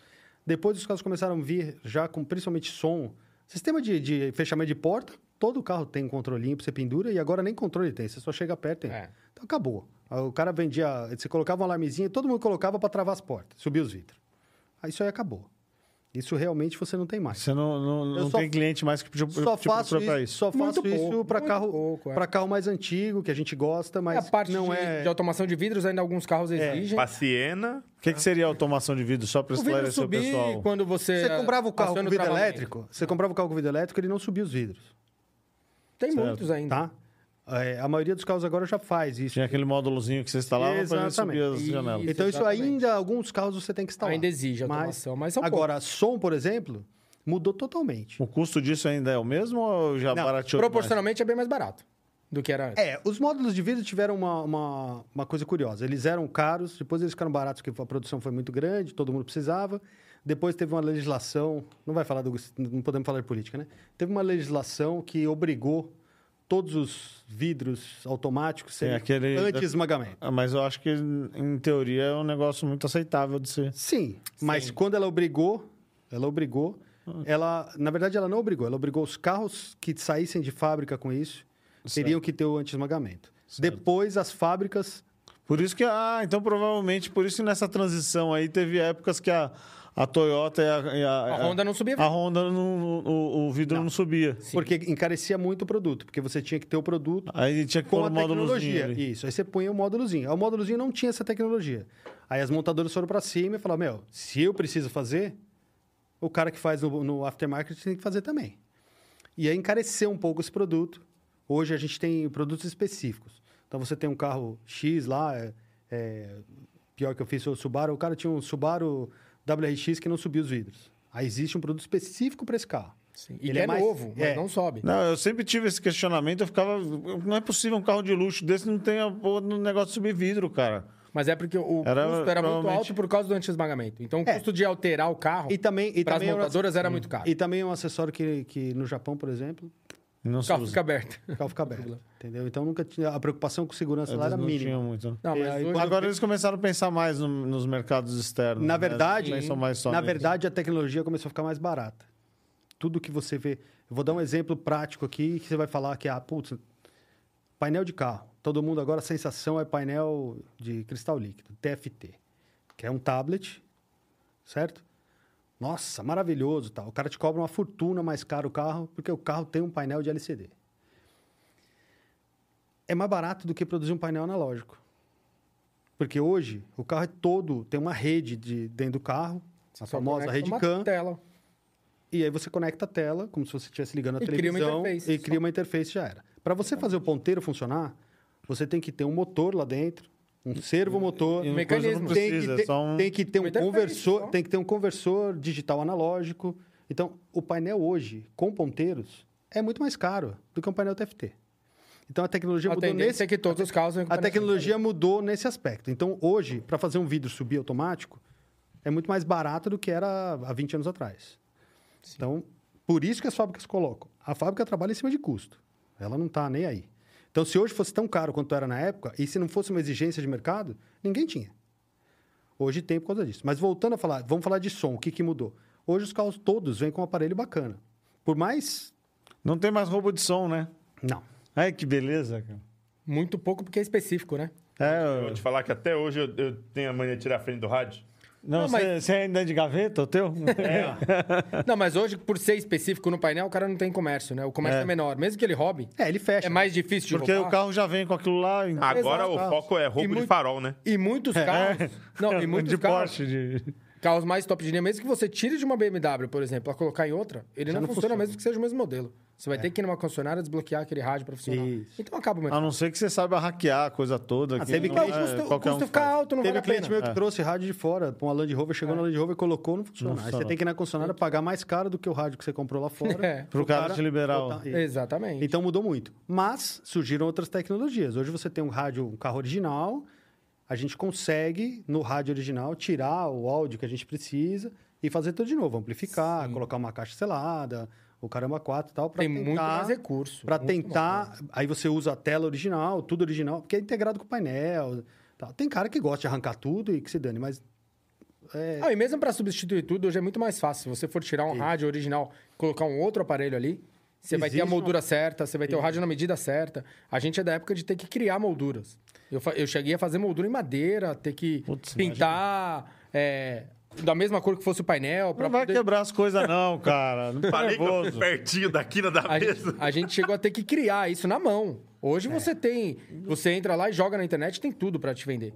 Depois os carros começaram a vir já com principalmente som. Sistema de, de fechamento de porta, todo carro tem um controlinho pra você pendura e agora nem controle tem. Você só chega perto e... É. Então acabou. Aí O cara vendia... Você colocava um alarmezinho e todo mundo colocava pra travar as portas, subir os vidros. Aí isso aí acabou. Isso realmente você não tem mais. Você não, não, Eu não só- tem cliente mais que te, Só Tipo, te faço, procura pra isso, só Muito faço isso pouco, para muito carro, pouco, é. pra carro mais antigo, que a gente gosta, É, a mas parte não de, é... de automação de vidros ainda alguns carros exigem. Paciena. O que, que seria automação de vidro? Só para o vidro esclarecer o subir pessoal. quando você Você comprava o carro com aciona vidro travamento. elétrico, você comprava o carro com vidro elétrico, ele não subia os vidros, Tem Certo. muitos ainda. tá? É, a maioria dos carros agora já faz isso. Tinha aquele módulozinho que você instalava para ele Exatamente. subir as E- janelas. Então, isso exatamente. ainda, alguns carros você tem que instalar. Ainda exige automação, mas são tá Agora, som, por exemplo, mudou totalmente. O custo disso ainda é o mesmo ou já Não, barateou? Proporcionalmente é bem mais barato do que era antes. É, os módulos de vidro tiveram uma, uma, uma coisa curiosa. Eles eram caros, depois eles ficaram baratos porque a produção foi muito grande, todo mundo precisava. Depois teve uma legislação, não vai falar do, não podemos falar de política, né? Teve uma legislação que obrigou todos os vidros automáticos serem aquele- anti-esmagamento. Ah, mas eu acho que, em teoria, é um negócio muito aceitável de ser. Sim, mas quando ela obrigou, ela obrigou, ela, na verdade ela não obrigou, ela obrigou os carros que saíssem de fábrica com isso, teriam que ter o anti-esmagamento. Depois as fábricas Por isso que, ah, então provavelmente, por isso que nessa transição aí teve épocas que a, a Toyota e a, e A Honda não subia é. A Honda, não, o, o vidro não, subia. Porque encarecia muito o produto, porque você tinha que ter o produto Aí tinha que com pôr a Ah, o módulozinho tecnologia. ali. Isso, aí você punha o módulozinho. Aí O módulozinho não tinha essa tecnologia. Aí as montadoras foram para cima e falaram, meu, se eu preciso fazer, o cara que faz no, no aftermarket tem que fazer também. E aí encareceu um pouco esse produto. Hoje a gente tem produtos específicos. Então você tem um carro X lá, é- é, pior que eu fiz foi o Subaru, o cara tinha um Subaru WRX que não subia os vidros. Aí existe um produto específico para esse carro. Sim. E Ele que é, é mais- novo, mas é. não sobe. Não, eu sempre tive esse questionamento, eu ficava. Não é possível um carro de luxo desse não tenha porra do negócio de subir vidro, cara. Mas é porque o Era, custo era muito provavelmente- alto por causa do anti-esmagamento. Então, o É. custo de alterar o carro E também, e para as também é um- montadoras era muito caro. E também é um acessório que, que no Japão, por exemplo, [LAUGHS] Não O se carro usa. fica aberto. o carro fica aberto. entendeu? Então nunca tinha. A preocupação com segurança lá Eles era não mínima. tinham muito. né? Não, mas É, aí hoje- Agora eles começaram a pensar mais no- nos mercados externos. Na né? verdade, Não pensam mais só na nisso. verdade, a tecnologia começou a ficar mais barata. Tudo que você vê. Eu vou dar um exemplo prático aqui que você vai falar que, ah, putz, painel de carro. Todo mundo agora a sensação é painel de cristal líquido, TFT, que é um tablet, certo? Nossa, maravilhoso, tal. O cara te cobra uma fortuna mais caro o carro, porque o carro tem um painel de LCD. É mais barato do que produzir um painel analógico. Porque hoje o carro é todo, tem uma rede de, dentro do carro, a só famosa conecta rede né, é uma CAN, tela. e aí você conecta a tela, como se você estivesse ligando a E cria uma televisão, interface, e só. cria uma interface já era. Para você fazer o ponteiro funcionar, você tem que ter um motor lá dentro, um servomotor, E uma mecanismo. coisa Não tem precisa, que ter, é só um... tem que ter um Uma interface, conversor, só. tem que ter um conversor digital analógico. Então, o painel hoje com ponteiros é muito mais caro do que um painel TFT. Então a tecnologia A mudou tendência nesse é que todos os carros... venham com a painel tecnologia mudou nesse aspecto. Então, hoje, para fazer um vidro subir automático, é muito mais barato do que era há 20 anos atrás. Então, por isso que as fábricas colocam. A fábrica trabalha em cima de custo. Ela não está nem aí. Então, se hoje fosse tão caro quanto era na época, e se não fosse uma exigência de mercado, ninguém tinha. Hoje tem por causa disso. Mas voltando a falar, vamos falar de som. O que, que mudou? Hoje os carros todos vêm com um aparelho bacana. Por mais... Não tem mais roubo de som, né? Não. Ai, que beleza, cara. Muito pouco porque é específico, né? É, Eu vou te falar que até hoje eu, eu tenho a mania de tirar a frente do rádio. Não, Não, você mas- É, você ainda é de gaveta, o [LAUGHS] teu? Não, mas hoje, por ser específico no painel, o cara não tem comércio, né? O comércio é, menor. Mesmo que ele roube, É, ele fecha. é mais difícil de Porque roubar. o carro já vem com aquilo lá. então- Agora Exato. o foco é roubo E de muito- farol, né? E muitos Ah, carros... [LAUGHS] Não, e muitos É. de carros... Porsche, de... Carros mais top de linha, mesmo que você tire de uma BMW, por exemplo, pra colocar em outra, ele não, não funciona, funciona. É. mesmo que seja o mesmo modelo. Você vai ter que ir numa concessionária desbloquear aquele rádio pra funcionar. Isso. Então acaba Então, o mercado. A não ser que você saiba hackear a coisa Ah, toda. que teve não cliente Ah, é Mas o custo, o qualquer um custo que fica faz. alto, não Teve vale a cliente pena. É. meu que trouxe rádio de fora pra uma Land Rover, chegou na Land Rover, colocou, não funciona. Aí você funcionou. tem que ir na concessionária pagar mais caro do que o rádio que você comprou lá fora. [LAUGHS] É. Pro cara te liberar o- botar- Exatamente. Então mudou muito. Mas surgiram outras tecnologias. Hoje você tem um rádio, um carro original, a gente consegue, no rádio original, tirar o áudio que a gente precisa e fazer tudo de novo, amplificar, colocar uma caixa selada, o caramba 4 e tal, para Tem tentar... muito mais recurso. Pra muito tentar. Aí você usa a tela original, tudo original, porque é integrado com o painel. tal. Tem cara que gosta de arrancar tudo e que se dane, mas mais. Ah, e mesmo pra substituir tudo, hoje é muito mais fácil. Se você for tirar um rádio original, colocar um outro aparelho ali, você vai ter a Existe uma- moldura certa, você vai ter o rádio na medida certa. A gente é da época de ter que criar molduras. Eu, fa- eu cheguei a fazer moldura em madeira, ter que Putz, pintar é, da mesma cor que fosse o painel. pra Não vai poder- quebrar as coisas, [LAUGHS] não, cara. Não tá Falei que eu fui nervoso. pertinho da quina da A gente, mesa. a gente chegou a ter que É. criar isso na mão. Hoje você tem. Você entra lá e joga na internet, tem tudo pra te vender.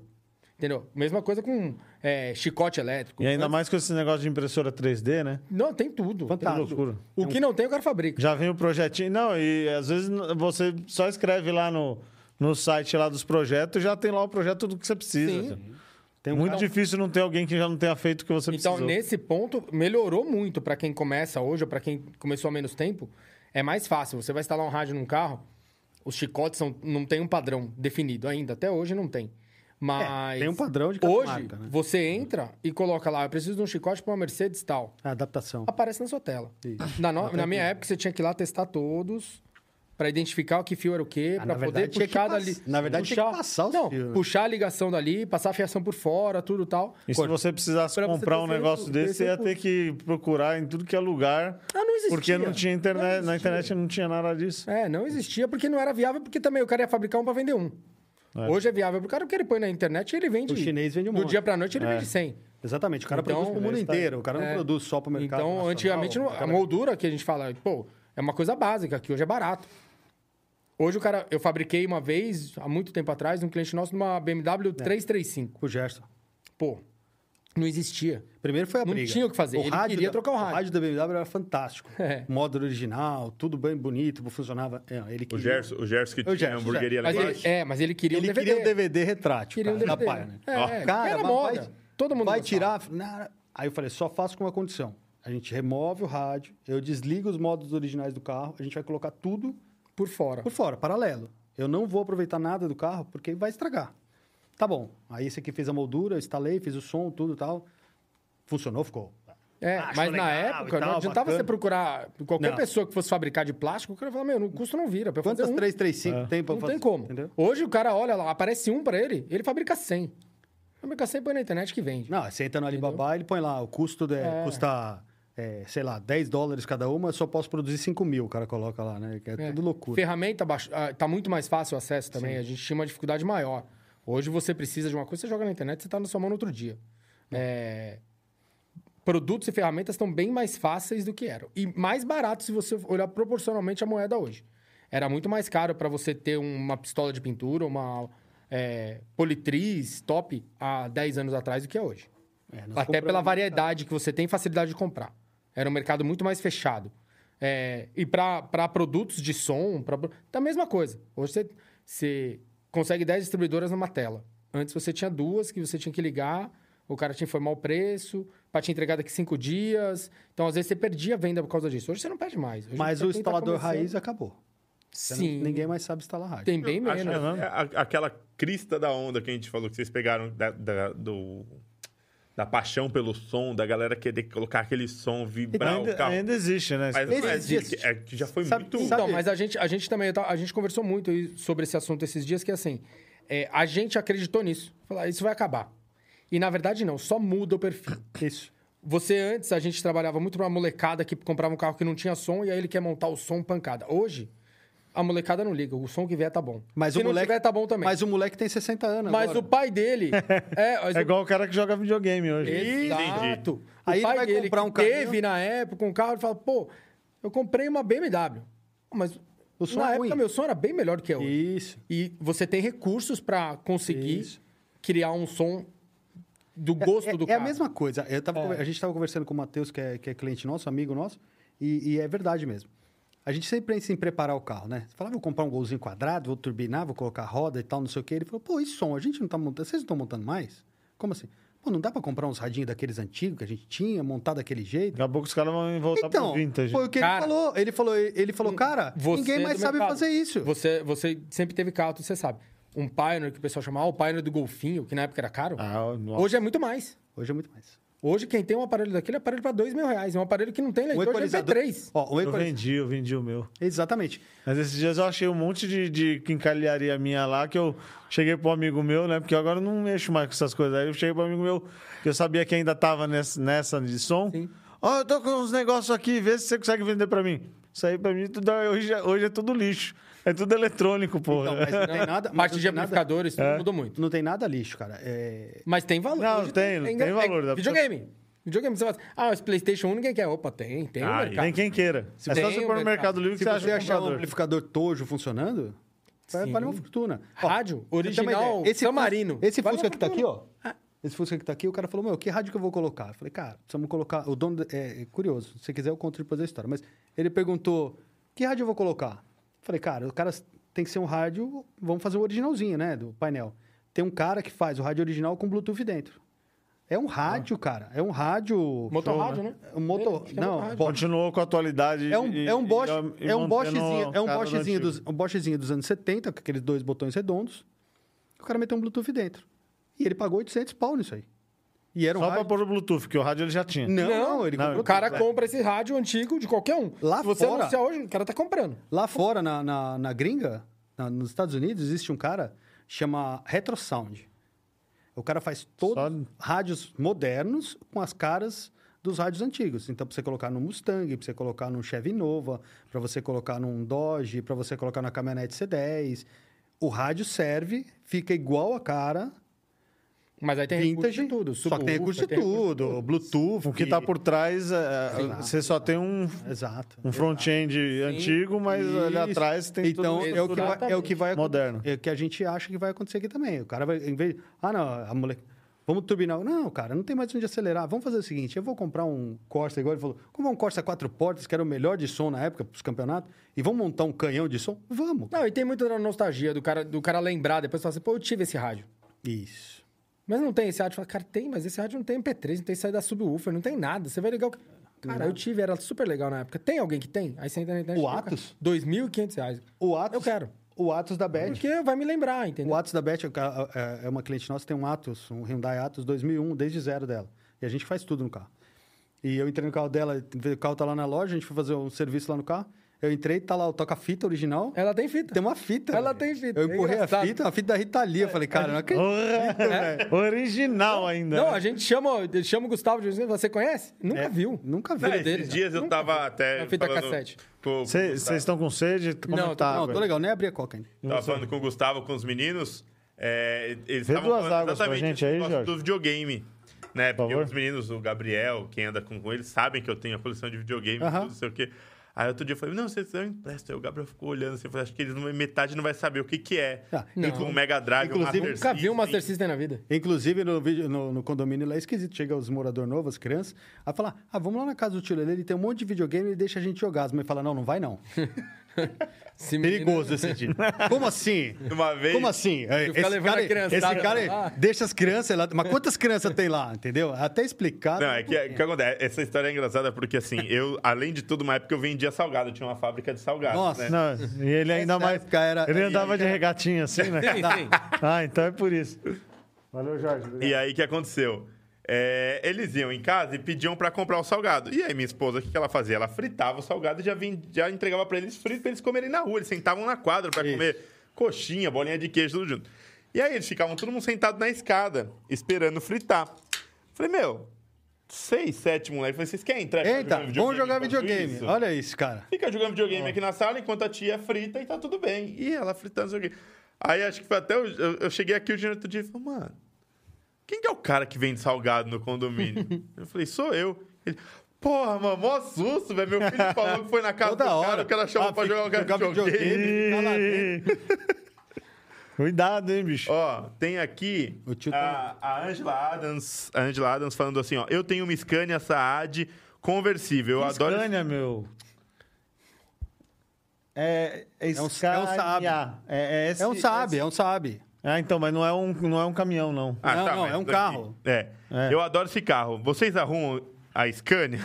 Entendeu? Mesma coisa com é, chicote elétrico. E ainda mais com esse negócio de impressora 3D, né? Não, tem tudo. Fantástico. Loucura. um O que não tem, o cara fabrica. Já vem o projetinho. Não, e às vezes n- você só escreve lá no, no site lá dos projetos já tem lá o projeto do que você precisa. Sim. Tem um Muito cara- difícil não ter alguém que já não tenha feito o que você Então, precisou. nesse ponto, melhorou muito para quem começa hoje ou para quem começou há menos tempo. É mais fácil. Você vai instalar um rádio num carro, os chicotes são, não tem um padrão definido ainda. Até hoje não tem. Mas. tem É, um padrão de cada Hoje, marca, né? você entra e coloca lá: eu preciso de um chicote para uma Mercedes tal. A adaptação. Aparece na sua tela. Isso. Na, no- na minha época, você tinha que ir lá testar todos. Pra identificar o que fio era o quê, Ah, na pra poder verdade, tinha que puxar pass- dali. na verdade, tinha que passar os Não, fios, né? puxar a ligação dali, passar a fiação por fora, tudo e tal. E se você precisasse Pra você comprar ter um esse- negócio desse, esse você ia recurso. ter que procurar em tudo que é lugar. Ah, não existia. Porque não tinha internet. Não na internet não tinha nada disso. É, não existia porque não era viável, porque também o cara ia fabricar um pra vender um. Hoje é viável pro cara porque ele põe na internet e ele vende. O chinês vende um Do monte. dia pra noite ele É. vende 100. Exatamente. O cara Então, produz pro mundo está aí. inteiro. O cara não É. produz só pro mercado Então, nacional. antigamente, não- O a cara- moldura que a gente fala, pô, é uma coisa básica, que hoje é barato. Hoje o cara, eu fabriquei uma vez, há muito tempo atrás, um cliente nosso, numa BMW É. 335. O Gerson. Pô, não existia. Primeiro foi a Não briga. tinha o que fazer. Ele queria trocar o rádio. O rádio da BMW era fantástico. [LAUGHS] É. Módulo original, tudo bem bonito, funcionava. É, ele O queria- Gerson, o Gerson que O tinha Gerson, a hamburgueria lá Mas embaixo. ele, é, mas ele queria Ele um DVD. queria um DVD retrátil. Queria um cara, DVD. Da Pioneer. É, é, cara, era mas moda. Vai, Todo mundo vai gostava. tirar. na- Aí eu falei, só faço com uma condição. A gente remove o rádio, eu desligo os módulos originais do carro, a gente vai colocar tudo Por fora. por fora, paralelo. Eu não vou aproveitar nada do carro porque vai estragar. Tá bom. Aí esse aqui fez a moldura, eu instalei, fiz o som, tudo e tal. Funcionou, ficou. É, Ah, Achou mas na legal e época tal, não adiantava bacana. você procurar qualquer Não. pessoa que fosse fabricar de plástico, o cara falava, meu, o custo não vira. Pra eu fazer Quantas um, 335 tem pra não fazer? tem como. Entendeu? Hoje o cara olha lá, aparece um pra ele, ele fabrica 100. Fabrica 100 põe na internet que vende. Não, você entra no Alibaba, ele põe lá, o custo de, É. custa, é, sei lá, 10 dólares cada uma, eu só posso produzir 5 mil, o cara coloca lá, né? Que é, É. tudo loucura. Ferramenta baix... ah, tá muito mais fácil o acesso também. A gente tinha uma dificuldade maior. Hoje você precisa de uma coisa, você joga na internet, você tá na sua mão no outro dia. É, Produtos e ferramentas estão bem mais fáceis do que eram. E mais baratos se você olhar proporcionalmente a moeda hoje. Era muito mais caro para você ter uma pistola de pintura, uma é, politriz top há 10 anos atrás do que é hoje. É, nós Até compramos- pela variedade que você tem e facilidade de comprar. Era um mercado muito mais fechado. É, e para produtos de som, pra, pro- tá a mesma coisa. Hoje você, você consegue 10 distribuidoras numa tela. Antes você tinha duas que você tinha que ligar, o cara te informar o preço, para te entregar daqui cinco dias. Então, às vezes, você perdia a venda por causa disso. Hoje você não perde mais. Hoje, Mas pra o quem tá instalador começando- raiz acabou. Você não- Sim, Ninguém mais sabe instalar rádio. tem bem menos. Acho que é a- aquela crista da onda que a gente falou que vocês pegaram da, da- do, da paixão pelo som, da galera querer colocar aquele som, vibrar o Ainda, carro. ainda existe, né? mas mas existe. é que já foi Sabe- muito. sabe- Então, mas a gente, a gente também, a gente conversou muito aí sobre esse assunto esses dias, que assim, é, a gente acreditou nisso. Falar, isso vai acabar. E na verdade não, só muda o perfil. Isso. Você antes, a gente trabalhava muito pra uma molecada que comprava um carro que não tinha som e aí ele quer montar o som pancada. Hoje, a molecada não liga, o som que vier tá bom. Mas Se o não moleque, tiver, tá bom também. Mas, Mas o moleque tem 60 anos o agora. [LAUGHS] pai dele... é, mas É o- igual o cara que joga videogame hoje. Exato. O Aí ele pai vai dele comprar que um carrinho. teve na época um carro e fala, pô, eu comprei uma BMW. "Ah, Mas O som na é época ruim. meu som era bem melhor do que hoje. Isso. E você tem recursos pra conseguir Isso. criar um som do gosto é, do é cara. É. a mesma coisa. Eu tava conver- A gente estava conversando com o Matheus, que é, que é cliente nosso, amigo nosso, e, e é verdade mesmo. A gente sempre pensa em preparar o carro, né? Você fala, "Ah, vou comprar um golzinho quadrado, vou turbinar, vou colocar roda e tal, não sei o quê. Ele falou, pô, e som? A gente não tá montando, vocês não estão montando mais? Como assim? Pô, não dá para comprar uns radinhos daqueles antigos que a gente tinha, montar daquele jeito? Daqui a pouco os caras vão tá voltar então, pro vintage. foi o que né? Cara, ele falou. Ele falou, ele falou cara, Você ninguém é mais do sabe mercado. fazer isso. Você, você sempre teve carro, você sabe. Um Pioneer, que o pessoal chamava, ah, o Pioneer do Golfinho, que na época era caro. Ah, nossa. Hoje é muito mais. Hoje é muito mais. Hoje quem tem um aparelho daquele é um aparelho pra dois mil reais. É um aparelho que não tem leitor de MP3. Ó, um Eu equalizador. vendi, eu vendi o meu. Exatamente. Mas esses dias eu achei um monte de, de quincalharia minha lá que eu cheguei pro amigo meu, né? Porque agora eu não mexo mais com essas coisas. Aí eu cheguei pro amigo meu, que eu sabia que ainda tava nessa, nessa de som. Sim. Ó, eu tô com uns negócios aqui, vê se você consegue vender pra mim. Isso aí pra mim tudo é- hoje, é- hoje é tudo lixo. É tudo eletrônico, porra. Então, mas não tem nada. mas Parte não de tem nada- amplificadores, tudo É. mudou muito. Não tem nada lixo, cara. É, Mas tem valor. Não, Hoje tem- é tem engra- valor, é dá pra- videogame. Videogame, você fala assim, ah, esse Playstation 1 ninguém quer. Opa, tem, tem. um Ah, mercado. Tem quem queira. é só tem você pôr o no mercado. Mercado Livre que Se você você acha um achar um comprador. amplificador Tojo funcionando, Vai- Sim. Vale uma fortuna. Ó, Rádio você tem uma original ideia. San Fusca- Marino. Esse Vale Fusca uma que tá aqui, fortuna. ó. Esse Fusca que tá aqui, o cara falou, meu, que rádio que eu vou colocar? Eu falei, cara, precisamos colocar... O dono... É, é curioso, se você quiser eu conto depois da história. Mas ele perguntou, que rádio eu vou colocar? Eu falei, cara, o cara tem que ser um rádio... Vamos fazer o originalzinho, né, do painel. Tem um cara que faz o rádio original com Bluetooth dentro. É um rádio, cara. É um rádio... Ah. Motorrádio, né? Um motor... Acho que é Não, motorrádio. bo- Continuou com a atualidade. é um, e- é um Bosch, e- e é um mantendo Boschzinho, é um a cara do Boschzinho antigo. dos, um Boschzinho dos anos 70, com aqueles dois botões redondos. O cara meteu um Bluetooth dentro. E ele pagou 800 pau nisso aí. E era um Só pra rádio... pôr o Bluetooth, que o rádio ele já tinha. Não, não, ele não, comprou O cara compra esse rádio antigo de qualquer um. Lá Se você fora- anunciar hoje, o cara tá comprando. Lá fora, na, na, na gringa, na- nos Estados Unidos, existe um cara chama RetroSound. O cara faz todos Só- rádios modernos com as caras dos rádios antigos. Então, pra você colocar no Mustang, pra você colocar num Chevy Nova, pra você colocar num Dodge, pra você colocar na caminhonete C10. O rádio serve, fica igual a cara, Mas aí tem recurso vintage, de tudo. só que tem subwoofer, recurso de tem tudo, Bluetooth. O que tá por trás, é, Sim. você só tem um, Exato. um front-end antigo, mas ali Isso. atrás tem então, tudo é o que vai, é o que vai Moderno. É o que a gente acha que vai acontecer aqui também. O cara vai, em vez. Ah, não, a moleque. Vamos turbinar. Não, cara, não tem mais onde acelerar. Vamos fazer o seguinte: eu vou comprar um Corsa, igual ele falou. Como um Corsa quatro portas, que era o melhor de som na época para os campeonatos, e vamos montar um canhão de som? Vamos. Não, e tem muita nostalgia do cara, do cara lembrar, depois falar assim, pô, eu tive esse rádio. Isso. Mas não tem esse rádio. Fala, cara, tem, mas esse rádio não tem MP3, não tem saída subwoofer, não tem nada. Você vai ligar o... Cara, eu tive, era super legal na época. Tem alguém que tem? Aí você entra na internet... O e coloca Atos? 2.500 reais. O Atos. Eu quero. O Atos da Bad. Porque vai me lembrar, O entendeu? Atos da Bet é- é é uma cliente nossa, tem um Atos, um Hyundai Atos 2001, desde zero dela. E a gente faz tudo no carro. E eu entrei no carro dela, o carro tá lá na loja, a gente foi fazer um serviço lá no carro. Eu entrei, tá lá o toca-fita original. Ela tem fita. Tem uma fita. Ela velho. tem fita, Eu é empurrei a engraçado. é? fita, uma fita da Rita Lee. Eu falei, cara, não acredito. Porra, Original ainda. né? Não, a gente chama, chama o Gustavo de vez em quando, você conhece? Nunca Né? É, viu. Nunca vi. Não, Filho esses dele, dias eu nunca tava vi. até. Na fita falando cassete. com- com o Vocês Gustavo. estão com sede? Como Não, é que tô- tá, Não, velho? tô legal, nem abri a coca ainda. Tava falando com o Gustavo, com os meninos. é, eles Vê estavam duas falando águas pra exatamente gente esse aí, negócio Jorge. do videogame. Né? Por Porque favor. os meninos, o Gabriel, quem anda com, com eles, sabem que eu tenho a coleção de videogame, Aham. tudo, não sei o quê. Aí outro dia eu falei, não, vocês não emprestam. Aí o Gabriel ficou olhando assim, eu falei, acho que eles não, metade não vai saber o que que é. Ah, Tem não. Um Mega Drive, um Inclusive, Master Nunca vi um System. Master System na vida. Inclusive, no, vídeo, no, no condomínio lá é esquisito. Chega os moradores novos, as crianças, aí fala: Ah, vamos lá na casa do tio Lele, ele tem um monte de videogame e deixa a gente jogar. As mães falam: Não, não vai não. Esse menino- Perigoso esse dia. Como assim? Uma vez. Como assim? É, ficar Esse levando cara, a Ah. criançada esse cara lá. deixa as crianças lá. Mas quantas crianças tem lá? Entendeu? Até explicar. Não, é que, é que acontece. Essa história é engraçada porque, assim, eu, além de tudo, uma época eu vendia salgado, eu tinha uma fábrica de salgado. Nossa. né? Não, e ele ainda Essa mais. época era- Ele andava de regatinha assim, né? [LAUGHS] [LAUGHS] Sim, sim. Ah, então é por isso. Valeu, Jorge. obrigado. E aí, o que aconteceu? É, eles iam em casa e pediam pra comprar o salgado. E aí, minha esposa, o que, que ela fazia? Ela fritava o salgado e já, vim- já entregava pra eles frito pra eles comerem na rua. Eles sentavam na quadra pra comer coxinha, bolinha de queijo, tudo junto. E aí, eles ficavam todo mundo sentado na escada, esperando fritar. Falei, meu, seis, sete moleque. Falei, vocês querem entrar? e ficar Eita, tá jogando vamos jogar enquanto videogame. isso?" Olha isso, cara. Fica jogando videogame aqui na sala enquanto a tia frita e tá tudo bem. E ela fritando isso aqui. Aí acho que foi até. o- eu, eu cheguei aqui o dia outro dia e falei, mano, quem que é o cara que vende salgado [LAUGHS] no condomínio? eu falei, sou eu. Ele, porra, mano, mó susto, velho. Meu filho falou que foi na casa Toda do hora. cara, o cara chamou Ah, pra fica- jogar um cara de jogar videogame. videogame. Tá lá Cuidado, hein, bicho. Ó, tem aqui O tio tá- a, a Angela Adams. A Angela Adams falando assim, ó. Eu tenho uma Scania Saad conversível. Eu adoro. esse Scania, meu. É, é, É um- é um Scania. Saab. É, esse- É um Saab, é um Saab. Ah, então, mas não é um, não é um caminhão, não. Não, não, Ah, tá, mas é um aqui- carro. É. É. Eu adoro esse carro. Vocês arrumam a Scania?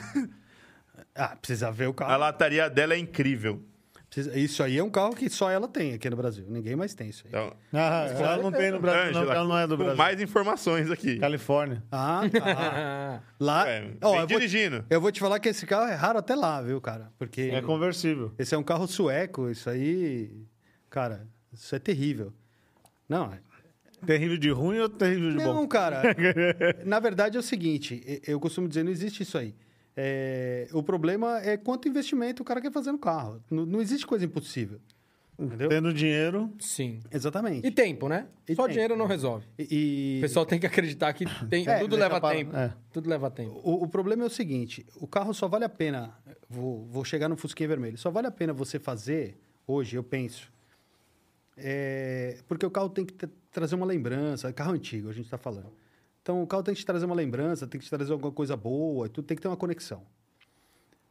Ah, precisa ver o carro. A lataria dela é incrível. Precisa- Isso aí é um carro que só ela tem aqui no Brasil. Ninguém mais tem isso aí. Então, Ah, ela não tem no Brasil, não, porque ela não é do com Brasil. mais informações aqui. Califórnia. Ah, tá. [LAUGHS] Ah, Lá. É, vem Ó, eu, vou te, dirigindo. eu vou te falar que esse carro é raro até lá, viu, cara? Porque É conversível. esse é um carro sueco. Isso aí. Cara, isso é terrível. Não, é- Terrível de ruim ou terrível de Não, bom? [LAUGHS] cara. na verdade é o seguinte, e- eu costumo dizer, não existe isso aí. É, o problema é quanto investimento o cara quer fazer no carro. Não, não existe coisa impossível. Entendeu? Tendo dinheiro. sim. Exatamente. Hum. E tempo, né? E Só tempo. dinheiro não resolve. E, O pessoal tem que acreditar que tem- É, tudo deixa leva pra- tempo. é. Tudo leva tempo. o, o problema é o seguinte: o carro só vale a pena. Vou, vou chegar no Fusquinha Vermelho. Só vale a pena você fazer, hoje, eu penso, é, porque o carro tem que tra- trazer uma lembrança, é carro antigo, a gente está falando. Então, o carro tem que te trazer uma lembrança, tem que te trazer alguma coisa boa, e tudo tem que ter uma conexão.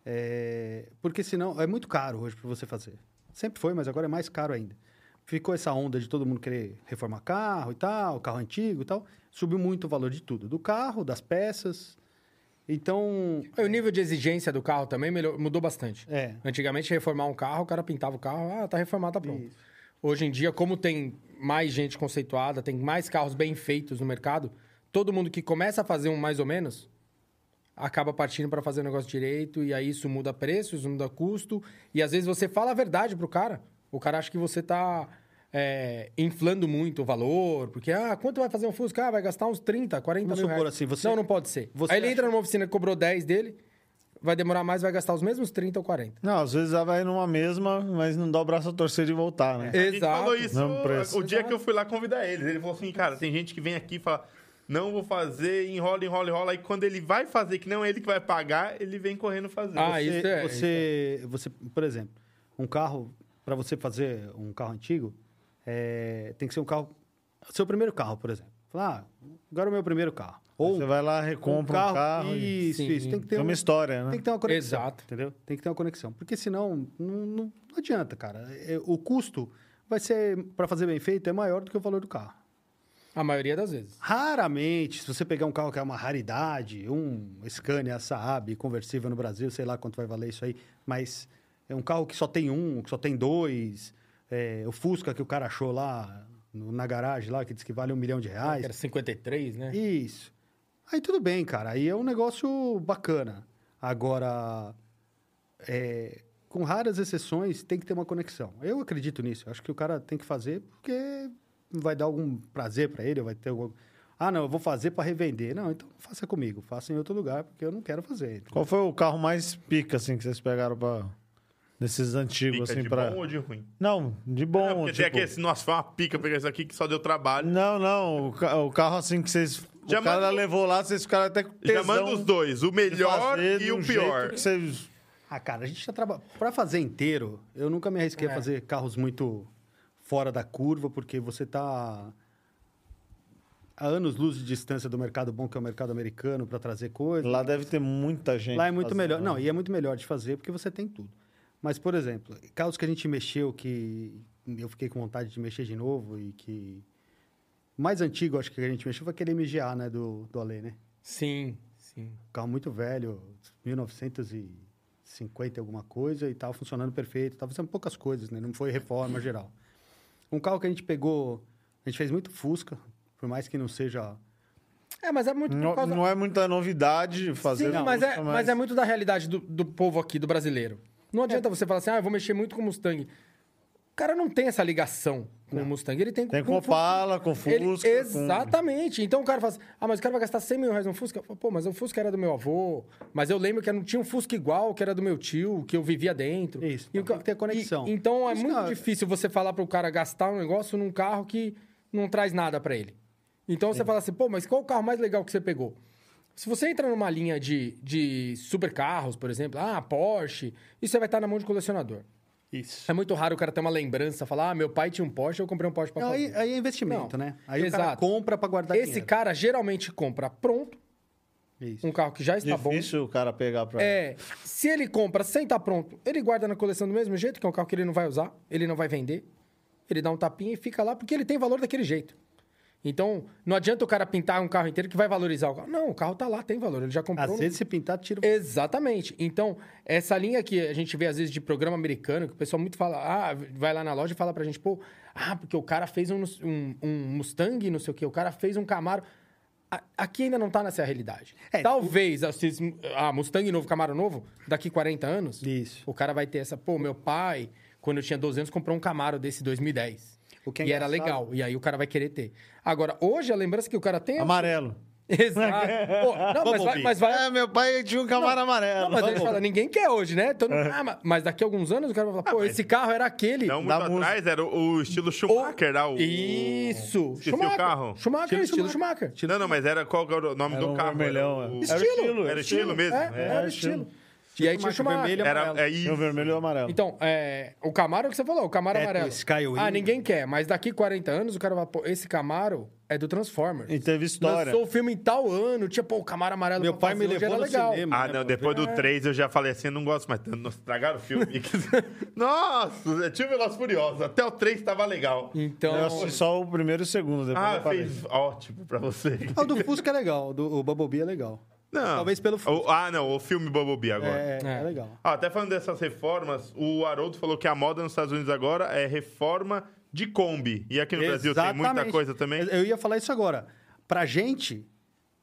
É, porque senão é muito caro hoje para você fazer. Sempre foi, mas agora é mais caro ainda. Ficou essa onda de todo mundo querer reformar carro e tal, carro antigo e tal. Subiu muito o valor de tudo, do carro, das peças. Então, O nível de exigência do carro também melhor- mudou bastante. é, Antigamente, reformar um carro, o cara pintava o carro, ah, tá reformado, tá pronto. Hoje em dia, como tem mais gente conceituada, tem mais carros bem feitos no mercado, todo mundo que começa a fazer um mais ou menos acaba partindo para fazer o negócio direito e aí isso muda preço, isso muda custo e às vezes você fala a verdade pro cara, o cara acha que você tá é, inflando muito o valor, porque ah, quanto vai fazer um Fusca? Ah, vai gastar uns 30, 40 Vamos mil supor reais. assim, você- Não, não pode ser. você aí ele acha- entra numa oficina que cobrou 10 dele, vai demorar mais, vai gastar os mesmos 30 ou 40. Não, às vezes ela vai numa mesma, mas não dá o braço a torcer de voltar, né? A gente falou isso Mesmo preço. o dia que eu fui lá convidar eles. Ele falou assim, cara, tem gente que vem aqui e fala, não vou fazer, enrola, enrola, enrola. Aí quando ele vai fazer, que não é ele que vai pagar, ele vem correndo fazer. Ah, você, isso é- Você, você, por exemplo, um carro, para você fazer um carro antigo, é, tem que ser um carro. Seu primeiro carro, por exemplo. Falar, ah, agora é o meu primeiro carro. Ou Você vai lá, recompra um carro, e... Isso, Sim. isso. Tem que ter tem uma um- história, né? tem que ter uma conexão. Exato. Entendeu? Tem que ter uma conexão. Porque senão, não, não, não adianta, cara. É, O custo vai ser, para fazer bem feito, é maior do que o valor do carro. A maioria das vezes. Raramente, se você pegar um carro que é uma raridade, um Scania, Saab, conversível no Brasil, sei lá quanto vai valer isso aí, mas é um carro que só tem um, que só tem dois, é, o Fusca que o cara achou lá no- na garagem lá, que diz que vale um milhão de reais. Era 53, né? Isso. Aí tudo bem, cara. Aí é um negócio bacana. Agora, é, com raras exceções, tem que ter uma conexão. Eu acredito nisso. Acho que o cara tem que fazer porque vai dar algum prazer pra ele, ou vai ter algum... Ah, não, eu vou fazer pra revender. Não, então faça comigo. Faça em outro lugar, porque eu não quero fazer. Qual foi o carro mais pica, assim, que vocês pegaram pra... Desses Pica antigos, assim, de pra... bom ou de ruim? Não, de Ah, bom, porque tipo... tem aqui, nossa, foi uma pica pegar isso aqui que só deu trabalho. Não, não, o, ca- o carro, assim, que vocês... Já o cara manda- um- levou lá, vocês ficaram até com tesão Já manda os dois, o de melhor fazer e de o um pior. jeito que vocês... Ah, cara, a gente tá trabalhando. Pra fazer inteiro, eu nunca me arrisquei É. a fazer carros muito fora da curva, porque você tá a anos luz de distância do mercado bom, que é o mercado americano, pra trazer coisa. Lá deve ter muita gente. Lá é muito fazendo, melhor. né? Não, e é muito melhor de fazer porque você tem tudo. Mas, por exemplo, carros que a gente mexeu que eu fiquei com vontade de mexer de novo e que. O mais antigo, acho que a gente mexeu foi aquele MGA, né? Do, do Ale, né? Sim, sim. Carro muito velho, 1950 e alguma coisa e tal, funcionando perfeito. Tava fazendo poucas coisas, né? Não foi reforma geral. Um carro que a gente pegou. A gente fez muito Fusca, por mais que não seja. É, mas é muito por Não, causa... não é muita novidade fazer... Sim, mas, é, música, mas é muito da realidade do, do povo aqui, do brasileiro. Não adianta você falar assim, ah, eu vou mexer muito com Mustang. O cara não tem essa ligação com o Mustang. Ele tem, Tem com Opala, com Fusca... Ele- com- Exatamente. Então o cara fala assim, ah, mas o cara vai gastar 100 mil reais no Fusca? Eu falo, Pô, mas o Fusca era do meu avô. Mas eu lembro que eu não tinha um Fusca igual, que era do meu tio, que eu vivia dentro. Isso, E o tem ca- que ter conexão. e- então é Isso, muito cara. difícil você falar pro cara gastar um negócio num carro que não traz nada pra ele. Então É. você fala assim, pô, mas qual o carro mais legal que você pegou? Se você entra numa linha de, de supercarros, por exemplo, ah, Porsche, isso vai estar na mão de colecionador. Isso. É muito raro o cara ter uma lembrança, falar, ah, meu pai tinha um Porsche, eu comprei um Porsche pra fazer. Aí, aí é investimento, Não. né? Aí o cara Exato. compra pra guardar Esse dinheiro. cara geralmente compra pronto, Isso. um carro que já está Difícil o cara pegar bom. pra... É, se ele compra sem estar pronto, ele guarda na coleção do mesmo jeito, que é um carro que ele não vai usar, ele não vai vender. Ele dá um tapinha e fica lá porque ele tem valor daquele jeito. Então, não adianta o cara pintar um carro inteiro que vai valorizar o carro. Não, o carro tá lá, tem valor, ele já comprou. Às no- vezes, se pintar, tira o Exatamente. Então, essa linha que a gente vê, às vezes, de programa americano, que o pessoal muito fala, ah, vai lá na loja e fala pra gente, pô, ah, porque o cara fez um, um, um Mustang, não sei o quê, o cara fez um Camaro. A- Aqui ainda não tá nessa realidade. É, Talvez, esses, ah, Mustang novo, Camaro novo, daqui 40 anos, Isso. o cara vai ter essa, pô, meu pai, quando eu tinha 12 anos, comprou um Camaro desse 2010. O que é e era engraçado- legal. E aí o cara vai querer ter. Agora, hoje a lembrança que o cara tem é. Amarelo. [LAUGHS] Exato. Pô, não, mas vai, Bumblebee. mas vai, É, meu pai tinha um camaro amarelo. não, Ah, mas ele fala, ninguém quer hoje, né? Todo mundo- ah, mas- mas daqui a alguns anos o cara vai falar, pô, esse carro era aquele. Não, muito Da música. atrás era o o estilo Schumacher, lá, o... Isso! Esqueci o Schumacher. carro. Schumacher, estilo né? Schumacher. Não, não, mas era qual que era o nome Era do um carro? vermelhão, era, é. o... Era Estilo. era estilo mesmo? É, É. era estilo. e aí tinha o Schumacher. vermelho, Era, é E o isso. vermelho e o amarelo. Então, é, o Camaro é o que você falou, o Camaro É, amarelo. esse Skywing. Ah, ninguém quer, mas daqui 40 anos o cara vai, pô, esse Camaro é do Transformers. E teve história. Lançou o filme em tal ano, tinha, pô, o Camaro amarelo Então, Meu pra pai fazer me hoje, levou era no legal. cinema. Ah, né, não, pra depoz ver. do 3 eu já falei assim, eu não gosto mais tanto. Nossa, tragaram o filme. Nossa, tinha o Veloz Furioso. Até o 3 tava legal. Então, Eu assisti só o primeiro e o segundo, depois Ah, eu parei. fez ótimo pra você. Ah, o do Fusca é legal, o do, o Bumblebee é legal. Não. Talvez pelo Fusca. O- ah, não, o filme Bumblebee agora. É, é, É. legal. Ah, até falando dessas reformas, o Haroldo falou que a moda nos Estados Unidos agora é reforma de Kombi. [LAUGHS] E aqui no Brasil tem muita Exatamente. É, coisa também. Eu ia falar isso agora. Pra gente,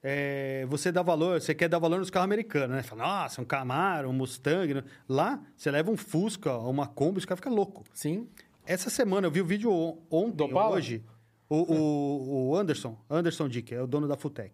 é, você dá valor, você quer dar valor nos carros americanos, né? Fala, nossa, um Camaro, um Mustang. né? Lá, você leva um Fusca, uma Kombi, os caras ficam loucos. sim. Essa semana eu vi o vídeo on- ontem, Do ou Opala? hoje. O, o, o Anderson, Anderson Dick, é o dono da Futec.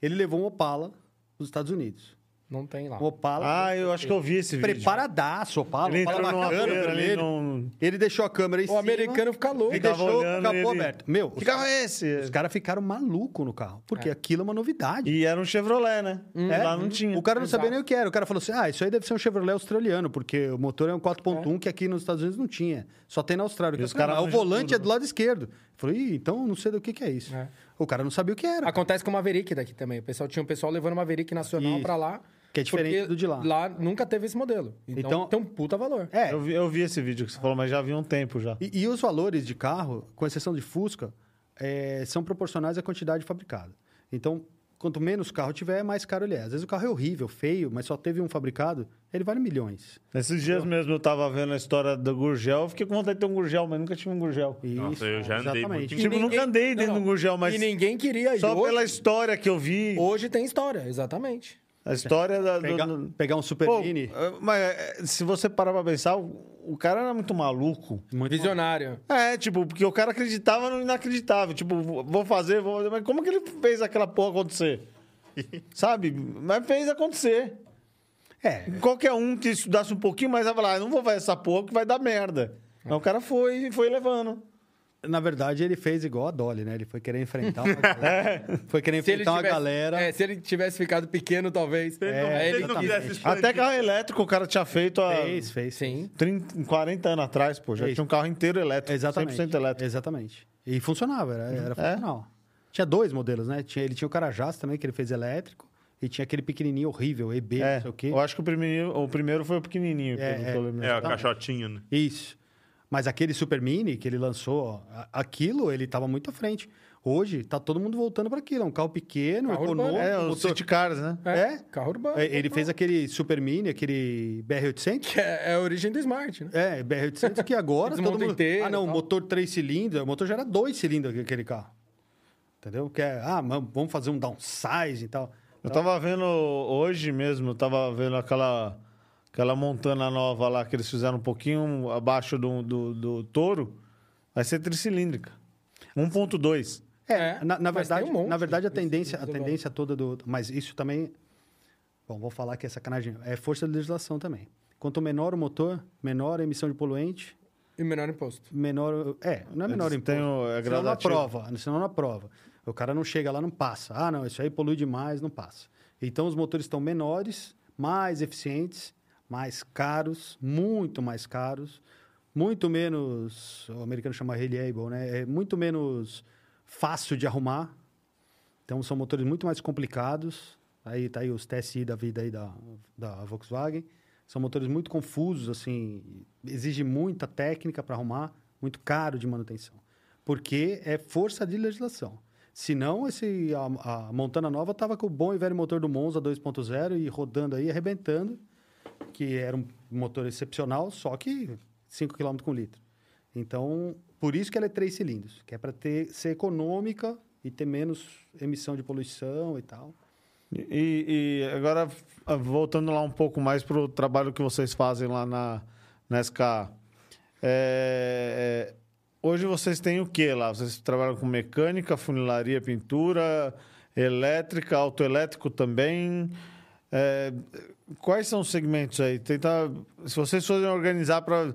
Ele levou um Opala dos Estados Unidos. Não tem lá. Um Opala Ah, eu acho que eu vi esse vídeo. preparadaço, Opala. Ele Opala entrou numa bacana, feira ali, vermelho. num... Ele deixou a câmera em O cima americano fica louco. e Fica- ficava deixou o olhando capô ele- aberto. Meu, os Que carro é esse? os caras ficaram malucos no carro, porque aquilo é uma novidade. E era um Chevrolet, né? Lá não tinha. É? O cara não Exato. sabia nem o que era. O cara falou assim: ah, isso aí deve ser um Chevrolet australiano, porque o motor é um 4.1 que aqui nos Estados Unidos não tinha. Só tem na Austrália. E Eu os falei, caras "Não, o manjam volante tudo, né?" é do lado esquerdo. Eu falei, Ih, então não sei do que, que é isso. É. O cara não sabia o que Ah, era. Acontece com o Maverick daqui também. O pessoal tinha um pessoal levando o Maverick nacional Isso. pra lá. Que é diferente porque do de lá. Lá nunca teve esse modelo. Então, Então- tem um puta valor. É, Eu vi, eu vi esse vídeo que você falou, mas já vi há um tempo já. E, e os valores de carro, com exceção de Fusca, é, são proporcionais à quantidade fabricada. Então, quanto menos carro tiver, mais caro ele é. Às vezes o carro é horrível, feio, mas só teve um fabricado, ele vale milhões. Nesses dias mesmo eu tava vendo a história do Gurgel, eu fiquei com vontade de ter um Gurgel, mas nunca tive um Gurgel. Nossa, eu já andei muito exatamente. em Tipo, nunca andei dentro Não, de não. um Gurgel, mas E ninguém queria. só e hoje, pela história que eu vi, hoje tem história, exatamente. a história da... do- Pegar, do- pegar um Super Pô, Mini. eh, mas eh, se você parar pra pensar, o, o cara era muito maluco. Visionário. É, tipo, porque o cara acreditava no inacreditável. Tipo, vou vou fazer, vou fazer. Mas como que ele fez aquela [LAUGHS] porra acontecer? Sabe? Mas fez acontecer. É, Qualquer um que estudasse um pouquinho mais vai falar, ah, não vou fazer essa porra que vai dar merda. Aí o cara foi e foi levando. na verdade ele fez igual a Dolly, né? Ele foi querer enfrentar [LAUGHS] uma galera. É. Foi querer enfrentar uma Então galera. é, se ele tivesse ficado pequeno, talvez. ele não- É, se ele ele não quis- fizesse isso Até antes- carro elétrico o cara tinha feito há Fez, fez. Sim. 30, 40 anos atrás, pô. Já Fez. tinha um carro inteiro elétrico. É Exatamente. 100% elétrico. Uhum. É. Exatamente. E funcionava, era, era funcional. Tinha dois modelos, né? Tinha, ele tinha o Carajás também, que ele fez elétrico, e tinha aquele pequenininho horrível, EB, É, não sei o quê. eu acho que o primeiro, o primeiro foi o pequenininho. É, pelo é. que eu lembro. Tá. É, o caixotinho, né? Isso. Mas aquele Super Mini que ele lançou, ó, a- aquilo, ele estava muito à frente. Hoje, tá todo mundo voltando para aquilo. É um carro pequeno, Carro econômico. É, os motor- City Cars, né? É? Carro urbano. É, Ele fez aquele Super Mini, aquele BR-800. Que é, é a origem do Smart, né? É, BR-800 que agora Desmonta todo mundo... inteiro ah, não, e tal. motor três cilindros. O motor já era dois cilindros aquele carro. Entendeu? Que é, ah, mas vamos fazer um downsize e tal. Eu tava vendo hoje mesmo, eu tava vendo aquela, aquela montana nova lá que eles fizeram um pouquinho abaixo do, do, do touro. Vai ser tricilíndrica. 1.2. É, É, na, na mas verdade, tem um monte na verdade a desses tendência, a isolado. tendência toda do, mas isso também, bom, vou falar que é sacanagem, é força da legislação também. Quanto menor o motor, menor a emissão de poluente, E menor imposto. menor, é, não é menor o Eles imposto. têm o- é senão não gradativo. aprova, senão não aprova. O cara não chega lá, não passa. Ah, não, isso aí polui demais, não passa. Então os motores estão menores, mais eficientes, mais caros, muito mais caros, muito menos, o americano chama reliable, né? É muito menos fácil de arrumar. Então são motores muito mais complicados. Aí tá aí os TSI da vida aí da, da Volkswagen. São motores muito confusos, assim, exige muita técnica para arrumar, muito caro de manutenção. Porque é força de legislação. Senão, esse, a, a Montana Nova estava com o bom e velho motor do Monza 2.0 e rodando aí, arrebentando, que era um motor excepcional, só que 5 km com litro. Então, por isso que ela é três cilindros, que é para ser econômica e ter menos emissão de poluição e tal. E, e agora, ah, voltando lá um pouco mais pro trabalho que vocês fazem lá na, na SKA. É, é, hoje vocês têm o que lá? Vocês trabalham com mecânica, funilaria, pintura, elétrica, autoelétrico também. É, quais são os segmentos aí? Tentar, se vocês forem organizar para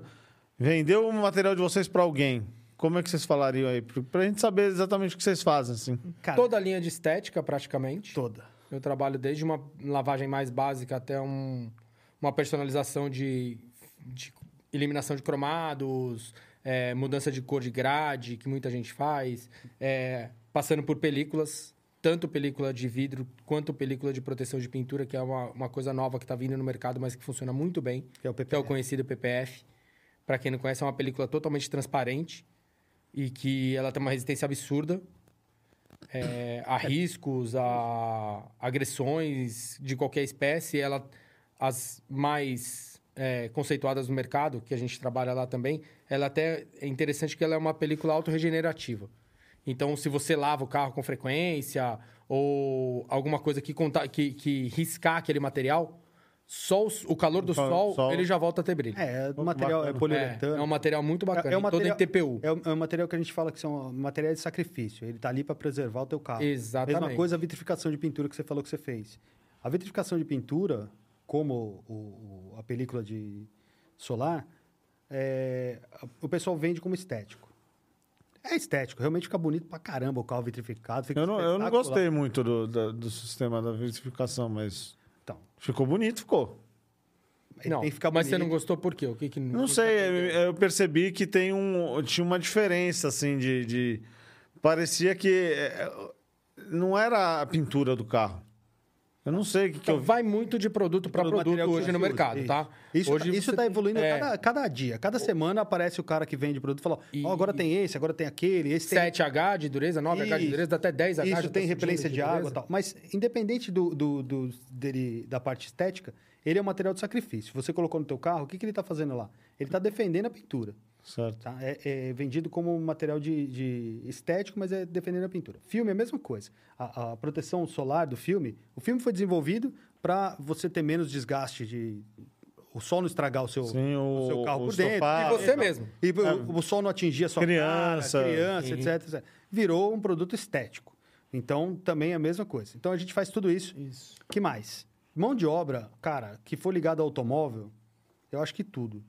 vender o material de vocês para alguém, como é que vocês falariam aí? Para a gente saber exatamente o que vocês fazem, assim. Cara, Toda a linha de estética, praticamente. toda. Eu trabalho desde uma lavagem mais básica até um, uma personalização de, de eliminação de cromados, é, mudança de cor de grade, que muita gente faz, é, passando por películas, tanto película de vidro quanto película de proteção de pintura, que é uma, uma coisa nova que está vindo no mercado, mas que funciona muito bem, Que é o que é o PPF. conhecido PPF. Para quem não conhece, é uma película totalmente transparente e que ela tem uma resistência absurda é, a riscos, a agressões de qualquer espécie. Ela, as mais é, conceituadas no mercado, que a gente trabalha lá também, ela até é interessante que ela é uma película autorregenerativa. Então, se você lava o carro com frequência ou alguma coisa que, conta, que, que riscar aquele material, só os- o calor do O calor do sol, sol. ele já volta a ter brilho. É, o material é bacana. É, poliuretano. é um material muito bacana, É- é um e todo em material- TPU. É um, é um material que a gente fala que são materiais de sacrifício. Ele tá ali para preservar o teu carro. Exatamente. Mesma coisa a vitrificação de pintura que você falou que você fez. A vitrificação de pintura, como o- o- a película de solar, é, a- o pessoal vende como estético. É estético, realmente fica bonito pra caramba o carro vitrificado. fica Eu não, eu não espetacular. gostei muito do, da- do sistema da verificação, mas Então, ficou bonito, ficou. ele Não, tem que ficar mas você bonito. não gostou por quê? O que que Não sei, é eu- eu percebi que tem um, tinha uma diferença, assim, de... de- parecia que é, não era a pintura do carro. Eu não sei o que, que eu Então, vi. vai muito de produto para Pelo produto material que hoje você no usa. mercado, Isso. tá? Isso, hoje isso você tá tem- evoluindo é, cada, cada dia. Cada semana aparece o cara que vende produto e fala: Ó, E- agora tem esse, agora tem aquele, esse tem 7H de dureza, 9H de Isso. dureza, dá até 10H de Isso tem outras repelência medidas de água e dureza. tal. Mas, independente do, do- do- dele, da parte estética, ele é um material de sacrifício. Você colocou no teu carro, o que, que ele está fazendo lá? Ele está defendendo a pintura. Certo. Tá? É, é vendido como um material de, de estético, mas é defendendo a pintura. Filme é a mesma coisa. A, a proteção solar do filme, o filme foi desenvolvido para você ter menos desgaste de o sol não estragar o seu, Sim, o- seu carro o por dentro. estofado. E você mesmo. E o, o sol não atingia a sua Criança. cara, criança, Uhum. etc, etc. Virou um produto estético. Então, também é a mesma coisa. Então, a gente faz tudo isso. Isso. que mais? Mão de obra, cara, que for ligada ao automóvel, eu acho que tudo.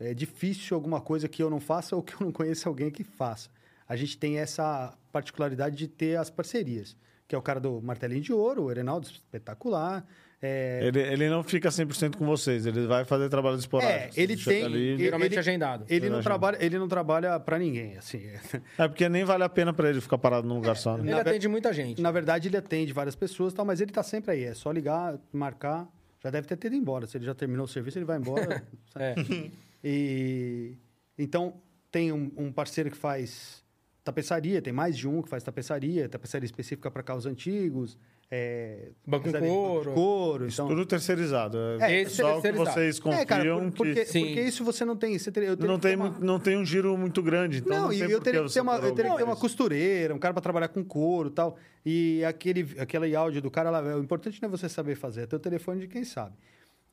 É difícil alguma coisa que eu não faça ou que eu não conheça alguém que faça. A gente tem essa particularidade de ter as parcerias, que é o cara do Martelinho de Ouro, o Erenaldo, espetacular. É, Ele, ele não fica 100% com vocês, ele vai fazer trabalho é, esporádico. ele Deixa tem... ali. ele- Geralmente ele- agendado. Ele não, Geralmente. trabalha, ele não trabalha para ninguém, assim. [LAUGHS] É porque nem vale a pena pra ele ficar parado num lugar só, né? Ele Na atende muita gente. Na verdade, ele atende várias pessoas, e tal, mas ele tá sempre aí. É só ligar, marcar. Já deve ter tido embora. Se ele já terminou o serviço, ele vai embora. sabe? É. E então tem um, um parceiro que faz tapeçaria, tem mais de um que faz tapeçaria, tapeçaria específica para carros antigos, é, Banco em tapeçaria de banco de couro. couro, então. Tudo terceirizado. É, É, esse só o que terceirizado. vocês confiam é, cara, por- que... porque, Sim. porque isso você não tem, você teria- eu teria Não que ter tem, uma- mu- não tem um giro muito grande, então não, não, e tem eu por que teria que você ter uma, procurar eu teria que ter uma alguma coisa. costureira, um cara para trabalhar com couro e tal. E aquele, aquele áudio do cara, lá, o importante não é você saber fazer, é ter o telefone de quem sabe.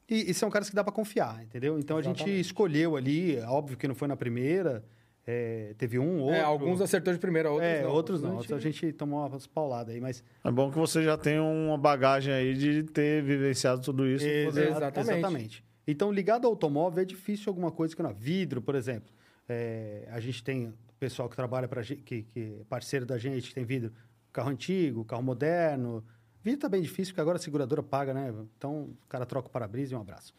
E, e são caras que dá para confiar, entendeu? Então a gente Exatamente. escolheu ali, é óbvio que não foi na primeira, é, teve um, outro. É, alguns acertou de primeira, outros É, não. outros não. Outros A gente tomou umas pauladas aí, mas. É bom que você já tem uma bagagem aí de ter vivenciado tudo isso. É. e poder- Exato. exatamente. Exatamente. Então, ligado ao automóvel, é difícil alguma coisa que não. é. Vidro, por exemplo. É, a gente tem pessoal que trabalha para que, que é parceiro da gente, que tem vidro. Carro antigo, carro moderno. Vidro tá bem difícil, porque agora a seguradora paga, né? Então, o cara troca o para-brisa e um abraço.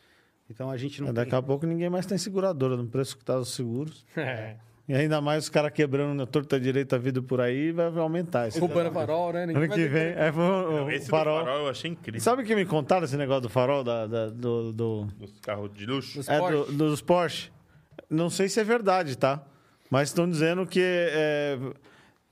Então, a gente não É, tem... daqui a pouco ninguém mais tem seguradora no preço que tá os seguros. É. E ainda mais os caras quebrando na torta direita a vida por aí, vai aumentar isso. [LAUGHS] Roubando farol, né? Ninguém Ano vai que ter- vem, é, vou- o Esse farol. do farol eu achei incrível. Sabe o que me contaram esse negócio do farol da, da- do, do- Dos carros de luxo. Dos é, Porsche. do- dos Porsche? Não sei se é verdade, tá? Mas estão dizendo que é,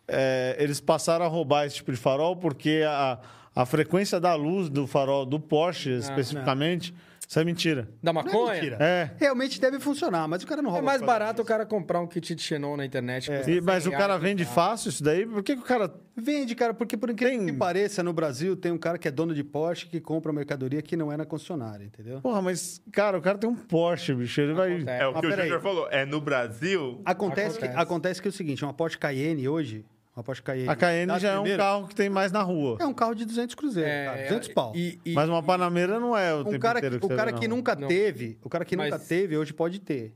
é, eles passaram a roubar esse tipo de farol porque a, a frequência da luz do farol do Porsche, Ah, especificamente, isso é mentira. Da Não é maconha? mentira. É. Realmente deve funcionar, mas o cara não É rouba. mais por causa barato o cara comprar um kit de xenon na internet. É. que custa E- mas 100 o cara reais. vende fácil isso daí? Por que, que o cara. tá? Vende, cara, porque por incrível Tem- que pareça, no Brasil tem um cara que é dono de Porsche que compra mercadoria que não é na concessionária, entendeu? Porra, mas, cara, o cara tem um Porsche, bicho. Ele vai. Acontece. É o mas que o peraí. Júnior falou. É no Brasil. Acontece, Acontece. Que, acontece que é o seguinte, uma Porsche Cayenne hoje, uma Porsche Cayenne... A Cayenne das já é um primeiras, carro que tem mais na rua. É um carro de 200 cruzeiros, É, cara, 200 pau. E, e- Mas uma Panameira não é o um tempo cara, inteiro que o você cara vê, que não. nunca Não. teve, o cara que nunca Mas- teve, hoje pode ter.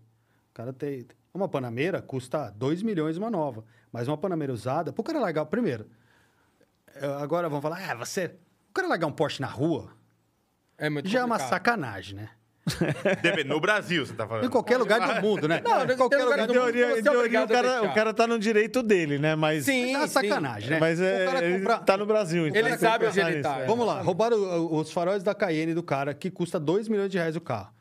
O cara tem... Uma Panameira custa 2 milhões uma nova, mas uma Panameira usada, pro cara largar... Primeiro, eh, agora vão falar, ah, você... O cara largar um Porsche na rua, é muito já é uma complicado. sacanagem, né? Deve- No Brasil, você tá falando. Em qualquer lugar do mundo, né? Não, em qualquer tem lugar lugar do do Em mundo. mundo. teoria, você é em teoria obrigado o, a cara, deixar. o cara tá no direito dele, né? Mas, Sim, É uma sim. sacanagem, né? mas é, O cara ele comprar- tá no Brasil, então. Ele tem que sabe onde pensar ele tá, nisso. é. Vamos lá, roubaram o- o- os faróis da Cayenne do cara, que custa 2 milhões de reais o carro.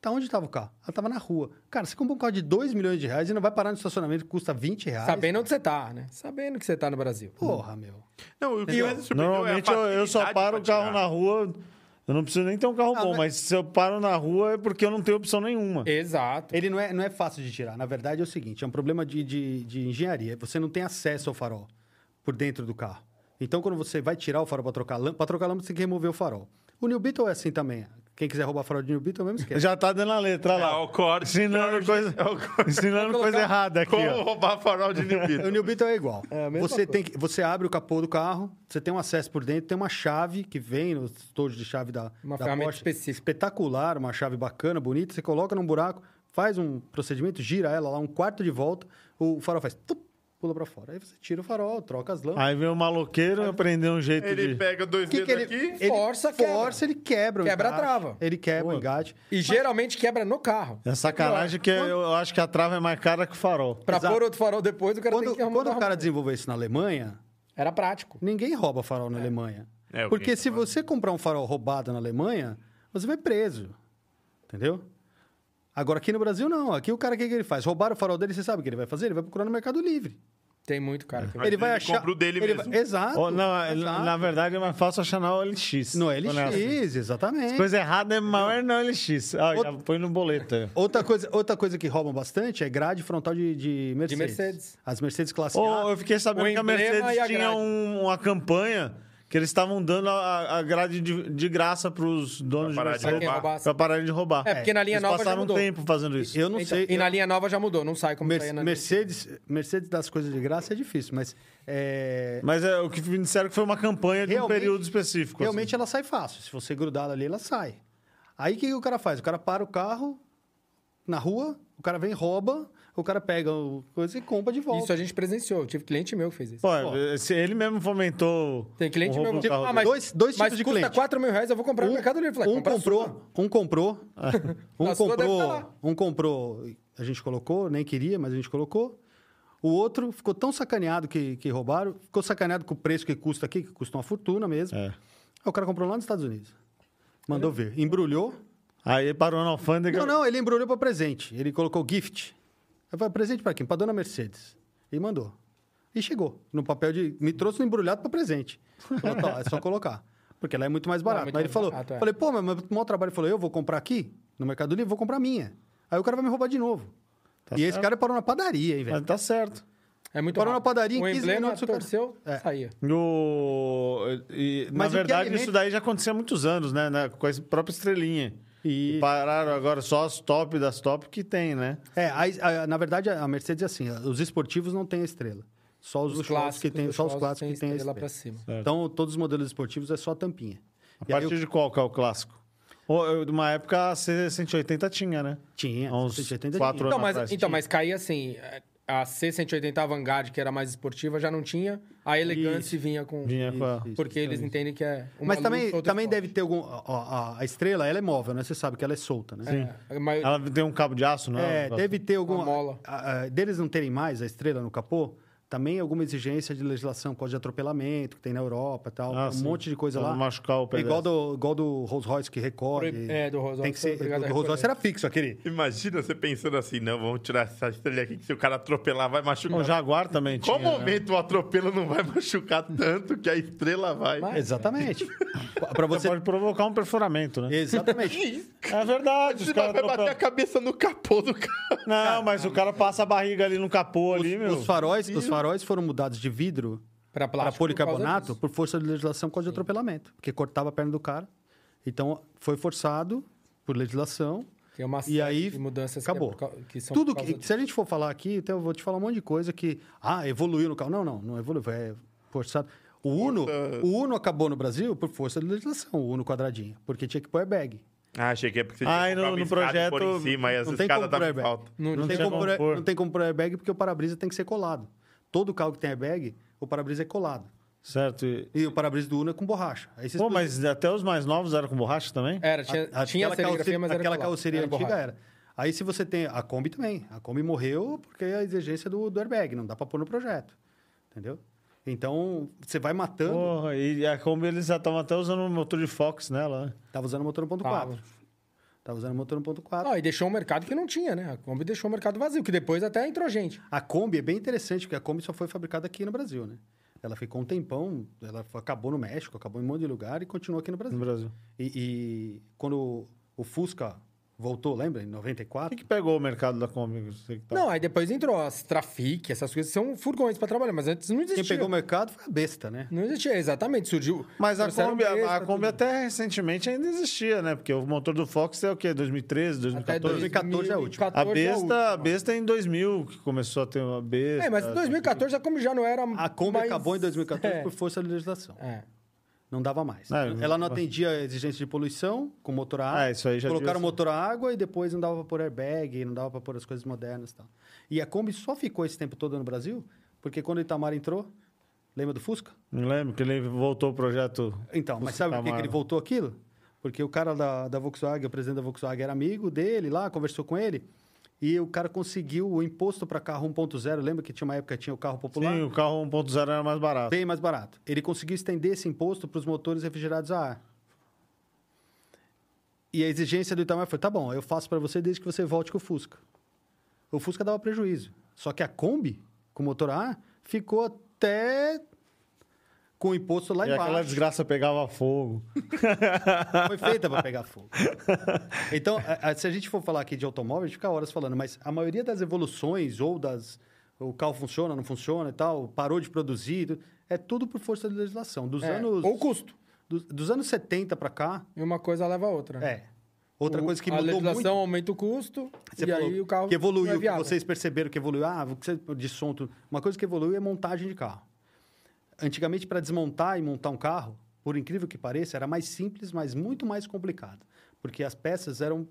Tá onde tava o carro? Ela tava na rua. Cara, você compra um carro de 2 milhões de reais e não vai parar no estacionamento que custa 20 reais. Sabendo onde você tá, né? Sabendo que você tá no Brasil. Porra, meu. Não, o que mais me surpreendeu é a Normalmente eu, eu só facilidade paro o pra carro tirar. na rua. Eu não preciso nem ter um carro Ah, bom, mas- mas se eu paro na rua é porque eu não tenho opção nenhuma. Exato. Ele não é, não é fácil de tirar. Na verdade, é o seguinte: é um problema de, de, de engenharia. Você não tem acesso ao farol por dentro do carro. Então, quando você vai tirar o farol para trocar lâmpada, para trocar lâmpada, você tem que remover o farol. O New Beetle é assim também. Quem quiser roubar farol de New Beetle, é o mesmo esquema. Já tá dando a letra olha lá. Ah, o corte. Ensinando [LAUGHS] coisa, ensinando coisa colocar- errada aqui, Como ó. roubar farol de O Nibito? New Beetle é igual. É a mesma você, coisa. tem que- você abre o capô do carro, você tem um acesso por dentro, tem uma chave que vem no estojo de chave da, Uma da ferramenta Porsche. específica. Espetacular, uma chave bacana, bonita. Você coloca num buraco, faz um procedimento, gira ela lá um quarto de volta, o farol faz... tup, pula pra fora. Aí você tira o farol, troca as lâmpadas. Aí vem o maloqueiro e aprender um jeito Ele de. pega dois que dedos que ele, Ah, aqui. ele força, quebra. força, ele quebra o Quebra a engate, trava. Ele quebra o engate. E geralmente quebra no carro. É sacanagem que eu, eu acho que a trava é mais cara que o farol. Pra Exato. pôr outro farol depois, o cara tem Quando, que arrumar. quando o uma- cara desenvolveu isso na Alemanha, Era prático. ninguém rouba farol na Alemanha. É, alguém Porque se rouba. você comprar um farol roubado na Alemanha, você vai preso. Entendeu? Agora, aqui no Brasil, não. Aqui o cara, o que, que ele faz? Roubar o farol dele, você sabe o que ele vai fazer? Ele vai procurar no Mercado Livre. Tem muito cara que... Mas ele vai ele achar... compra o dele ele mesmo. vai- Tá Exato. Ou, não, é- exato. na verdade é mais fácil achar na OLX. No Honesto. LX, exatamente. Coisa errada é maior na OLX. Ah, já põe no boleto. aí. Outra coisa, outra coisa que roubam bastante é grade frontal de, de Mercedes. Mercedes. As Mercedes classe Ou A. eu fiquei sabendo O que a emblema e a Mercedes tinha grade. um- uma campanha que eles estavam dando a, a grade de, de graça pros donos Pra parar de de Mercedes roubar. pra pararem de roubar. É, porque na linha eles nova já passaram um mudou. tempo fazendo isso. Eu não Então, sei. E na linha nova já mudou, não sai como Mer- saía na Mercedes, Mercedes das coisas de graça é difícil, mas é, Mas é, o que me disseram que foi uma campanha de um Realmente- período específico. assim. realmente ela sai fácil. Se você grudar ela ali, ela sai. Aí o que, que o cara faz? O cara para o carro na rua, o cara vem, rouba, o cara pega o coisa e compra de volta. Isso a gente presenciou. Eu tive cliente meu que fez isso. Assim. Pô, se ele mesmo fomentou. Tem cliente um o roubo meu. do carro Ah, dele. mas, Dois- dois mas tipos de custa cliente. 4 mil reais, eu vou comprar no é Mercado Livre. Falei, um compra a comprou, sua. um [LAUGHS] comprou, um A sua deve comprou, tá lá. um comprou, a gente colocou, nem queria, mas a gente colocou. O outro ficou tão sacaneado que, que roubaram, ficou sacaneado com o preço que custa aqui, que custa uma fortuna mesmo. É. Aí O cara comprou lá nos Estados Unidos. É. Mandou ver. Embrulhou. Aí parou na alfândega. Não, não, ele embrulhou para presente. Ele colocou gift. Eu falei, presente para quem? Para dona Mercedes. E mandou. E chegou. No papel de. Me trouxe no embrulhado para presente. Falou, tá, é só colocar. Porque ela é muito mais barata. muito Aí ele mais falou. barato, é. Falei, pô, mas meu maior trabalho. Ele falou, eu vou comprar aqui, no Mercado Livre, vou comprar a minha. Aí o cara vai me roubar de novo. Tá e esse certo. cara parou na padaria, hein, velho? Mas tá certo. É muito Parou na rápido. padaria em O 15 emblema minutos, o cara- É. torceu, saía. No... e- na Mas o que verdade, alimenta- isso daí já acontecia há muitos anos, né? né? Com a própria estrelinha. E- E pararam agora só as top das top que tem, né? É, a- a- na verdade, a Mercedes é assim: os esportivos não têm a estrela. Só os, Os luxuosos que clássicos, tem, só os clássicos que tem a estrela estrela. pra cima. Então, todos os modelos esportivos é só a tampinha. A E aí partir de qual que é o clássico? Ou, eu- numa época, a C180 tinha, né? Tinha, Há uns 180 quatro tinha. anos Então, mas, atrás. então, mas caía assim. A C180 Vanguard, que era mais esportiva, já não tinha. A Elegance vinha com. Vinha com a... Porque eles entendem que é. Uma Mas luz, também, outra também esporte. deve ter algum. ó, ó, A, a estrela, ela é móvel, né? Você sabe que ela é solta, né? É, a maio- Ela tem um cabo de aço, não É, deve ter alguma. Uma mola. a- a- deles não terem mais a estrela no capô, também alguma exigência de legislação, código de atropelamento, que tem na Europa e tal. Ah, um sim. monte de coisa Pra lá. É não machucar o pedestre. igual do, igual do Rolls Royce que recorre. Proib- é, do Rolls Royce Tem que ser, foi obrigado a do Rolls Royce recolher. era fixo aquele. Imagina você pensando assim, não, vamos tirar essa estrela aqui que se o cara atropelar vai machucar. O Jaguar também tinha. Qual né? momento o atropelo não vai [LAUGHS] machucar tanto que a estrela vai? Mas- [LAUGHS] Exatamente. Para Você você. pode provocar um [LAUGHS] perfuramento, né? Exatamente. [LAUGHS] É verdade, os Você caras vai bater atropelam. a cabeça no capô do carro. Não, mas o cara passa a barriga ali no capô ali, meu. Os faróis, os faróis foram mudados de vidro Pra para plástico. por causa policarbonato disso. por força de legislação por causa de atropelamento, porque cortava a perna do cara. Então foi forçado por legislação. Tem uma E série aí de mudanças que é acabou. por cau- que são Tudo por que, causa se a gente for falar aqui, então eu vou te falar um monte de coisa que ah, evoluiu no carro. Não, não, não evoluiu, é forçado. O Uno, o Uno acabou no Brasil por força de legislação, o Uno quadradinho, porque tinha que pôr airbag. Ah, achei que é porque você Ah, e no- comprar uma no escada e pôr projeto em cima, e essa não tem escada como pôr tá com airbag. falta. Não, Não tem tinha como como pôr- pôr. não tem como pôr airbag porque o para-brisa tem que ser colado. Todo carro que tem airbag, o para-brisa é colado. Certo. E- E o para-brisa do Uno é com borracha. Aí vocês Pô, mas até os mais novos eram com borracha também? Era, tinha, A- tinha aquela serigrafia, carroceria, mas era aquela colado, carroceria era antiga borracha. era. Aí se você tem a Kombi também, a Kombi morreu porque é a exigência do, do airbag, não dá para pôr no projeto, entendeu? Então você vai matando, Porra, e a Kombi eles já estavam até usando o motor de Fox nela, né? tava usando motor 1.4, tava. Tava. usando motor 1.4. Ah, e deixou um mercado que não tinha, né? A Kombi deixou o mercado vazio, que depois até entrou gente. A Kombi é bem interessante porque a Kombi só foi fabricada aqui no Brasil, né? Ela ficou um tempão, ela foi- acabou no México, acabou em um monte de lugar e continuou aqui no Brasil. no Brasil. E, e quando o Fusca voltou, lembra? Em O 94. que, que pegou o mercado da Kombi? Você que tá- Não, aí depois entrou as Trafic, essas coisas são furgões pra trabalhar, mas antes não existia. Quem pegou o mercado foi a besta, né? Não existia, exatamente, surgiu. Mas a trouxeram Kombi, mesmo a, a pra Kombi tudo. até recentemente ainda existia, né? Porque o motor do Fox é o quê? 2013, Até 2014? 2014 é a última. A 2014 é a besta, a última. besta é em 2000 que começou a ter uma besta. É, mas em 2014 a Kombi já não era. A Kombi mais- acabou em 2014 É. por força da legislação. É. Não dava mais. Ah, Ela não atendia a exigência de poluição com motor a água. Ah, isso aí já Colocaram devia ser. motor a água e depois não dava para pôr airbag, não dava para pôr as coisas modernas e tal. E a Kombi só ficou esse tempo todo no Brasil porque quando o Itamar entrou, lembra do Fusca? Não lembro que ele voltou o projeto. Então, mas Fusca sabe por que que Camaro. ele voltou aquilo? Porque o cara da, da Volkswagen, o presidente da Volkswagen, era amigo dele lá, conversou com ele. E o cara conseguiu o imposto para carro 1.0. Lembra que tinha uma época que tinha o carro popular? Sim, o carro 1.0 era mais barato. Bem mais barato. Ele conseguiu estender esse imposto para os motores refrigerados a ar. E a exigência do Itamar foi: tá bom, eu faço para você desde que você volte com o Fusca. O Fusca dava prejuízo. Só que a Kombi, com motor a ar, ficou até com o imposto lá e aquela embaixo. desgraça pegava fogo. Foi feita para pegar fogo. Então, a- a- se a gente for falar aqui de automóvel, a gente fica horas falando, mas a maioria das evoluções ou das. O carro funciona, não funciona e tal, parou de produzir, tu- é tudo por força da legislação. Dos É, anos. Ou custo. Dos, dos anos 70 para cá, E uma coisa leva a outra. né? é. Outra O- coisa que a mudou legislação muito. aumenta o custo Você e falou aí o carro que não é evoluiu, que viável. vocês perceberam que evoluiu. Ah, o que você- de som. tudo. Uma coisa que evoluiu é montagem de carro. Antigamente, para desmontar e montar um carro, por incrível que pareça, era mais simples, mas muito mais complicado. Porque as peças eram.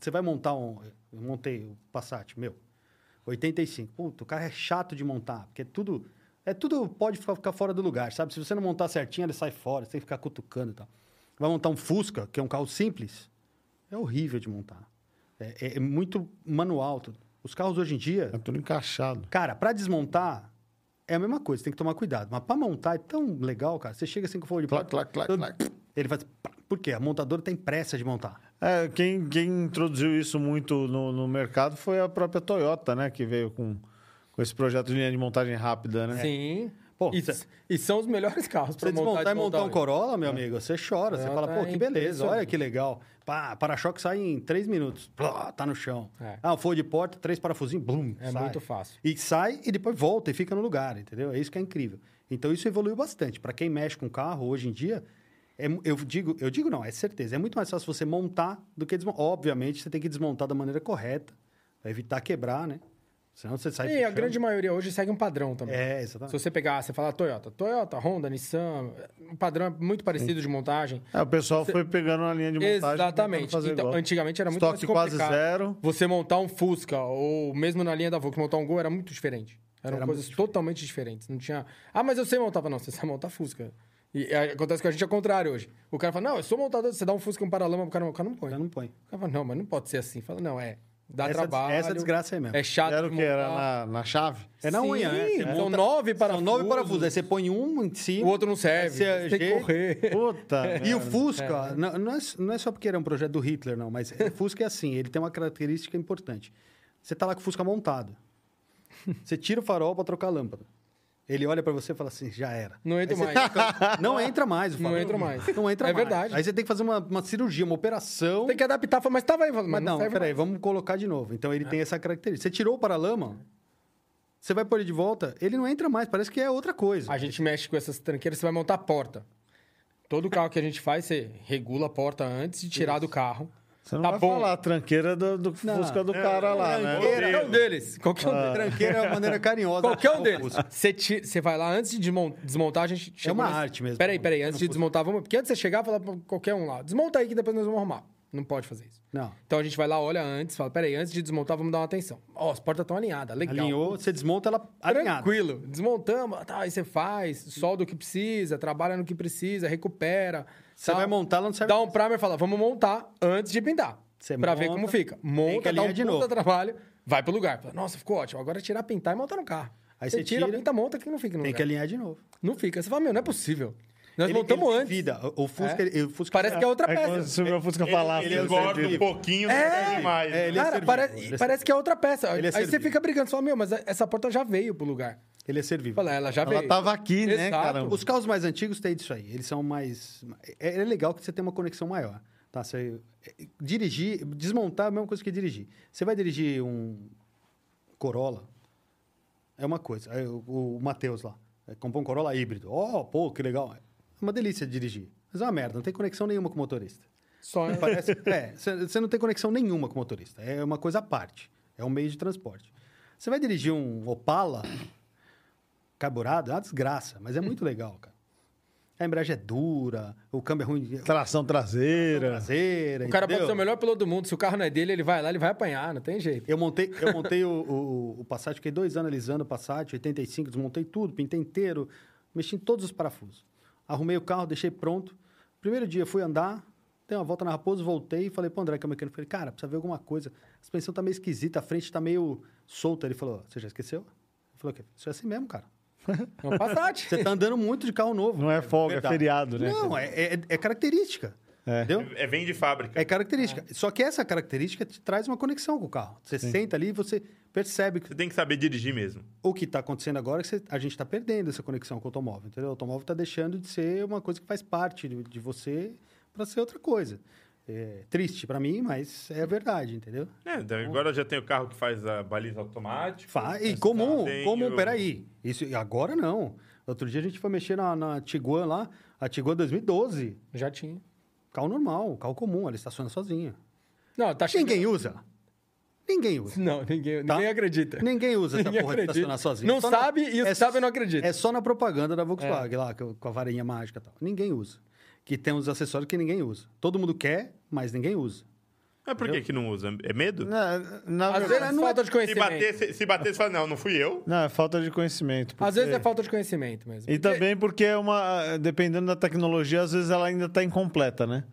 Você vai montar um. Eu montei o Passat, meu. 85. Puta, o carro é chato de montar, porque é tudo. É tudo pode ficar, ficar fora do lugar, sabe? Se você não montar certinho, ele sai fora, você tem que ficar cutucando e tal. Vai montar um Fusca, que é um carro simples, é horrível de montar. É, é- é muito manual tudo. Os carros hoje em dia, É tudo encaixado. cara, para desmontar é a mesma coisa, tem que tomar cuidado. Mas para montar é tão legal, cara. Você chega assim com o folha de Clac, clac, clac, Todo- clac. Ele faz. pá. Por quê? A montadora tem pressa de montar. É, quem, quem introduziu isso muito no, no mercado foi a própria Toyota, né? Que veio com, com esse projeto de linha de montagem rápida, né? Sim. É. Pô, e, cê- e são os melhores [LAUGHS] carros Você pra montar, desmontar e montar um desmontar, né? Corolla, meu amigo, você chora. Você Não, fala, tá pô, que beleza, impressionante. olha que legal. Pá, para-choque sai em três minutos. Plá, tá no chão. É. Ah, foi de porta, três parafusinhos, blum, É sai. muito fácil. E sai e depois volta e fica no lugar, entendeu? É isso que é incrível. Então isso evoluiu bastante. Para quem mexe com carro hoje em dia, é mu- eu digo, eu digo não, é certeza. É muito mais fácil você montar do que desmontar. Obviamente, você tem que desmontar da maneira correta, para evitar quebrar, né? Senão você sai. E a puxando. grande maioria hoje segue um padrão também. É, Se exatamente. você pegar, você fala Toyota, Toyota, Honda, Nissan, um padrão muito parecido de montagem. É, o pessoal foi pegando a linha de montagem. e tentando Exatamente. fazer Então, igual. antigamente era muito Estoque mais complicado. quase zero. Você montar um Fusca ou mesmo na linha da Volkswagen montar um Gol era muito diferente. Eram Era coisas muito totalmente diferentes. Não tinha. Ah, mas eu sei montar. Não, você sabe montar Fusca. E aí, acontece que a gente é o contrário hoje. O cara fala, não, eu sou montador. Você dá um Fusca e um paralama pro cara, o cara não põe. Eu Então, não põe. O cara fala, não, mas não pode ser assim. Fala, não, é. Dá Essa- trabalho. essa desgraça aí mesmo. É chato. Era o de que? Era montar. na, na chave? É na Sim, unha, né? Você são monta- nove parafusos. São nove parafusos. Aí você põe um em cima. O outro não serve. Você é Você tem que ajeita. correr. [LAUGHS] É. Puta. [LAUGHS] E merda. o Fusca, não, não é, não é só porque era um projeto do Hitler, não, mas o Fusca é assim, ele tem uma característica importante. Você tá lá com o Fusca montado. Você tira o farol para trocar a lâmpada. Ele olha para você e fala assim, já [LAUGHS] era. Não entra Aí você mais. [LAUGHS] fica- não entra mais o Não farol. entra mais. Não entra É mais. verdade. Aí você tem que fazer uma, uma cirurgia, uma operação. Tem que adaptar. Mas tava aí. Mas, Mas não, serve peraí, vamos colocar de novo. Então ele É. tem essa característica. Você tirou o paralama, você vai pôr ele de volta, ele não entra mais, parece que é outra coisa. A gente mexe com essas tranqueiras, você vai montar a porta. Todo carro que a gente faz, você regula a porta antes de tirar do carro. Você não tá vai bom. falar a tranqueira do, do Fusca do É, cara lá, é, né? é, Qualquer um deles. Qualquer um deles. [LAUGHS] Tranqueira é uma maneira carinhosa. Qualquer um O deles. Fusca. Você, tira- você vai lá antes de desmon- desmontar, a gente chega uma nesse- arte mesmo. Peraí, peraí, antes de desmontar, vamos. Porque antes de você chegar, falar pra qualquer um lá. Desmonta aí que depois nós vamos arrumar. Não pode fazer isso. Não. Então a gente vai lá, olha antes, fala: peraí, antes de desmontar, vamos dar uma atenção. Ó, as portas estão alinhadas, legal. Alinhou, você desmonta ela alinhada. Tranquilo. Desmontamos, tá, aí você faz, solda o que precisa, trabalha no que precisa, recupera. Você tal. vai montar, ela não serve. Dá um primer e fala, vamos montar antes de pintar. Você pra ver monta, como fica. tem que Monta, dá um alinhar de puta novo. trabalho, vai pro lugar. Fala, Nossa, ficou ótimo. Agora é tirar, pintar e montar no carro. Aí você você tira, tira, pinta, monta, que não fica no Tem lugar. que alinhar de novo. Não fica. Você fala, meu, não é possível. Nós Ele- montamos ele é tem antes. vida. O- O Fusca, ele- o Fusca- Parece que é outra É como peça. se o meu Fusca Ah, falasse. Ele né? engorda um pouquinho, não é demais. é, ele- né? é Cara, servido, pare- ele é parece que é outra peça. Ele é Aí você servido. fica brigando, você fala, meu, mas essa porta já veio pro lugar. Ele é servível. Fala, ela já Ela veio. tava aqui, né, Exato. caramba? Os carros mais antigos têm disso aí. Eles são mais. É, é legal que você tem uma conexão maior. Tá? Você, é, dirigir, desmontar é a mesma coisa que dirigir. Você vai dirigir um Corolla, é uma coisa. Aí o, o Matheus lá é, comprou um Corolla híbrido. Oh, pô, que legal. É uma delícia dirigir. Mas é uma merda, não tem conexão nenhuma com o motorista. Só Parece, [LAUGHS] é, você não tem conexão nenhuma com o motorista. É uma coisa à parte. É um meio de transporte. Você vai dirigir um Opala carburado, é uma desgraça, mas é muito legal, cara. A embreagem é dura, o câmbio é ruim de Tração traseira. traseira. é O cara pode entendeu? ser o melhor piloto do mundo. Se o carro não é dele, ele vai lá, ele vai apanhar, não tem jeito. Eu montei, eu montei o, o, o Passat, fiquei dois anos analisando o Passat, 85, desmontei tudo, pintei inteiro, mexi em todos os parafusos. Arrumei o carro, deixei pronto. Primeiro dia fui andar, dei uma volta na Raposo, voltei e falei pro André, que é o mecânico, falei, cara, precisa ver alguma coisa. A suspensão tá meio esquisita, a frente tá meio solta. Ele falou, você já esqueceu? Eu falei, o quê? Isso é assim mesmo, cara. É um Passat. [LAUGHS] Você tá andando muito de carro novo. Não é folga, é verdade. feriado, né? Não, é, é- é característica. É. Entendeu? É, vem de fábrica. É característica. Só que essa característica te traz uma conexão com o carro. Você senta ali e você percebe que Você tem que saber dirigir mesmo. o que está acontecendo agora é que você- a gente está perdendo essa conexão com o automóvel, entendeu? O automóvel está deixando de ser uma coisa que faz parte de, de você para ser outra coisa. É, triste para mim, mas é a verdade, entendeu? É, daí agora eu já tem o carro que faz a baliza automática. Fa- e comum, tá tem comum, o- peraí. Isso, agora não. Outro dia a gente foi mexer na, na Tiguan lá, a Tiguan 2012. Já tinha. Carro normal, carro comum, ela estaciona sozinha. Não, tá chegando. Ninguém usa. Ninguém [LAUGHS] usa. Não, ninguém, Tá? ninguém acredita. Ninguém usa essa Ninguém porra acredita. de estacionar sozinho. Não Só na- sabe e os que sabem não acreditam. É só na propaganda da Volkswagen, É. lá, com com a varinha mágica e tal. Ninguém usa. Que tem uns acessórios que ninguém usa. Todo mundo quer, mas ninguém usa. Mas por que, que não usa? É medo? Na, na verdade- Às vezes é falta de Se conhecimento. bater, se, se bater, você fala, não, não fui eu. Não, é falta de conhecimento. Às vezes porque- é falta de conhecimento mesmo. Então, E também porque é uma. Dependendo da tecnologia, às vezes ela ainda tá incompleta, né?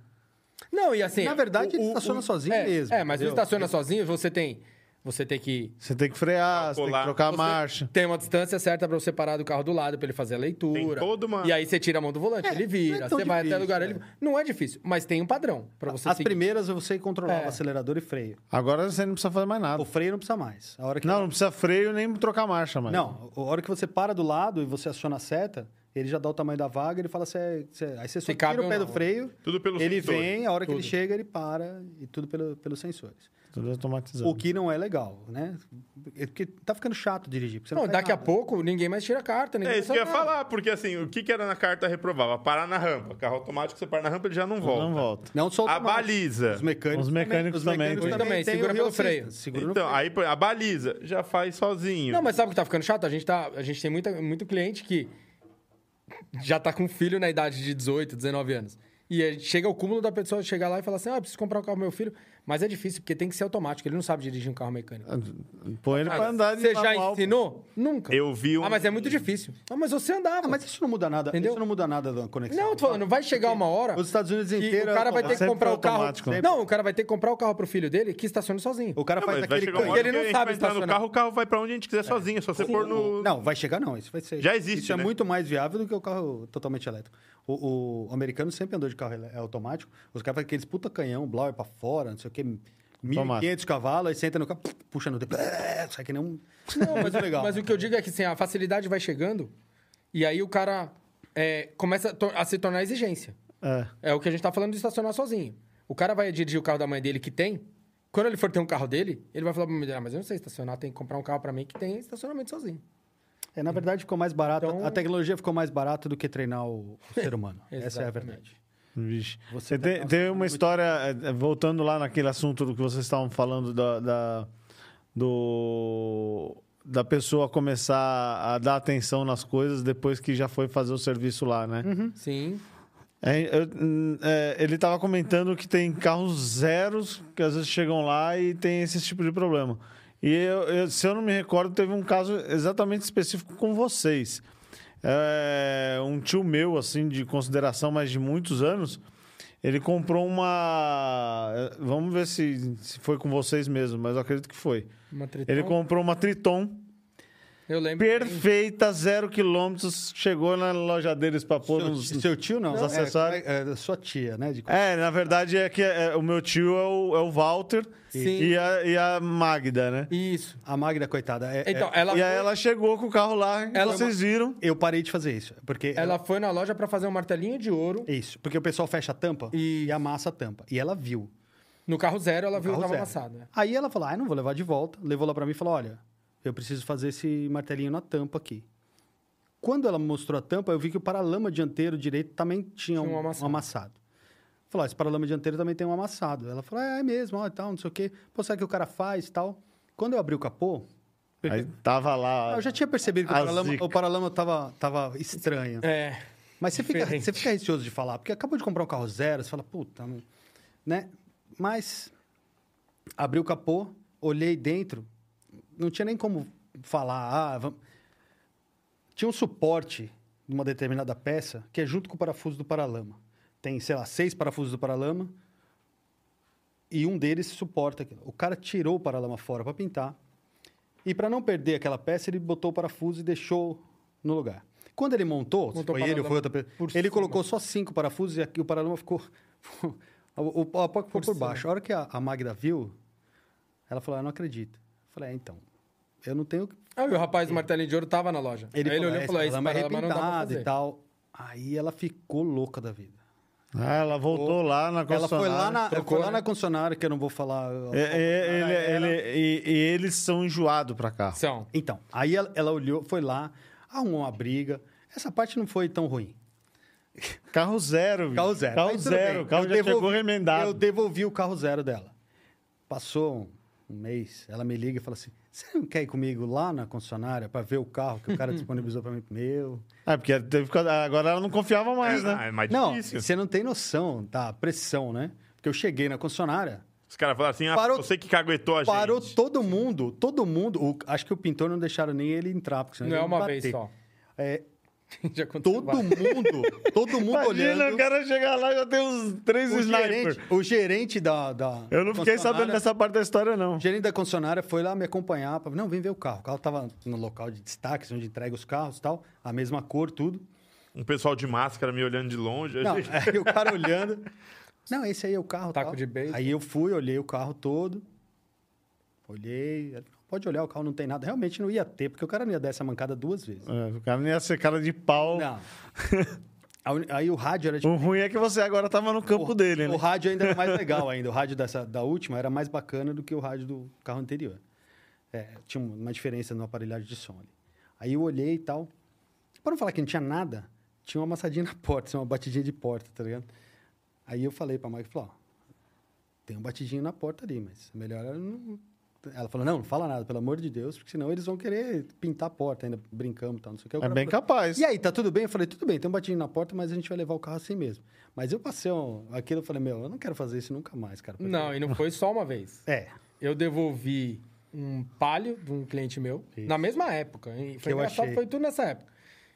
Não, e assim. Na verdade, ele o- o- estaciona sozinho é, mesmo, É, mas se entendeu? estaciona sozinho, você tem. Você tem que. Você tem que frear, você tem que Calcular. trocar a Você- marcha. Tem uma distância certa pra você parar do carro do lado, pra ele fazer a leitura. Tem toda uma- E aí você tira a mão do volante, É, ele vira, não é você tão vai até o difícil, lugar, é. ele. Não é difícil, mas tem um padrão pra você As seguir. primeiras você controlava É. acelerador e freio. Agora você não precisa fazer mais nada. O freio não precisa mais. A hora que Não, não precisa freio nem trocar marcha, mais. Não, a hora que você para do lado e você aciona a seta, ele já dá o tamanho da vaga, ele fala se é- se é- aí você só Se cabe tira o ou pé não. do freio, Tudo pelo ele sensor. vem, a hora que Tudo. ele chega, ele para, e tudo pelo- pelos sensores. Tudo automatizado. O que não é legal, né? É Porque tá ficando chato dirigir. porque você Não, Então faz daqui a nada. pouco ninguém mais tira a carta. Ninguém É isso que eu ia mais faz nada. falar, porque assim, o que, que era na carta reprovável? Parar na rampa. Carro automático, você para na rampa, ele já não volta. Não volta. Não só A automático. baliza. Os mecânicos, Os mecânicos também. Os também, têm segura o pelo Hill Assistance, freio. Segura no Então, aí põe a baliza já faz sozinho. Não, mas sabe o que tá ficando chato? A gente, tá, a gente tem muita, muito cliente que já tá com filho na idade de 18, 19 anos. E aí chega o cúmulo da pessoa chegar lá e falar assim: ah, eu preciso comprar um carro pro meu filho. Mas é difícil, porque tem que ser automático. Ele não sabe dirigir um carro mecânico. Põe ele pra andar de Você já manual, pô. ensinou? Nunca. Eu vi um- Ah, mas é muito difícil. Ah, mas você andava. Ah, mas isso não muda nada. Entendeu? Isso não muda nada da conexão. Não, eu tô falando, vai chegar uma hora. Os Estados Unidos que inteiro o cara é vai ter que automático. comprar o Sempre carro. automático, né? Não, o cara vai ter que comprar o carro pro filho dele que estacione sozinho. O cara Não, faz É, mas vai aquele chegar uma canhão. hora Ele que não a gente sabe vai entrar no estacionar. carro, o carro vai pra onde a gente quiser sozinho. É só você pôr no... Não, vai chegar não. Isso vai ser. Já existe, Isso é né? muito mais viável do que o carro totalmente elétrico. O, o americano sempre andou de carro ele- automático. Os caras fazem aqueles puta canhão, blower pra fora, não sei o quê. 1.500 cavalos, aí você entra no carro, puxa no dedo, [LAUGHS] sai que nem um... Não, mas, [LAUGHS] Muito legal. mas o que eu digo é que assim, a facilidade vai chegando e aí o cara é, começa a, tor- a se tornar exigência. É. É o que a gente tá falando de estacionar sozinho. O cara vai dirigir o carro da mãe dele que tem. Quando ele for ter um carro dele, ele vai falar pra mim, ah, mas eu não sei estacionar, tem que comprar um carro pra mim que tem estacionamento sozinho. É, na verdade, ficou mais barato. Então- A tecnologia ficou mais barata do que treinar [LAUGHS] o, o ser humano. Essa é a Exatamente. verdade. Vixe. Você Você tem, tá- tem uma história, eh, eh, voltando lá naquele assunto do que vocês estavam falando da, da, do- da pessoa começar a dar atenção nas coisas depois que já foi fazer o serviço lá, né? Sim. É, eu- hum, é, ele estava comentando que tem carros zeros que às vezes chegam lá e tem esse tipo de problema. E eu- eu- se eu não me recordo, teve um caso exatamente específico com vocês. É, um tio meu, assim, de consideração, mas de muitos anos, ele comprou uma. é, Vamos ver se, se foi com vocês mesmo, mas eu acredito que foi. Uma Triton. Ele comprou uma Triton Eu lembro. perfeita, zero quilômetros, chegou na loja deles para pôr Seu, uns. seu tio não. Os É, acessórios. É, é, sua tia, né? De- É, na verdade é que é, o meu tio é o, é o Walter Sim. E, a, e a Magda, né? Isso. A Magda, coitada. é- é- Então, ela, e foi, aí ela chegou com o carro lá, Ela- vocês viram. eu parei de fazer isso. Porque ela foi na loja pra fazer um martelinho de ouro. Isso, porque o pessoal fecha a tampa Isso. e amassa a tampa. E ela viu. No carro zero, ela viu que Carro tava zero. amassado. né? Aí ela falou: ah, não vou levar de volta. Levou lá pra mim e falou: olha, eu preciso fazer esse martelinho na tampa aqui. Quando ela mostrou a tampa, eu vi que o paralama dianteiro direito também tinha um, Tinha um um amassado. amassado. Falou: ó, esse paralama dianteiro também tem um amassado. Ela falou: é, é mesmo, ó, e tal, não sei o quê. Pô, será que o cara faz e tal? Quando eu abri o capô, Aí tava lá. eu já tinha percebido que o A paralama, zica. o paralama tava, tava estranho. É. Mas você fica, Diferente. você fica receoso de falar, porque acabou de comprar um carro zero, você fala, puta, não... né? Mas abri o capô, olhei dentro, não tinha nem como falar, ah, vamos... tinha um suporte de uma determinada peça que é junto com o parafuso do paralama. Tem, sei lá, seis parafusos do paralama e um deles suporta aquilo. O cara tirou o paralama fora para pintar. E para não perder aquela peça, ele botou o parafuso e deixou no lugar. Quando ele montou, se Montou o foi ele ou paralama foi outra pessoa, por ele cima. colocou só cinco parafusos e aqui o paralama ficou [LAUGHS] o, o, o apoio ficou por, cima. baixo. A hora que a, a Magda viu, ela falou: "Ah, "Eu não acredito". Eu falei: é, "Então, eu não tenho". Aí o rapaz do martelinho de ouro tava na loja. Aí ele olhou e falou: "É, "Esse esse paralama é paralama não dá pra arrebentado e fazer." tal". Aí ela ficou louca da vida. Ah, ela voltou lá na Ela concessionária. foi lá na, Ah, trocou, foi lá né? na concessionária que eu não vou falar. É, é, ele- ele- e, e eles são enjoados pra carro. São. Então, aí ela, ela olhou, foi lá, arrumou uma briga. Essa parte não foi tão ruim. Carro zero. bicho. Carro zero. Carro Mas tudo zero. bem. O carro Eu já chegou remendado. Eu devolvi o carro zero dela. Passou um, um mês, ela me liga e fala assim: você não quer ir comigo lá na concessionária para ver o carro que o [LAUGHS] cara disponibilizou para mim? Meu. Ah, porque teve que- agora ela não confiava mais, né? Ah, é mais Não, difícil. você não tem noção da pressão, né? Porque eu cheguei na concessionária, Os caras falaram assim, ah, Parou- você que caguetou a parou gente. todo mundo, todo mundo. O- acho que o pintor não deixaram nem ele entrar, porque senão Não é ele ia me uma bater. vez só. [LAUGHS] É, Já aconteceu. todo várias. mundo, todo mundo Imagina, olhando. o cara chegar lá e já tem uns três O snipers. gerente, o gerente da, da. Eu não fiquei sabendo concessionária- dessa parte da história, não. O gerente da concessionária foi lá me acompanhar. Pra... Não, vem ver o carro. O carro tava no local de destaques, onde entrega os carros e tal. A mesma cor, tudo. Um pessoal de máscara me olhando de longe. Não, [LAUGHS] aí o cara olhando. Não, esse aí é o carro. Taco tal. de beisebol. Aí eu fui, olhei o carro todo. Olhei. Pode olhar, o carro não tem nada. Realmente não ia ter, porque o cara não ia dar essa mancada duas vezes. É, o cara nem ia ser cara de pau. Não. [LAUGHS] A uni- Aí o rádio era de O ruim é que você agora tava no campo dele, né? O rádio ainda era mais [LAUGHS] legal ainda. O rádio dessa, da última era mais bacana do que o rádio do carro anterior. É, tinha uma diferença no aparelhagem de som ali. Aí eu olhei e tal. Pra não falar que não tinha nada, tinha uma amassadinha [LAUGHS] na porta, tinha uma batidinha de porta, tá ligado? Aí eu falei pra Mike, falou, ó, tem um batidinho na porta ali, mas é melhor ela não... Ela falou, não, não fala nada, pelo amor de Deus, porque senão eles vão querer pintar a porta ainda, brincamos e tal, não sei o que. O É cara bem falou, capaz. e aí, tá tudo bem? Eu falei, tudo bem, tem um batidinho na porta, mas a gente vai levar o carro assim mesmo. Mas eu passei um, aquilo, eu falei, meu, eu não quero fazer isso nunca mais, cara. porque- Não, e não foi só uma vez. É, Eu devolvi um palio de um cliente meu, Isso. na mesma época. E Que foi eu engraçado, achei. foi tudo nessa época.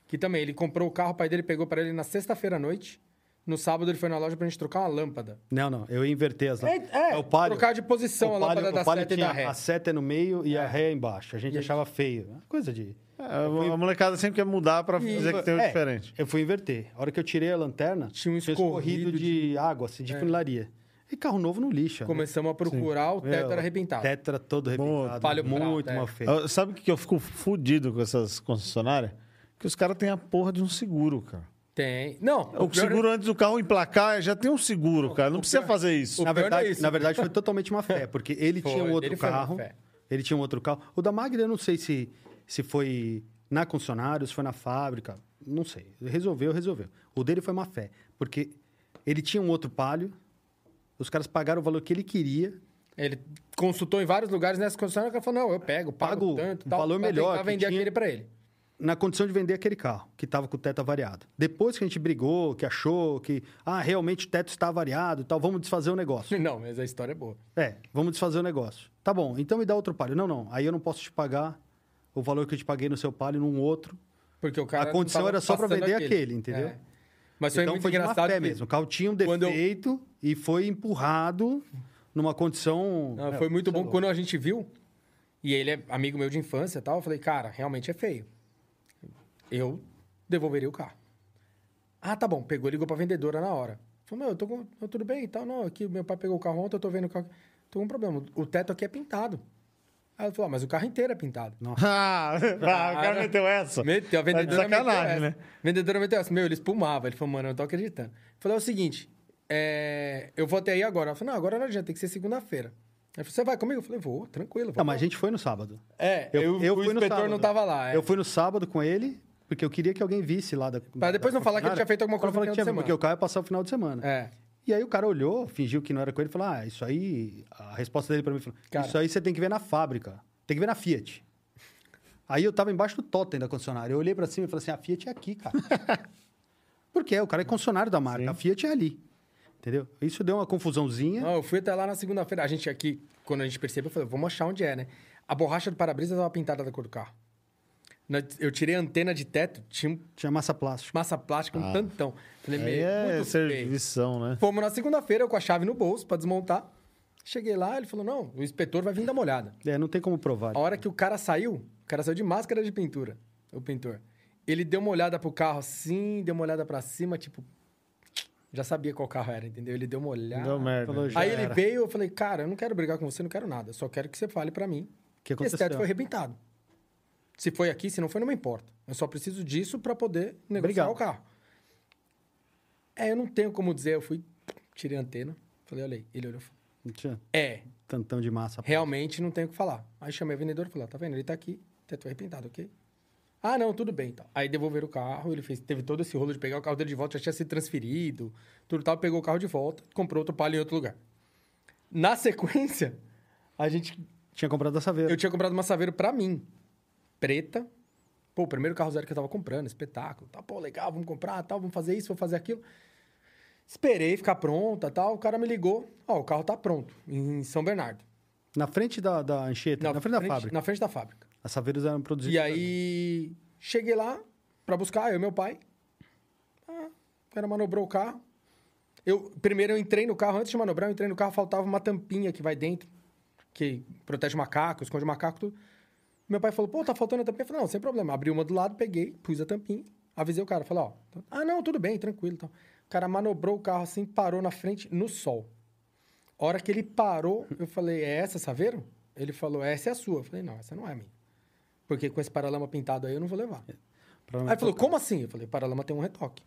Que também, ele comprou o carro, o pai dele pegou pra ele na sexta-feira à noite. No sábado ele foi na loja pra gente trocar uma lâmpada. não, não, eu invertei as lâmpadas. É, é, o palio. trocar de posição a lâmpada da o palio seta e tinha da ré. A seta é no meio e a ré é embaixo. A gente achava feio. né? Coisa de... É, A molecada sempre quer mudar pra dizer que tem o É, diferente. Eu fui inverter. A hora que eu tirei a lanterna, Tinha um escorrido de... água, assim, de funilaria. E carro novo não lixa. né? É, Começamos a procurar, o teto era arrebentado. Tetra todo arrebentado. Palio muito prata, é. mal feio. Ah, Sabe o que que eu fico fudido com essas concessionárias? Que os caras têm a porra de um seguro, cara. Tem. Não, É O É, pior- seguro antes do carro emplacar já tem um seguro, cara. Não precisa fazer isso. o- na pior não é verdade, isso. na verdade foi totalmente uma fé, [LAUGHS] porque ele Foi, tinha um outro ele foi má carro. fé. Ele tinha um outro carro. O da Magda, eu não sei se, se foi na concessionária, se foi na fábrica, não sei. Resolveu, resolveu. O dele foi má fé, porque ele tinha um outro palio, os caras pagaram o valor que ele queria, Ele né? consultou em vários lugares nessa concessionária, o cara falou, não, eu pego, pago, Pago tanto, um tal, valor pra melhor tentar que vender tinha. aquele pra ele. [LAUGHS] na condição de vender aquele carro, que estava com o teto avariado. Depois que a gente brigou, que achou que, ah, realmente o teto está avariado e tal, vamos desfazer o negócio. Não, mas a história é boa. É, vamos desfazer o negócio. Tá bom, então me dá outro palio. Não, não, aí eu não posso te pagar o valor que eu te paguei no seu palio num outro. Porque o cara a condição tava era só para passando vender aquele, entendeu? É. Mas foi então muito foi de má engraçado. fé que- mesmo. O carro tinha um quando eu- defeito e foi empurrado numa condição... Não, É, foi muito sei bom lá. quando a gente viu. E ele é amigo meu de infância e tal. Eu falei, cara, realmente é feio. Eu devolveria o carro. Ah, tá bom. Pegou, ligou pra vendedora na hora. Falei, meu, eu tô com... eu, tudo bem e tal. Não, aqui meu pai pegou o carro ontem, eu tô vendo o carro. Tô com um problema. O teto aqui é pintado. Aí ela falou, ah, mas o carro inteiro é pintado. [LAUGHS] Ah, o cara meteu essa. Meteu, a Tá de vendedora sacanagem, meteu né? essa. A vendedora meteu essa. Meu, ele espumava. Ele falou, mano, eu não tô acreditando. Falei, é o seguinte, é, eu vou até aí agora. Ela falou, não, agora não adianta, tem que ser segunda-feira. Ela falou, você vai comigo? Eu falei, vou, tranquilo. Não, Vamos. mas a gente foi no sábado. É, eu, o fui no inspetor sábado. não tava lá. é. Eu fui no sábado com ele, porque eu queria que alguém visse lá da. Pra depois da não falar que ele concessionária, tinha feito alguma pra coisa falar no que final tinha, de Porque o semana. carro ia passar o final de semana. É. E aí o cara olhou, fingiu que não era com ele e falou: Ah, isso aí. A resposta dele pra mim foi: Cara. Isso aí você tem que ver na fábrica. Tem que ver na Fiat. Aí eu tava embaixo do totem da concessionária. Eu olhei pra cima e falei assim: a Fiat é aqui, [LAUGHS] cara. Porque é, o cara é concessionário da marca, a Fiat é ali. Entendeu? Isso deu uma confusãozinha. Não, eu fui até lá na segunda-feira. A gente aqui, quando a gente percebeu, eu falei, vamos achar onde é, né? A borracha do para-brisa tava pintada da cor do carro. Na- Eu tirei a antena de teto, tinha um Tinha massa plástica. massa plástica, um tantão. Falei, Aí meu, é muito feio. servição, né? Fomos na segunda-feira, eu com a chave no bolso pra desmontar. Cheguei lá, ele falou: não, o inspetor vai vir dar uma olhada. É, não tem como provar. A hora que o cara saiu, o cara saiu de máscara de pintura, o pintor. Ele deu uma olhada pro carro assim, deu uma olhada pra cima, tipo. Já sabia qual carro era, entendeu? Ele deu uma olhada. Deu merda. Falou, já Aí ele era. veio, eu falei, cara, eu não quero brigar com você, não quero nada. Só quero que você fale pra mim. O que que Esse teto aconteceu? foi arrebentado. Se foi aqui, se não foi, não me importa. Eu só preciso disso pra poder negociar Obrigado. o carro. É, eu não tenho como dizer. Eu fui, tirei a antena, falei, olha aí. Ele olhou e falou, Não tinha é, tantão de massa. realmente não tenho o que falar. Aí chamei o vendedor e falei, ó, tá vendo? Ele tá aqui, teto arrebentado, ok? Ah, não, tudo bem. Então. Aí devolveram o carro, ele fez, teve todo esse rolo de pegar o carro dele de volta, já tinha sido transferido, tudo tal, pegou o carro de volta, comprou outro palio em outro lugar. [LAUGHS] Na sequência, a gente Tinha comprado a saveira. eu tinha comprado uma Saveiro pra mim. Preta. Pô, o primeiro carro zero que eu tava comprando, espetáculo. Tá, pô, legal, vamos comprar, tal, vamos fazer isso, vamos fazer aquilo. Esperei ficar pronta, tal. O cara me ligou. Ó, o carro tá pronto, em São Bernardo. Na frente da, da Anchieta, na, frente da fábrica. Na frente da fábrica. As saveiras eram produzidas. E aí, cheguei lá pra buscar, eu e meu pai. Ah, o cara manobrou o carro. Eu, primeiro eu entrei no carro, antes de manobrar, eu entrei no carro, faltava uma tampinha que vai dentro, que protege macaco, esconde macaco, tudo. Meu pai falou, pô, tá faltando a tampinha. Eu falei, não, sem problema. Abri uma do lado, peguei, pus a tampinha, avisei o cara. Falei, ó, ah, não, tudo bem, tranquilo. Então. O cara manobrou o carro assim, parou na frente, no sol. A hora que ele parou, eu falei, é essa, Saveiro? Ele falou, essa é a sua. Eu falei, não, essa não é a minha. Porque com esse paralama pintado aí eu não vou É, levar. Pra não Aí ele falou, como assim? Eu falei, o paralama tem um retoque.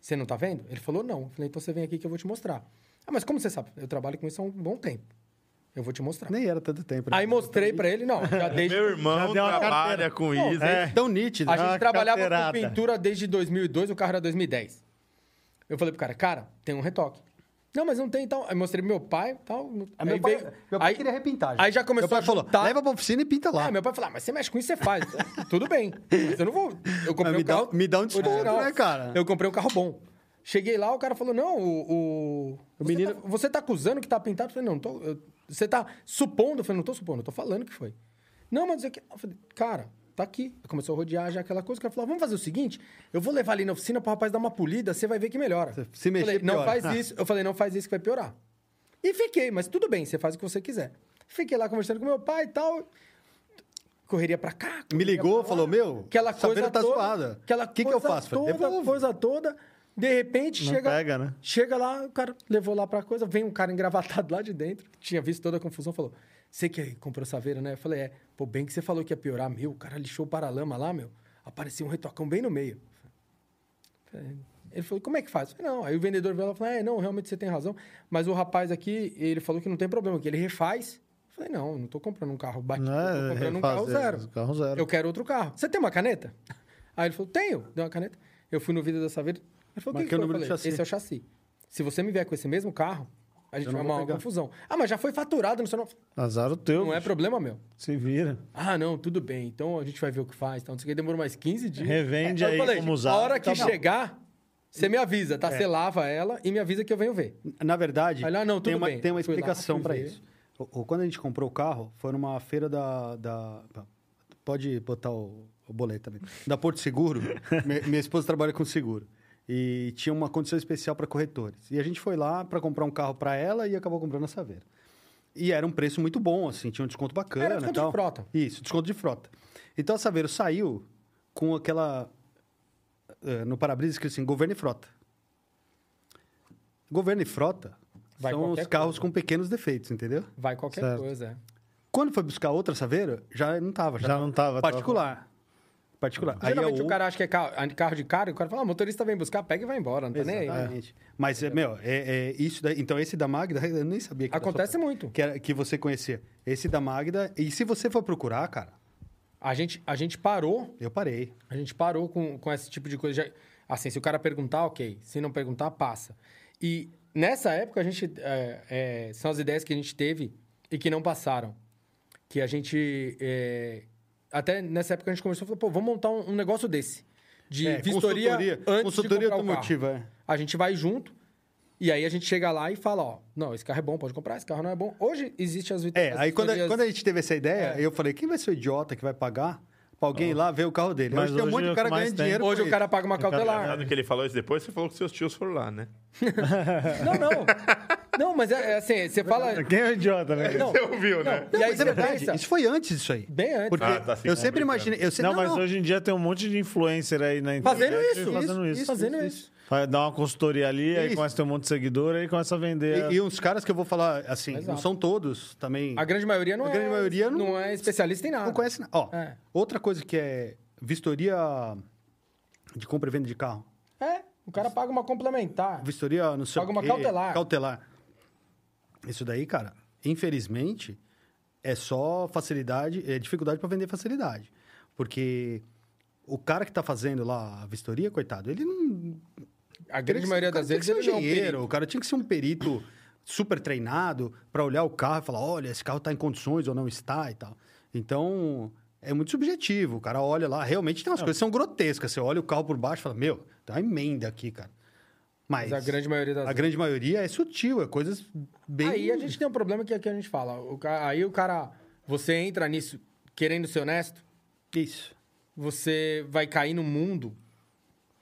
Você não tá vendo? Ele falou, não. Eu falei, então você vem aqui que eu vou te mostrar. Ah, mas como você sabe? Eu trabalho com isso há um bom tempo. Eu vou te mostrar. Nem era tanto tempo. né? É Aí mostrei pra ele, [LAUGHS] não, já desde... Meu Já irmão deu uma trabalha com Não, isso. é. hein? Tão nítido. A né? gente uma trabalhava carteirada. com pintura desde 2002, o carro era 2010. Eu falei pro cara, cara, tem um retoque. Não, mas não tem e tal. Aí mostrei pro meu pai e tal. Ah, meu, aí pai, veio- meu pai aí- queria repintar. Aí já começou meu pai a falou, juntar. leva pra oficina e pinta lá. Ah, meu pai falou, ah, mas você mexe com isso, você faz. É, Tudo bem. Mas eu não vou. Eu Mas comprei me um dá- carro. me dá um desconto, original. né, cara? Eu comprei um carro bom. Cheguei lá, o cara falou: não, o. O, você menino- Tá, você tá acusando que tá pintado? Eu falei, não, tô, eu- você tá supondo? Eu falei, não tô supondo, eu tô falando que foi. Não, mas eu, que- eu falei, cara, tá aqui. Aí Começou a rodear já aquela coisa. O cara falou: vamos fazer o seguinte, eu vou levar ali na oficina pro rapaz dar uma polida, você vai ver que melhora. Se- se mexer, falei, não piora. faz isso. Eu falei, não faz isso que vai piorar. E fiquei, mas tudo bem, você faz o que você quiser. Fiquei lá conversando com meu pai e tal. Correria pra cá. Me correria ligou, pra lá. falou, meu, Aquela essa coisa beira tá toda, zoada. Aquela Que que eu coisa faço? Falei, Toda, devolve. coisa toda. De repente, Não chega. pega, né? Chega lá, o cara levou lá pra coisa, vem um cara engravatado [LAUGHS] lá de dentro, que tinha visto toda a confusão, falou: Você que comprou saveira, né? Eu falei: É, pô, bem que você falou que ia piorar, meu. O cara lixou o paralama lá, meu. Apareceu um retocão bem no meio. Ele falou, como é que faz? Eu falei, não. Aí o vendedor veio lá e falou, é, não, realmente você tem razão. Mas o rapaz aqui, ele falou que não tem problema, que ele refaz. Eu falei, não, eu não tô comprando um carro batido, Não eu é tô comprando um carro refazer, né? zero. carro zero. Eu quero outro carro. Você tem uma caneta? Aí ele falou, tenho. Deu uma caneta. Eu fui no vidro da Saveiro. Ele falou, o que, Marquei que foi? o Eu número do falei, chassi. esse é o chassi. Se você me vier com esse mesmo carro, A gente não é vou uma pegar. confusão. Ah, mas já foi faturado, não, sei não, Azar o teu. não é problema meu. Se vira. Ah, não, tudo bem. Então a gente vai ver o que faz. Então, não sei o que, demorou mais 15 dias. Revende Eu aí falei, como usar. A hora que tá bom. chegar, você me avisa, tá? Você lava ela e me avisa que eu venho ver. Na verdade, Aí lá, não, tem, tudo uma, bem. tem uma Fui lá, explicação fui para ver. isso. O, o- quando a gente comprou o carro, foi numa feira da. da- pode botar o, o boleto também. Da Porto [LAUGHS] Seguro. Mi- minha esposa trabalha com seguro. E tinha uma condição especial para corretores. E a gente foi lá para comprar um carro para ela e acabou comprando a Saveira. E era um preço muito bom, assim, tinha um desconto bacana. Era desconto e tal. de frota. Isso, desconto de frota. Então a Saveiro saiu com aquela. eh, no para-brisa escrito assim: governo e frota. Governo e frota Vai são qualquer os carros com pequenos defeitos, entendeu? Vai qualquer Certo. coisa. é. Quando foi buscar outra Saveiro, já não tava. Já, Já não tava, tava- Particular. Particular. Aí Geralmente a o U- cara acha que é carro, carro de cara, e o cara fala, ah, motorista vem buscar, pega e vai embora, não tá nem aí. Exatamente. Mas, é, meu, é, é isso daí. Então, esse da Magda, [LAUGHS] eu nem sabia que era Acontece só- muito. Que, era- que você conhecia. Esse da Magda. E se você for procurar, cara, A gente, a gente parou eu parei. A gente parou com, com esse tipo de coisa. Já- assim, se o cara perguntar, ok. Se não perguntar, passa. E nessa época, a gente. é, é, são as ideias que a gente teve e que não passaram. Que a gente. é, até nessa época a gente começou e falou, pô, vamos montar um, um negócio desse. De É, vistoria consultoria- antes consultoria de comprar o automotiva, carro. é. A gente vai junto e aí a gente chega lá e fala, ó, não, esse carro é bom, pode comprar, esse carro não é bom. Hoje existe as É. vitorias. É, aí quando, a- quando a gente teve essa ideia, eu falei, quem vai ser o idiota que vai pagar pra alguém ir lá ver o carro dele? Mas Mas tem um hoje monte é o de que cara mais ganhando tem. dinheiro Hoje com o cara isso. paga uma cautelar. é, Engraçado que ele falou isso depois, você falou que seus tios foram lá, né? Não, não. Não, mas é, é assim, você fala. Quem é o idiota, né? Não, Você ouviu, né? e Mas aí é você verdade, pensa, isso foi antes disso aí. bem antes. Porque Ah, tá, sim, eu tá, sempre obrigado. imaginei... Eu sempre, Não, mas hoje em dia tem um monte de influencer aí na internet. Fazendo isso, Fazendo isso. fazendo isso. Vai dar uma consultoria ali, aí Isso. começa a ter um monte de seguidor, aí começa a vender. E, e uns caras que eu vou falar, assim, não é- Exato. são todos também... A grande maioria não A grande é. maioria não- é especialista em nada. Não conhece nada. Ó, É. outra coisa que é vistoria de compra e venda de carro. É, o cara paga uma complementar. Vistoria, não sei Paga o uma quê, cautelar. Cautelar. Isso daí, cara, infelizmente, é só facilidade, é dificuldade para vender facilidade. Porque o cara que tá fazendo lá a vistoria, coitado, ele não... Teria A grande que- maioria o cara das tinha vezes que ele é ser um não engenheiro, perigo. o cara tinha que ser um perito super treinado para olhar o carro e falar, olha, esse carro está em condições ou não está e tal. Então, é muito subjetivo. O cara olha lá, realmente tem umas coisas que são grotescas. Você olha o carro por baixo e fala, meu, tem uma emenda aqui, cara. Mas, Mas a grande maioria das a vezes. grande maioria é sutil, é coisas bem... Aí a gente tem um problema que aqui a gente fala. O ca- Aí o cara. Você entra nisso querendo ser honesto, Isso. você vai cair num mundo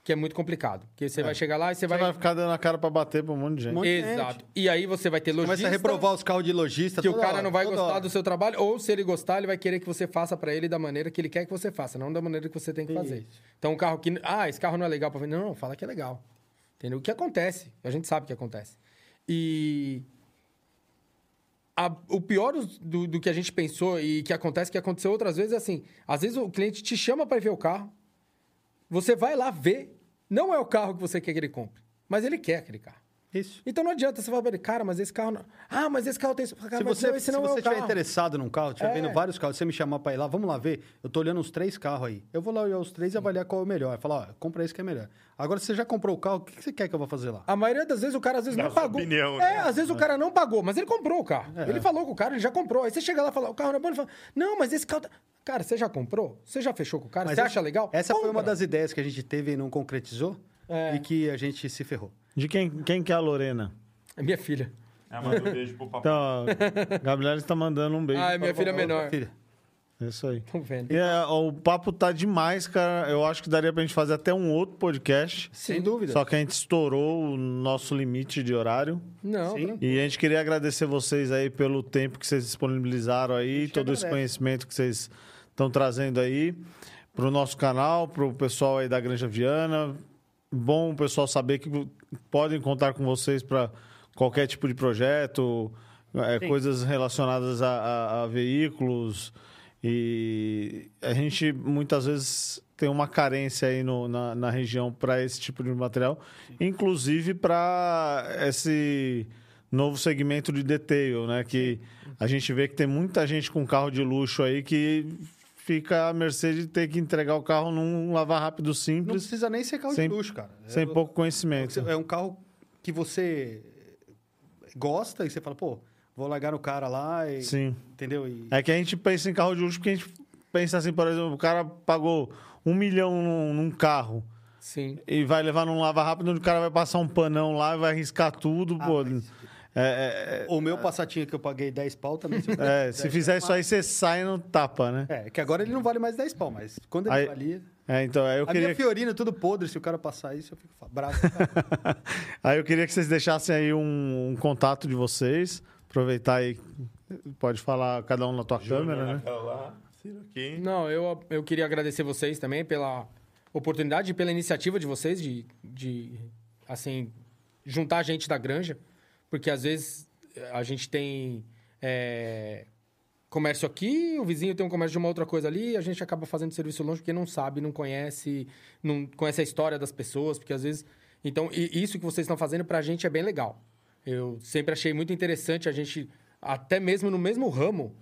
que é muito complicado. Porque você vai chegar lá e você Você vai. vai ficar dando a cara pra bater pra um monte de gente. Um monte de gente. Exato. E aí você vai ter logística. Começa a reprovar os carros de lojista. que o toda cara hora, não vai toda gostar hora. do seu trabalho, ou se ele gostar, ele vai querer que você faça pra ele da maneira que ele quer que você faça, não da maneira que você tem que fazer. Então, um carro que. Ah, esse carro não é legal pra vender. Não, não, fala que é legal. Entendeu? O que acontece? A gente sabe o que acontece. E. a- o pior dos- do, do que a gente pensou e que acontece, que aconteceu outras vezes, é assim: às vezes o cliente te chama pra ver o carro, você vai lá ver, não é o carro que você quer que ele compre, mas ele quer aquele carro. Isso. Então não adianta você falar pra ele, cara, mas esse carro não. Ah, mas esse carro tem isso. Cara, Se mas você, não, esse se não é você o estiver carro. interessado num carro, estiver É. vendo vários carros, você me chamar pra ir lá, vamos lá ver. Eu tô olhando uns três carros aí. Eu vou lá olhar os três e avaliar qual é o melhor. Falar, ó, compra esse que é melhor. Agora, se você já comprou o carro, o que que você quer que eu vou fazer lá? A maioria das vezes o cara às vezes Dá não sua pagou. opinião, é, né? às vezes o cara não pagou, mas ele comprou o carro. É. Ele falou com o cara, ele já comprou. Aí você chega lá e fala, o carro não é bom, ele fala, não, mas esse carro. Tá... Cara, você já comprou? Você já fechou com o cara? Mas você essa- acha legal? Essa foi uma Compra. das ideias que a gente teve e não concretizou É. e que a gente se ferrou. De quem, quem que é a Lorena? É minha filha. Ah, mandou um beijo pro papai. Então, ó, Gabriela está mandando um beijo. Ah, é minha filha menor. Filha, É isso aí. Tão vendo. E, é, o papo tá demais, cara. Eu acho que daria pra gente fazer até um outro podcast. sem dúvida. Só que a gente estourou o nosso limite de horário. Não. Sim. E a gente queria agradecer vocês aí pelo tempo que vocês disponibilizaram aí, todo esse agradece. conhecimento que vocês estão trazendo aí pro nosso canal, pro pessoal aí da Granja Viana. Bom o pessoal saber que podem contar com vocês para qualquer tipo de projeto, é, coisas relacionadas a, a- a veículos. E a gente muitas vezes tem uma carência aí no- na, na região para esse tipo de material, inclusive para esse novo segmento de detail, né? Que a gente vê que tem muita gente com carro de luxo aí que fica à mercê de ter que entregar o carro num lavar rápido Não simples, precisa nem ser carro Sem- de luxo, cara. sem É- pouco conhecimento. É um carro que você gosta e você fala, pô, vou largar no cara lá e. Sim. Entendeu? E- É que a gente pensa em carro de luxo porque a gente pensa assim, por exemplo, o cara pagou um milhão num, num carro Sim. e vai levar num lava rápido, onde o cara vai passar um panão lá e vai riscar tudo, pô. Ah, mas- É, é, O meu passatinho que eu paguei 10 pau também. [LAUGHS] se eu- é, se fizer isso aí, você sai no tapa, né? É, que agora ele não vale mais 10 pau, mas quando ele Aí- valia. É, então, aí eu a queria. minha Fiorina é tudo podre, se o cara passar isso, eu fico fa- [LAUGHS] bravo. cara. Aí eu queria que vocês deixassem aí um, um contato de vocês. Aproveitar aí. Pode falar cada um na tua câmera, né? Naquela lá, Ciro aqui. Não, eu, eu queria agradecer vocês também pela oportunidade e pela iniciativa de vocês de, de, assim, juntar a gente da granja, porque às vezes eh, a gente tem eh, comércio aqui, o vizinho tem um comércio de uma outra coisa ali, e a gente acaba fazendo serviço longe porque não sabe, não conhece, não conhece a história das pessoas, porque às vezes... Então, e isso que vocês estão fazendo pra gente é bem legal. Eu sempre achei muito interessante a gente, até mesmo no mesmo ramo,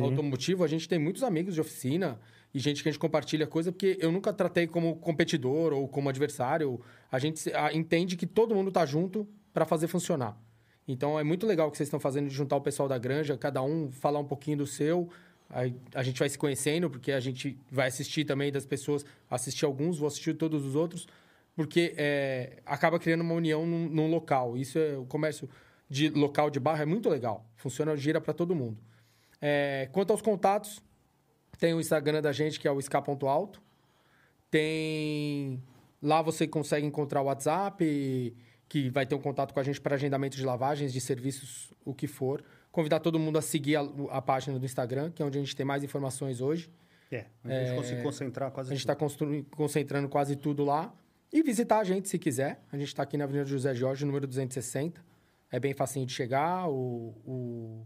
automotivo, a gente tem muitos amigos de oficina e gente que a gente compartilha coisa, porque eu nunca tratei como competidor ou como adversário. A gente se- a- entende que todo mundo tá junto para fazer funcionar. Então é muito legal o que vocês estão fazendo de juntar o pessoal da granja, cada um falar um pouquinho do seu. Aí a gente vai se conhecendo, porque a gente vai assistir também das pessoas, assistir alguns, vou assistir todos os outros, porque é, acaba criando uma união num, num local. Isso é o comércio de local de barra é muito legal. Funciona, gira para todo mundo. É, quanto aos contatos, tem o Instagram da gente, que é o ska.alto. Tem. Lá você consegue encontrar o WhatsApp, que vai ter um contato com a gente para agendamento de lavagens, de serviços, o que for. Convidar todo mundo a seguir a, a página do Instagram, que é onde a gente tem mais informações hoje. É, a gente conseguiu concentrar quase. A gente tá tudo. está concentrando quase tudo lá. E visitar a gente se quiser. A gente está aqui na Avenida José Jorge, número 260. É bem facinho de chegar. O, o-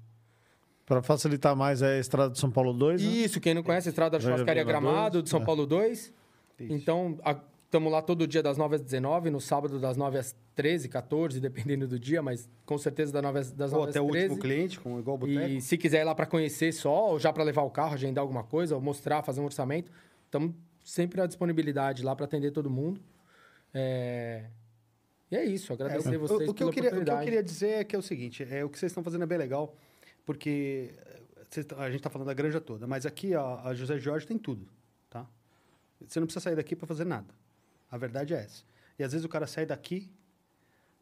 Pra facilitar mais é a Estrada de São Paulo 2, né? Isso, quem não conhece a Estrada da Vai Churrascaria jogar Gramado, dois, de São é. Paulo 2. Então, estamos lá todo dia das 9 às 19, no sábado das 9 às 13, 14, dependendo do dia, mas com certeza das 9 às, das Ou 9 às até o 13. último cliente, com igual o boteco. E se quiser ir lá para conhecer só, ou já para levar o carro, agendar alguma coisa, ou mostrar, fazer um orçamento, estamos sempre à disponibilidade lá para atender todo mundo. É... E é isso, agradecer É, o- vocês o, que eu queria, pela o que eu oportunidade. queria dizer é que é o seguinte, é, o que vocês estão fazendo é bem legal, porque eh, vocês tão- a gente está falando da granja toda, mas aqui a, a José Jorge tem tudo, tá? Você não precisa sair daqui para fazer nada. A verdade é essa. E às vezes o cara sai daqui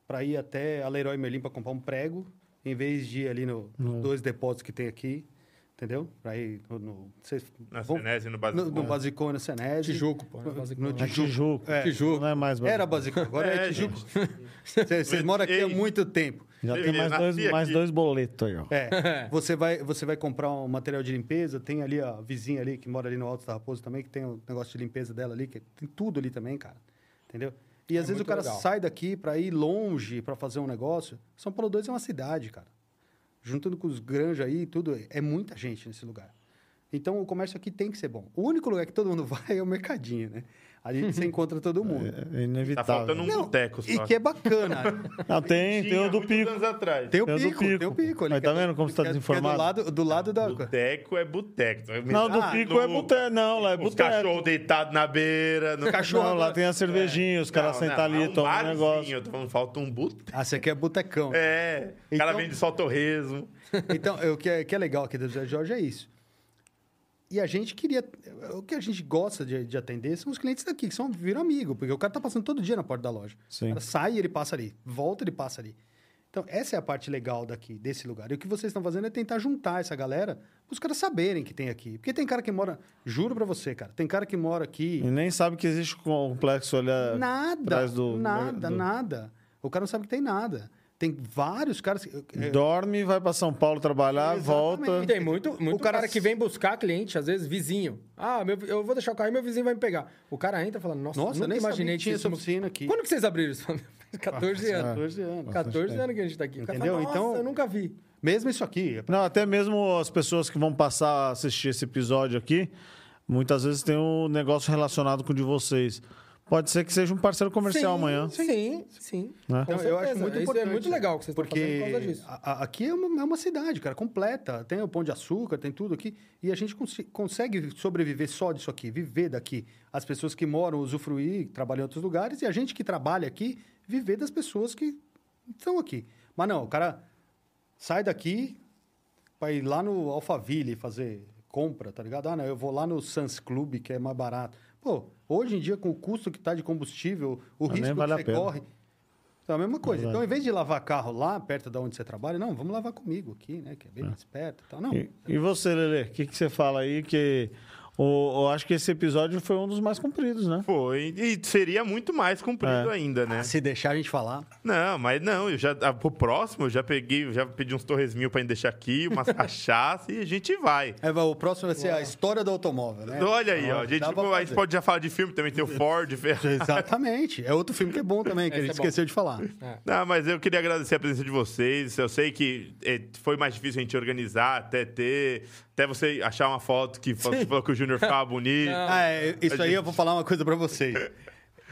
para ir até a Leroy Merlin para comprar um prego, em vez de ir ali no, nos É. dois depósitos que tem aqui, entendeu? Para ir no... no vocês Na vão- Senese, no no, Basicão. no Basicone, na Senese. Tijuco, pô. né? No, Basicão. no É Tijuco. Tijuco. É. Tijuco. Não é mais Era Basicão, agora [LAUGHS] é, É, Tijuco. Vocês vocês moram aqui há Ei. muito [LAUGHS] tempo. Já Eu tem mais nasci dois, mais aqui. dois boletos aí, ó. É, você vai, você vai comprar um material de limpeza, tem ali a vizinha ali que mora ali no Alto da Raposa também, que tem o negócio de limpeza dela ali, que tem tudo ali também, cara. Entendeu? E às vezes o É muito cara legal. sai daqui pra ir longe pra fazer um negócio. São Paulo 2 é uma cidade, cara. Juntando com os granjas aí e tudo, é muita gente nesse lugar. Então o comércio aqui tem que ser bom. O único lugar que todo mundo [LAUGHS] vai é o mercadinho, né? Ali [LAUGHS] você encontra todo mundo. É inevitável. Tá faltando um boteco só. E que é [LAUGHS] bacana. Não, tem, tem o Tinha do muitos pico. anos atrás. Tem o É do pico, pico. tem o pico. ali, Mas que tá é do- vendo como você tá que é- que é desinformado? do lado, do lado da... Boteco é boteco. Não, do Ah, pico No- é boteco. Não, lá é Os boteco. cachorros deitados na beira. No... Não, lá tem a cervejinha, os caras é Não, sentam não, ali é e tomam um barzinho, negócio. Eu tô falando, falta um boteco. Ah, você aqui é botecão. É, o cara Então- vende só torresmo. Então, é, o que é, que é legal aqui do José Jorge é isso. E a gente queria. O que a gente gosta de, de atender são os clientes daqui, que são viram amigo, porque o cara tá passando todo dia na porta da loja. Sim. O cara sai e ele passa ali, volta e ele passa ali. Então, essa é a parte legal daqui, desse lugar. E o que vocês estão fazendo é tentar juntar essa galera, os caras saberem que tem aqui. Porque tem cara que mora. Juro pra você, cara, tem cara que mora aqui. E nem sabe que existe o complexo ali a- Nada, atrás do... nada, do- nada. O cara não sabe que tem nada. Tem vários caras. que- é, Dorme, vai pra São Paulo trabalhar, É, E volta. tem muito, muito O cara- cara... que vem buscar cliente, às vezes vizinho. Ah, meu- eu vou deixar o carro e meu vizinho vai me pegar. O cara entra falando, nossa, Nossa, nunca nem imaginei imaginei que tinha isso- essa oficina aqui. Quando que vocês abriram isso? [LAUGHS] 14 anos. 14 anos. 14 anos que a gente tá aqui. O cara Entendeu? Fala, nossa, Então- eu nunca vi. Mesmo isso aqui, Não, até mesmo as pessoas que vão passar a assistir esse episódio aqui, muitas vezes tem um negócio relacionado com o de vocês. Pode ser que seja um parceiro comercial sim, amanhã. Sim, sim. Né? Com Então, eu acho certeza. muito Isso importante. é muito legal que vocês porque estão fazendo por causa disso. a- a- aqui é uma, é uma cidade, cara, completa. Tem o Pão de Açúcar, tem tudo aqui. E a gente consi- consegue sobreviver só disso aqui, viver daqui. As pessoas que moram, usufruir, trabalham em outros lugares. E a gente que trabalha aqui, viver das pessoas que estão aqui. Mas não, o cara sai daqui pra ir lá no Alphaville fazer compra, tá ligado? Ah, não, eu vou lá no Sans Club, que é mais barato. Pô, hoje em dia, com o custo que tá de combustível, o Ah, nem risco vale a que você pena. corre. É a mesma coisa. Verdade. Então, em vez de lavar carro lá, perto da onde você trabalha, não, vamos lavar comigo aqui, né? Que é bem mais perto e tal. Não, E, e você, Lele, o que, que você fala aí? Que o- eu acho que esse episódio foi um dos mais compridos, né? Foi. E seria muito mais comprido ainda, né? se deixar a gente falar. Não, mas não, eu já, ah, pro próximo eu já peguei, eu já pedi uns torres mil pra gente deixar aqui, umas cachaça e a gente vai. Então, É, vai, o próximo vai ser a história do automóvel, né? Olha aí, ó. A gente, Dá pra a gente fazer. pode já falar de filme, também tem o Ford. Fer- Exatamente. É outro filme que é bom também, que a Esse gente é bom. esqueceu de falar. Não, mas eu queria agradecer a presença de vocês. Eu sei que eh, foi mais difícil a gente organizar, até ter. Até você achar uma foto que fa- falou que o Júnior ficava bonito. Não. Ah, é, isso aí eu vou falar uma coisa pra vocês.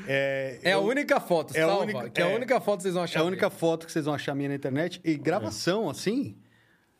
É, É a única foto, É a salva, única- que é a é. única foto que vocês vão é achar. a única dele. foto que vocês vão achar minha na internet. E gravação, assim.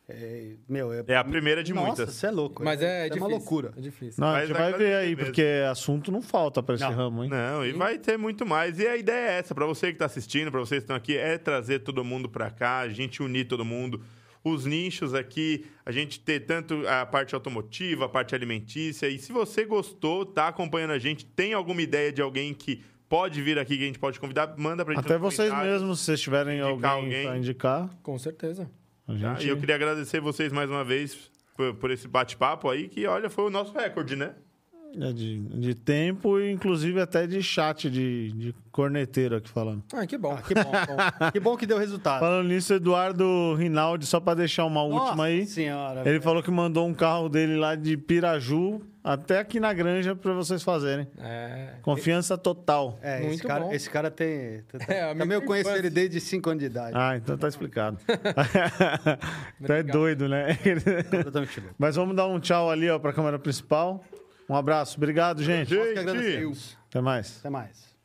é, meu, é, É a primeira de Nossa, muitas. você é louco. Mas é, é difícil. uma loucura. É difícil. Não, a Mas gente vai vai ver acontecer aí, mesmo. porque assunto não falta pra esse Não. ramo, hein? Não, e vai ter muito mais. E a ideia é essa, pra você que tá assistindo, pra vocês que estão aqui, é trazer todo mundo pra cá, a gente unir todo mundo. Os nichos aqui, a gente ter tanto a parte automotiva, a parte alimentícia. E se você gostou, tá acompanhando a gente, tem alguma ideia de alguém que pode vir aqui, que a gente pode convidar, manda pra gente. Até nos vocês comentários, mesmos, se vocês tiverem alguém, Indicar alguém. pra indicar, Com certeza. a tá? gente... E eu queria agradecer vocês mais uma vez por, por esse bate-papo aí, que olha, foi o nosso recorde, né? É de, de tempo e inclusive até de chat, de, de corneteiro aqui falando. Ah, que bom. que [LAUGHS] bom, bom. Que bom que deu resultado. Falando nisso, Eduardo Rinaldi, só pra deixar uma Nossa última aí. senhora. Ele falou que mandou um carro dele lá de Piraju até aqui na granja pra vocês fazerem. É. Confiança total. É, esse Muito bom. cara, esse cara tem. tem- tem- amigo também eu de conheço infância. ele desde 5 anos de idade. Ah, então tá [LAUGHS] explicado. [LAUGHS] então é doido, né? [LAUGHS] Completamente louco. Mas vamos dar um tchau ali, ó, pra câmera principal. Um abraço. Obrigado, gente. Nós que agradecemos. Até mais. Até mais.